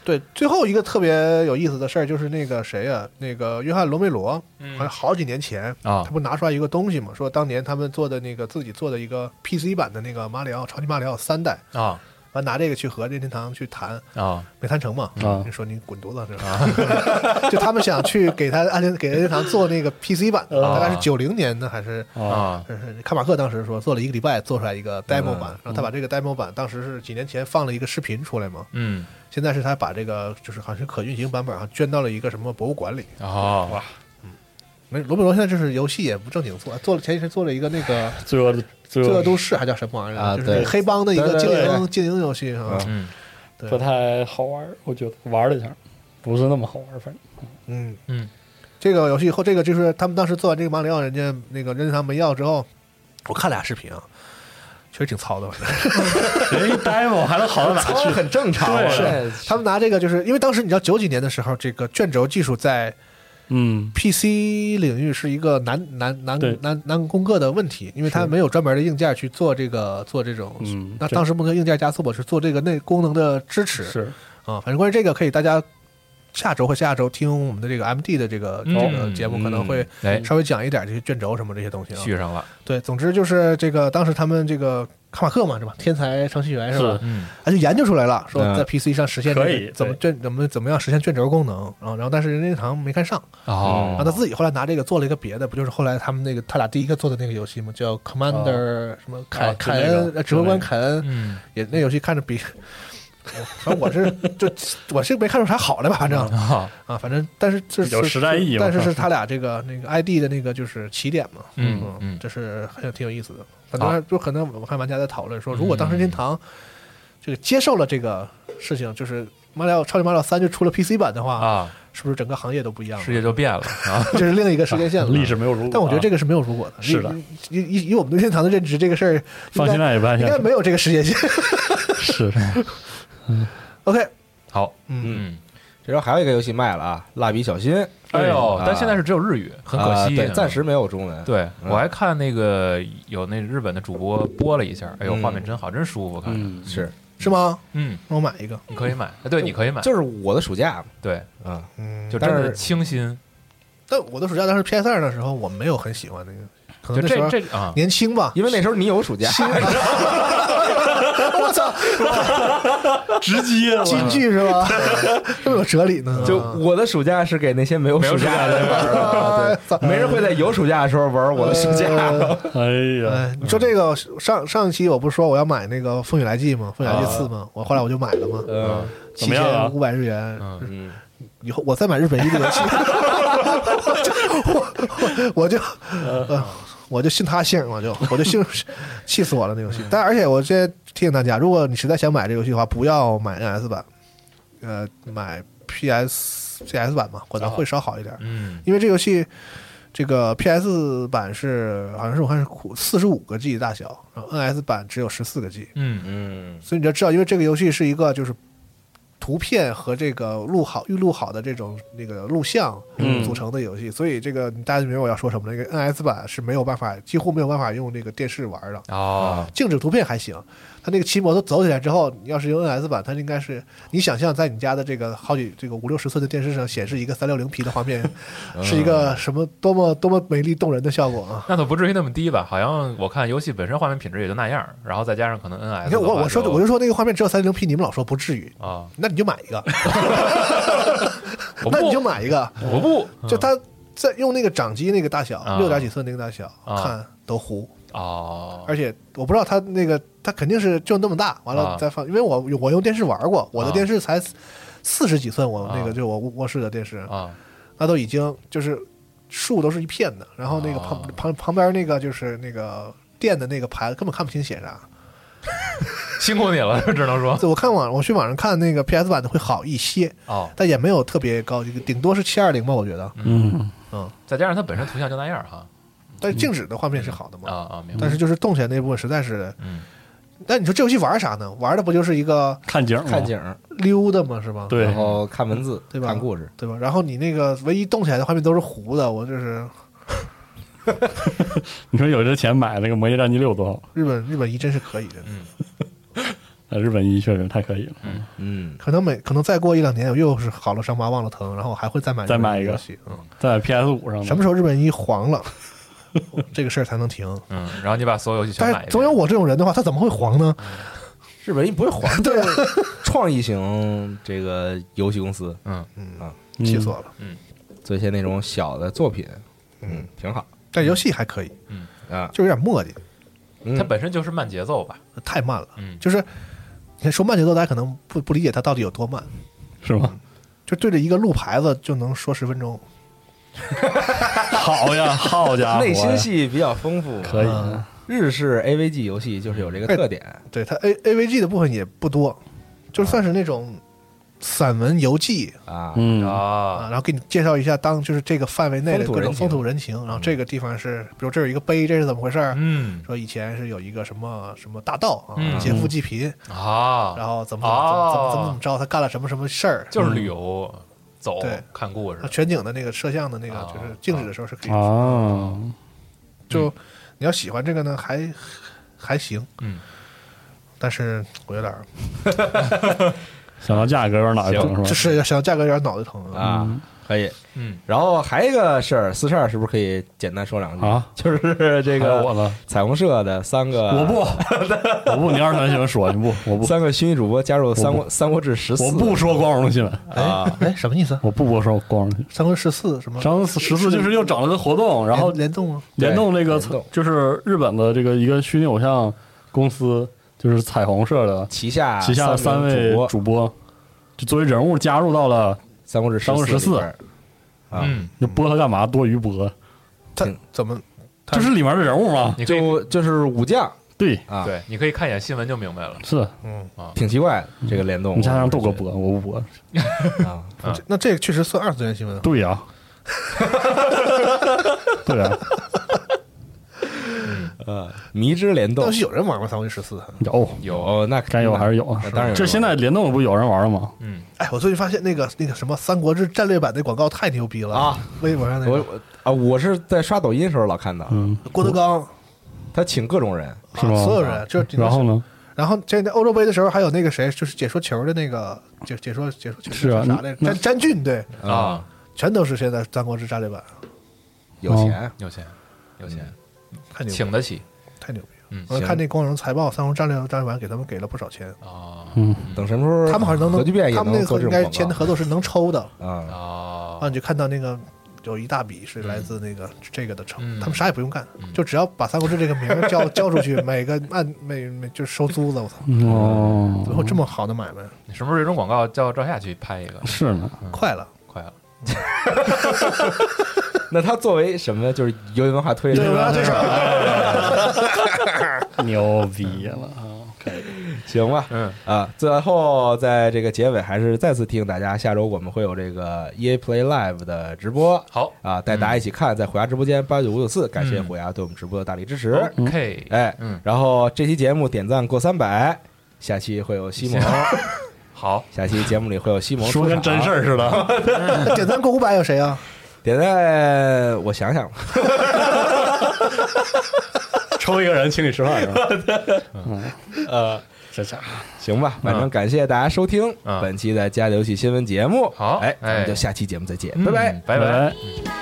S4: 对，最后一个特别有意思的事儿就是那个谁呀、那个约翰罗梅罗，好像好几年前
S3: 啊
S4: 他不拿出来一个东西嘛，说当年他们做的那个自己做的一个 PC 版的那个马里奥超级马里奥三代，
S3: 啊
S4: 完拿这个去和任天堂去谈，
S3: 啊
S4: 没谈成嘛。
S5: 啊
S4: 你说你滚犊子是吧？ 就他们想去给他按给任天堂做那个 PC 版的，大概是九零年的还是
S5: 啊，
S3: 啊，
S4: 是是，卡马克当时说做了一个礼拜做出来一个 demo
S5: 嗯
S4: 版，然后他把这个 demo 版当时是几年前放了一个视频出来嘛，
S3: 嗯
S4: 现在是他把这个就是好像是可运行版本啊捐到了一个什么博物馆里。
S3: 啊哇
S4: 没，罗密罗现在就是游戏也不正经做，做了前一阵做了一个那个
S5: 罪恶的罪
S4: 《罪恶
S5: 恶
S4: 都市》还叫什么玩意儿
S2: 啊
S4: 就是
S2: 对
S4: 黑帮的一个
S2: 对对
S4: 经
S2: 对
S4: 营经营游戏啊。
S3: 嗯
S4: 对
S5: 不太好玩儿，我觉得玩了一下，不是那么好玩儿，反正
S4: 嗯
S3: 嗯，
S4: 这个游戏以后，这个就是他们当时做完这个马里奥，人家那个任天堂没要之后，我看俩视频啊，确实挺糙的。
S5: 人一 demo 还能好到哪
S2: 操
S5: 去？
S2: 很正常，
S5: 对
S2: 我
S5: 是
S2: 这
S4: 他们拿这个就是因为当时你知道九几年的时候，这个卷轴技术在
S5: 嗯，
S4: PC 领域是一个难难难
S5: 对
S4: 难难攻克的问题，因为它
S5: 是
S4: 没有专门的硬件去做这个做这种。
S5: 嗯
S4: 那
S5: 这
S4: 当时不能硬件加速吧，是做这个内功能的支持。
S5: 是
S4: 啊，反正关于这个，可以大家下周和下下周听我们的这个 MD 的这个、这个
S3: 嗯
S4: 节目，可能会
S3: 哎
S5: 嗯
S4: 稍微讲一点这些卷轴什么这些东西啊。
S3: 续上了，
S4: 对，总之就是这个当时他们这个卡马克嘛，是吧？天才程序员是吧？
S3: 嗯
S4: 他就研究出来了，说
S2: 嗯
S4: 在 PC 上实现、这个
S5: 可以
S4: 怎么卷怎么怎么样实现卷轴功能，啊然后然后但是任天堂没看上，然后
S3: 哦
S4: 啊他自己后来拿这个做了一个别的，不就是后来他们那个他俩第一个做的那个游戏嘛，叫 Commander、什么凯、
S5: 啊就
S4: 凯
S5: 那个
S4: 恩呃指挥
S5: 就那
S4: 官
S5: 个
S4: 凯恩，
S3: 嗯
S4: 也那游戏看着比，反正我是就我是没看出啥好来吧，反正
S3: 啊
S4: 啊，反正但是这
S5: 有嗯时代意义嘛
S4: 但是是他俩这个那个 ID 的那个就是起点嘛，
S3: 嗯嗯
S4: 这是很挺有意思的。很多人就可能我看玩家在讨论说，如果当时任天
S5: 嗯
S4: 堂这个接受了这个事情，就是马里奥超级马里奥三就出了 PC 版的话，
S3: 啊，
S4: 是不是整个行业都不一样了？
S3: 世界就变了啊，
S4: 这是另一个时间线了。
S5: 历史没有如果，啊
S4: 但我觉得这
S5: 个
S4: 个是没有如果的。
S5: 是的
S4: 以，以以以我们对任天堂的认知，这个事儿
S5: 放现在也不太
S4: 应该
S5: 现
S4: 没有这个时间线。
S5: 实，是
S4: OK，
S3: 好，
S4: 嗯，
S3: 嗯，
S2: 这时候还有一个游戏卖了啊，《蜡笔小新》
S3: 哎呦
S2: 啊，
S3: 但现在是只有日语，很可惜，
S2: 啊对，暂时没有中文。
S3: 对，
S2: 嗯
S3: 我还看那个有那日本的主播播了一下，哎呦，
S2: 嗯
S3: 画面真好，真舒服，看着。
S5: 嗯，
S2: 是，
S4: 是吗？
S3: 嗯，
S4: 那我买一个。
S3: 你可以买，哎对，你可以买，
S2: 就是我的暑假
S3: 对，
S2: 嘛啊，
S4: 嗯，
S3: 就真
S2: 但是
S3: 的清新，
S4: 但我的暑假当时 PS 二的时候，我没有很喜欢那个，可
S3: 就
S4: 嗯能那时
S3: 这
S4: 候
S3: 这啊，
S4: 年轻吧。
S2: 因为那时候你有暑假，
S4: 我操，
S5: 直接了
S4: 京剧是吧？ 这么有哲理呢？呃
S2: 就我的暑假是给那些没有暑假的人玩的，
S4: 操
S2: 对，没人会在有暑假的时候玩我的暑假。
S4: 呃
S5: 哎呀，
S4: 哎，你说这个上上期我不是说我要买那个《风雨来记》吗？《风雨来记四》吗？我后来我就买了嘛，
S2: 啊嗯
S4: 七
S5: 怎么样啊
S4: 千五百日元。
S2: 嗯，
S4: 以后我再买日本一的游戏，我就我我我就呃，我就信他姓，我就我就信，气死我了那游戏。但而且我这提醒大家，如果你实在想买这游戏的话，不要买 NS 版，呃，买 PS PS 版嘛，可能会稍好一点。
S3: 嗯，
S4: 因为这游戏这个 PS 版是好像是我看是四十五个 G 大小，然后 NS 版只有十四个 G，
S3: 嗯
S2: 嗯，
S4: 所以你就知道，因为这个游戏是一个就是图片和这个录好预录好的这种那个录像
S5: 嗯
S4: 组成的游戏，所以这个大家就明白我要说什么了。那个 NS 版是没有办法，几乎没有办法用那个电视玩的。
S3: 哦，
S4: 静止图片还行，它那个骑摩托走起来之后，你要是用 NS 版，它应该是你想象在你家的这个好几这个五六十寸的电视上显示一个三六零 P 的画 面，是一
S3: 嗯
S4: 个什么多么多么美丽动人的效果啊！
S3: 那倒不至于那么低吧？好像我看游戏本身画面品质也就那样，然后再加上可能 NS，
S4: 你看我我说
S3: 的
S4: 的
S3: 话
S4: 我就说那个画面只有三六零 P，你们老说不至于，
S3: 啊，
S4: 那你就买一个，
S3: 我
S4: 那你就
S3: 不，
S4: 买一个，
S3: 我不，
S4: 就它在用那个掌机那个大小
S3: 嗯啊
S4: 六点几寸那个大小
S3: 啊
S4: 看都糊，
S3: 哦，
S4: 而且我不知道它那个它肯定是就那么大，完了
S3: 啊
S4: 再放，因为我我用电视玩过，我的
S3: 啊
S4: 电视才四十几寸，我那个
S3: 啊
S4: 就是我卧室的电视，
S3: 啊，
S4: 那都已经就是树都是一片的，然后那个旁
S3: 啊
S4: 旁旁边那个就是那个电的那个牌根本看不清写啥，
S3: 辛苦你了，只能说
S4: 所以我看网我去网上看那个 PS 版的会好一些，
S3: 哦，
S4: 但也没有特别高，这个顶多是七二零吧，我觉得，
S5: 嗯，
S3: 再加上它本身图像就那样哈，
S4: 但是静止的画面是好的嘛，
S3: 嗯啊啊，明白，
S4: 但是就是动起来那部分实在是，
S3: 嗯，
S4: 但你说这游戏玩啥呢？玩的不就是一个
S5: 看景儿嘛，嗯
S2: 看景儿，
S4: 溜达吗？是吧？
S5: 对
S2: 然，后看文字，
S4: 对吧
S2: 看故事，
S4: 对吧？然后你那个唯一动起来的画面都是糊的，我就是
S5: 你说有这钱买那个《魔界战记六》多好？
S4: 日本日本一真是可以的，
S5: 呃日本一确实太可以了，
S2: 嗯，
S4: 可能每可能再过一两年，我又是好了伤疤忘了疼，然后我还会再买
S5: 再买
S4: 一
S5: 一个
S4: 游戏，嗯，
S5: 在 PS 五上呢
S4: 什么时候日本一 黄了，这个事儿才能停。
S3: 嗯，然后你把所有游戏全
S4: 但
S3: 买一
S4: 是
S3: 遍，
S4: 总有我这种人的话，他怎么会黄呢？
S2: 日本人不会黄， 对，创意型这个游戏公司
S5: 嗯
S4: 气死我了！
S2: 做一些那种小的作品，嗯
S4: 嗯，
S2: 挺好
S4: 但游戏还可以，
S2: 啊。
S4: 就有点磨叽，
S2: 嗯
S3: 它本身就是慢节奏吧，
S4: 太慢了。
S3: 嗯
S4: 就是你看说慢节奏，大家可能不不理解它到底有多慢，
S5: 是 吗？
S4: 就对着一个路牌子就能说十分钟，
S5: 好呀，好家伙呀，
S2: 内心戏比较丰富，
S5: 可以，
S4: 嗯
S2: 日式 AVG 游戏就是有这个
S4: 哎
S2: 特点，
S4: 对它 A A V G 的部分也不多，就算是那种散文游记
S2: 啊，
S5: 嗯，
S4: 啊，
S3: 啊，
S4: 然后给你介绍一下当就是这个范围内的各
S2: 风
S4: 种风
S2: 土
S4: 土人情，然后这个地方是，比如这有一个碑，这是怎么回事儿？
S3: 嗯
S4: 说以前是有一个什么什么大盗啊
S3: 嗯，
S4: 劫富济贫，
S3: 啊，
S4: 然后怎么
S3: 哦
S4: 怎么怎么怎么怎么着，他干了什么什么事儿？
S3: 就是旅游，走
S4: 对，啊
S3: 看故
S4: 那
S3: 事，
S4: 全景的那个摄像的那个
S3: 哦
S4: 就是静止的时候是可以，
S5: 啊，
S4: 就你要喜欢这个呢，还还行，
S3: 嗯，
S4: 但是我有点儿
S5: 想到价格有点脑袋疼
S4: 就是
S5: 吧？
S4: 是想价格有点脑袋
S5: 嗯
S4: 疼啊。
S2: 啊，可以。
S3: 嗯，
S2: 然后还有一个事儿，四十二是不是可以简单说两句？
S5: 啊，
S2: 就是这
S5: 这个我
S2: 个
S5: 呢？
S2: 彩虹社的三个，
S4: 呃
S5: 我不，我不，你二十三新闻说，你不，我不，
S2: 三个虚拟主播加入《三国三国志》十四，啊
S5: 我不说光荣新闻，
S4: 哎哎，什么意思？
S5: 我不播说光荣新闻。
S4: 三国十四什么？
S5: 上次十四就是又整了个活动，然后
S4: 哎联联动吗？
S5: 联动那个
S2: 联动
S5: 就是日本的这个一个虚拟偶像公司，就是彩虹社的
S2: 旗下
S5: 旗下的
S2: 三
S5: 啊三
S2: 名主播
S5: 位
S2: 《
S5: 主播，就作为人物加入到了，
S2: 三国志》
S5: 三国志
S2: 里边儿啊
S3: 嗯，
S5: 你播他干嘛？多余播，
S4: 他
S2: 挺
S4: 怎么？他
S5: 就是里面的人物嘛。
S3: 你可以
S2: 就就是武将
S5: 对，
S2: 啊，，
S3: 对，你可以看一眼新闻就明白了，
S5: 是
S4: 嗯，
S2: 挺奇怪的这个联动。
S5: 你加上
S2: 我
S5: 豆哥
S2: 觉得
S5: 播，我不播。
S2: 啊，
S4: 这那这个确实算二次元新闻啊。
S5: 对呀、对啊呀、
S2: 呃，迷之联动
S4: 倒是有人玩过《三国志十四》。啊
S5: 有
S3: 有，
S2: 有那
S5: 哦该有还是有啊
S2: 那。当然有
S5: 这现在联动不有人玩了吗？
S3: 嗯，
S4: 哎，我最近发现那个那个什么《三国志战略版》那广告太牛逼了
S2: 啊！
S4: 微博上那
S2: 我
S4: 个
S2: 我啊，我是在刷抖音的时候老看到，
S5: 嗯，
S4: 郭德纲，
S2: 他请各种人
S4: 啊
S5: 是吗
S4: 所有人就是你们
S5: 然后呢？
S4: 然后这欧洲杯的时候还有那个谁，就是解说球的那个解解说解说球
S5: 是啊
S4: 啥来着？
S5: 那
S4: 詹詹俊对，
S3: 啊，
S4: 全都是现在《三国志战略版》，
S2: 有
S5: 哦
S2: 钱
S3: 有钱，有钱，
S4: 太牛逼
S3: 请
S4: 了，
S3: 得起
S4: 太牛逼了！
S3: 嗯
S4: 我看那光荣财报，《三国志战略战略版》给他们给了不少钱，
S3: 啊
S5: 嗯，
S2: 等什么时候啊
S4: 他们好像能
S2: 核聚变也
S4: 他们那
S2: 能做
S4: 个
S2: 这
S4: 应该
S2: 种
S4: 签
S2: 广
S4: 的合同是能抽的，
S2: 告啊，
S3: 啊
S4: 然后，你就看到那个有一大笔是来自那个这个的成，
S3: 嗯
S4: 他们啥也不用干，就只要把《三国志》这个名儿 交交出去，每个按每每就是收租子，我操，
S5: 哦
S4: 最，后这么好的买卖，
S3: 你什么时候有一种广嗯 告叫赵夏去拍一个，
S5: 是呢，
S4: 快了。
S3: 快了，
S2: 那它作为什么呢？就是游戏文化
S3: 嗯
S2: 推手。啊
S4: 对手，
S5: 牛逼了啊！
S2: 行吧，
S3: 嗯
S2: 啊，最后在这个结尾还是再次提醒大家，下周我们会有这个 EA Play Live 的直播
S3: 好
S2: 啊，带大家一起看，在虎牙直播间八九五九四，感谢
S3: 嗯
S2: 虎牙对我们直播的大力支持。
S3: ，OK，
S2: 哎，
S3: 嗯，
S2: 然后这期节目点赞过三百，下期会有西蒙，
S3: 好，
S2: 下期节目里会有西蒙
S5: 说跟真事
S2: 儿，
S5: 儿似 的，
S4: 点赞过五百有谁啊？
S2: 点赞我想想吧，
S5: 抽一个人请你吃饭是吧？
S2: 呃，
S5: 这家伙
S2: 行吧，反正感谢大家收听
S3: 嗯
S2: 本期的《家游戏新闻》节目。
S3: 好
S2: 哎，咱
S3: 哎
S2: 们就下期节目再见，
S3: 嗯
S2: 拜拜。
S3: 拜拜。
S5: 拜。
S1: 「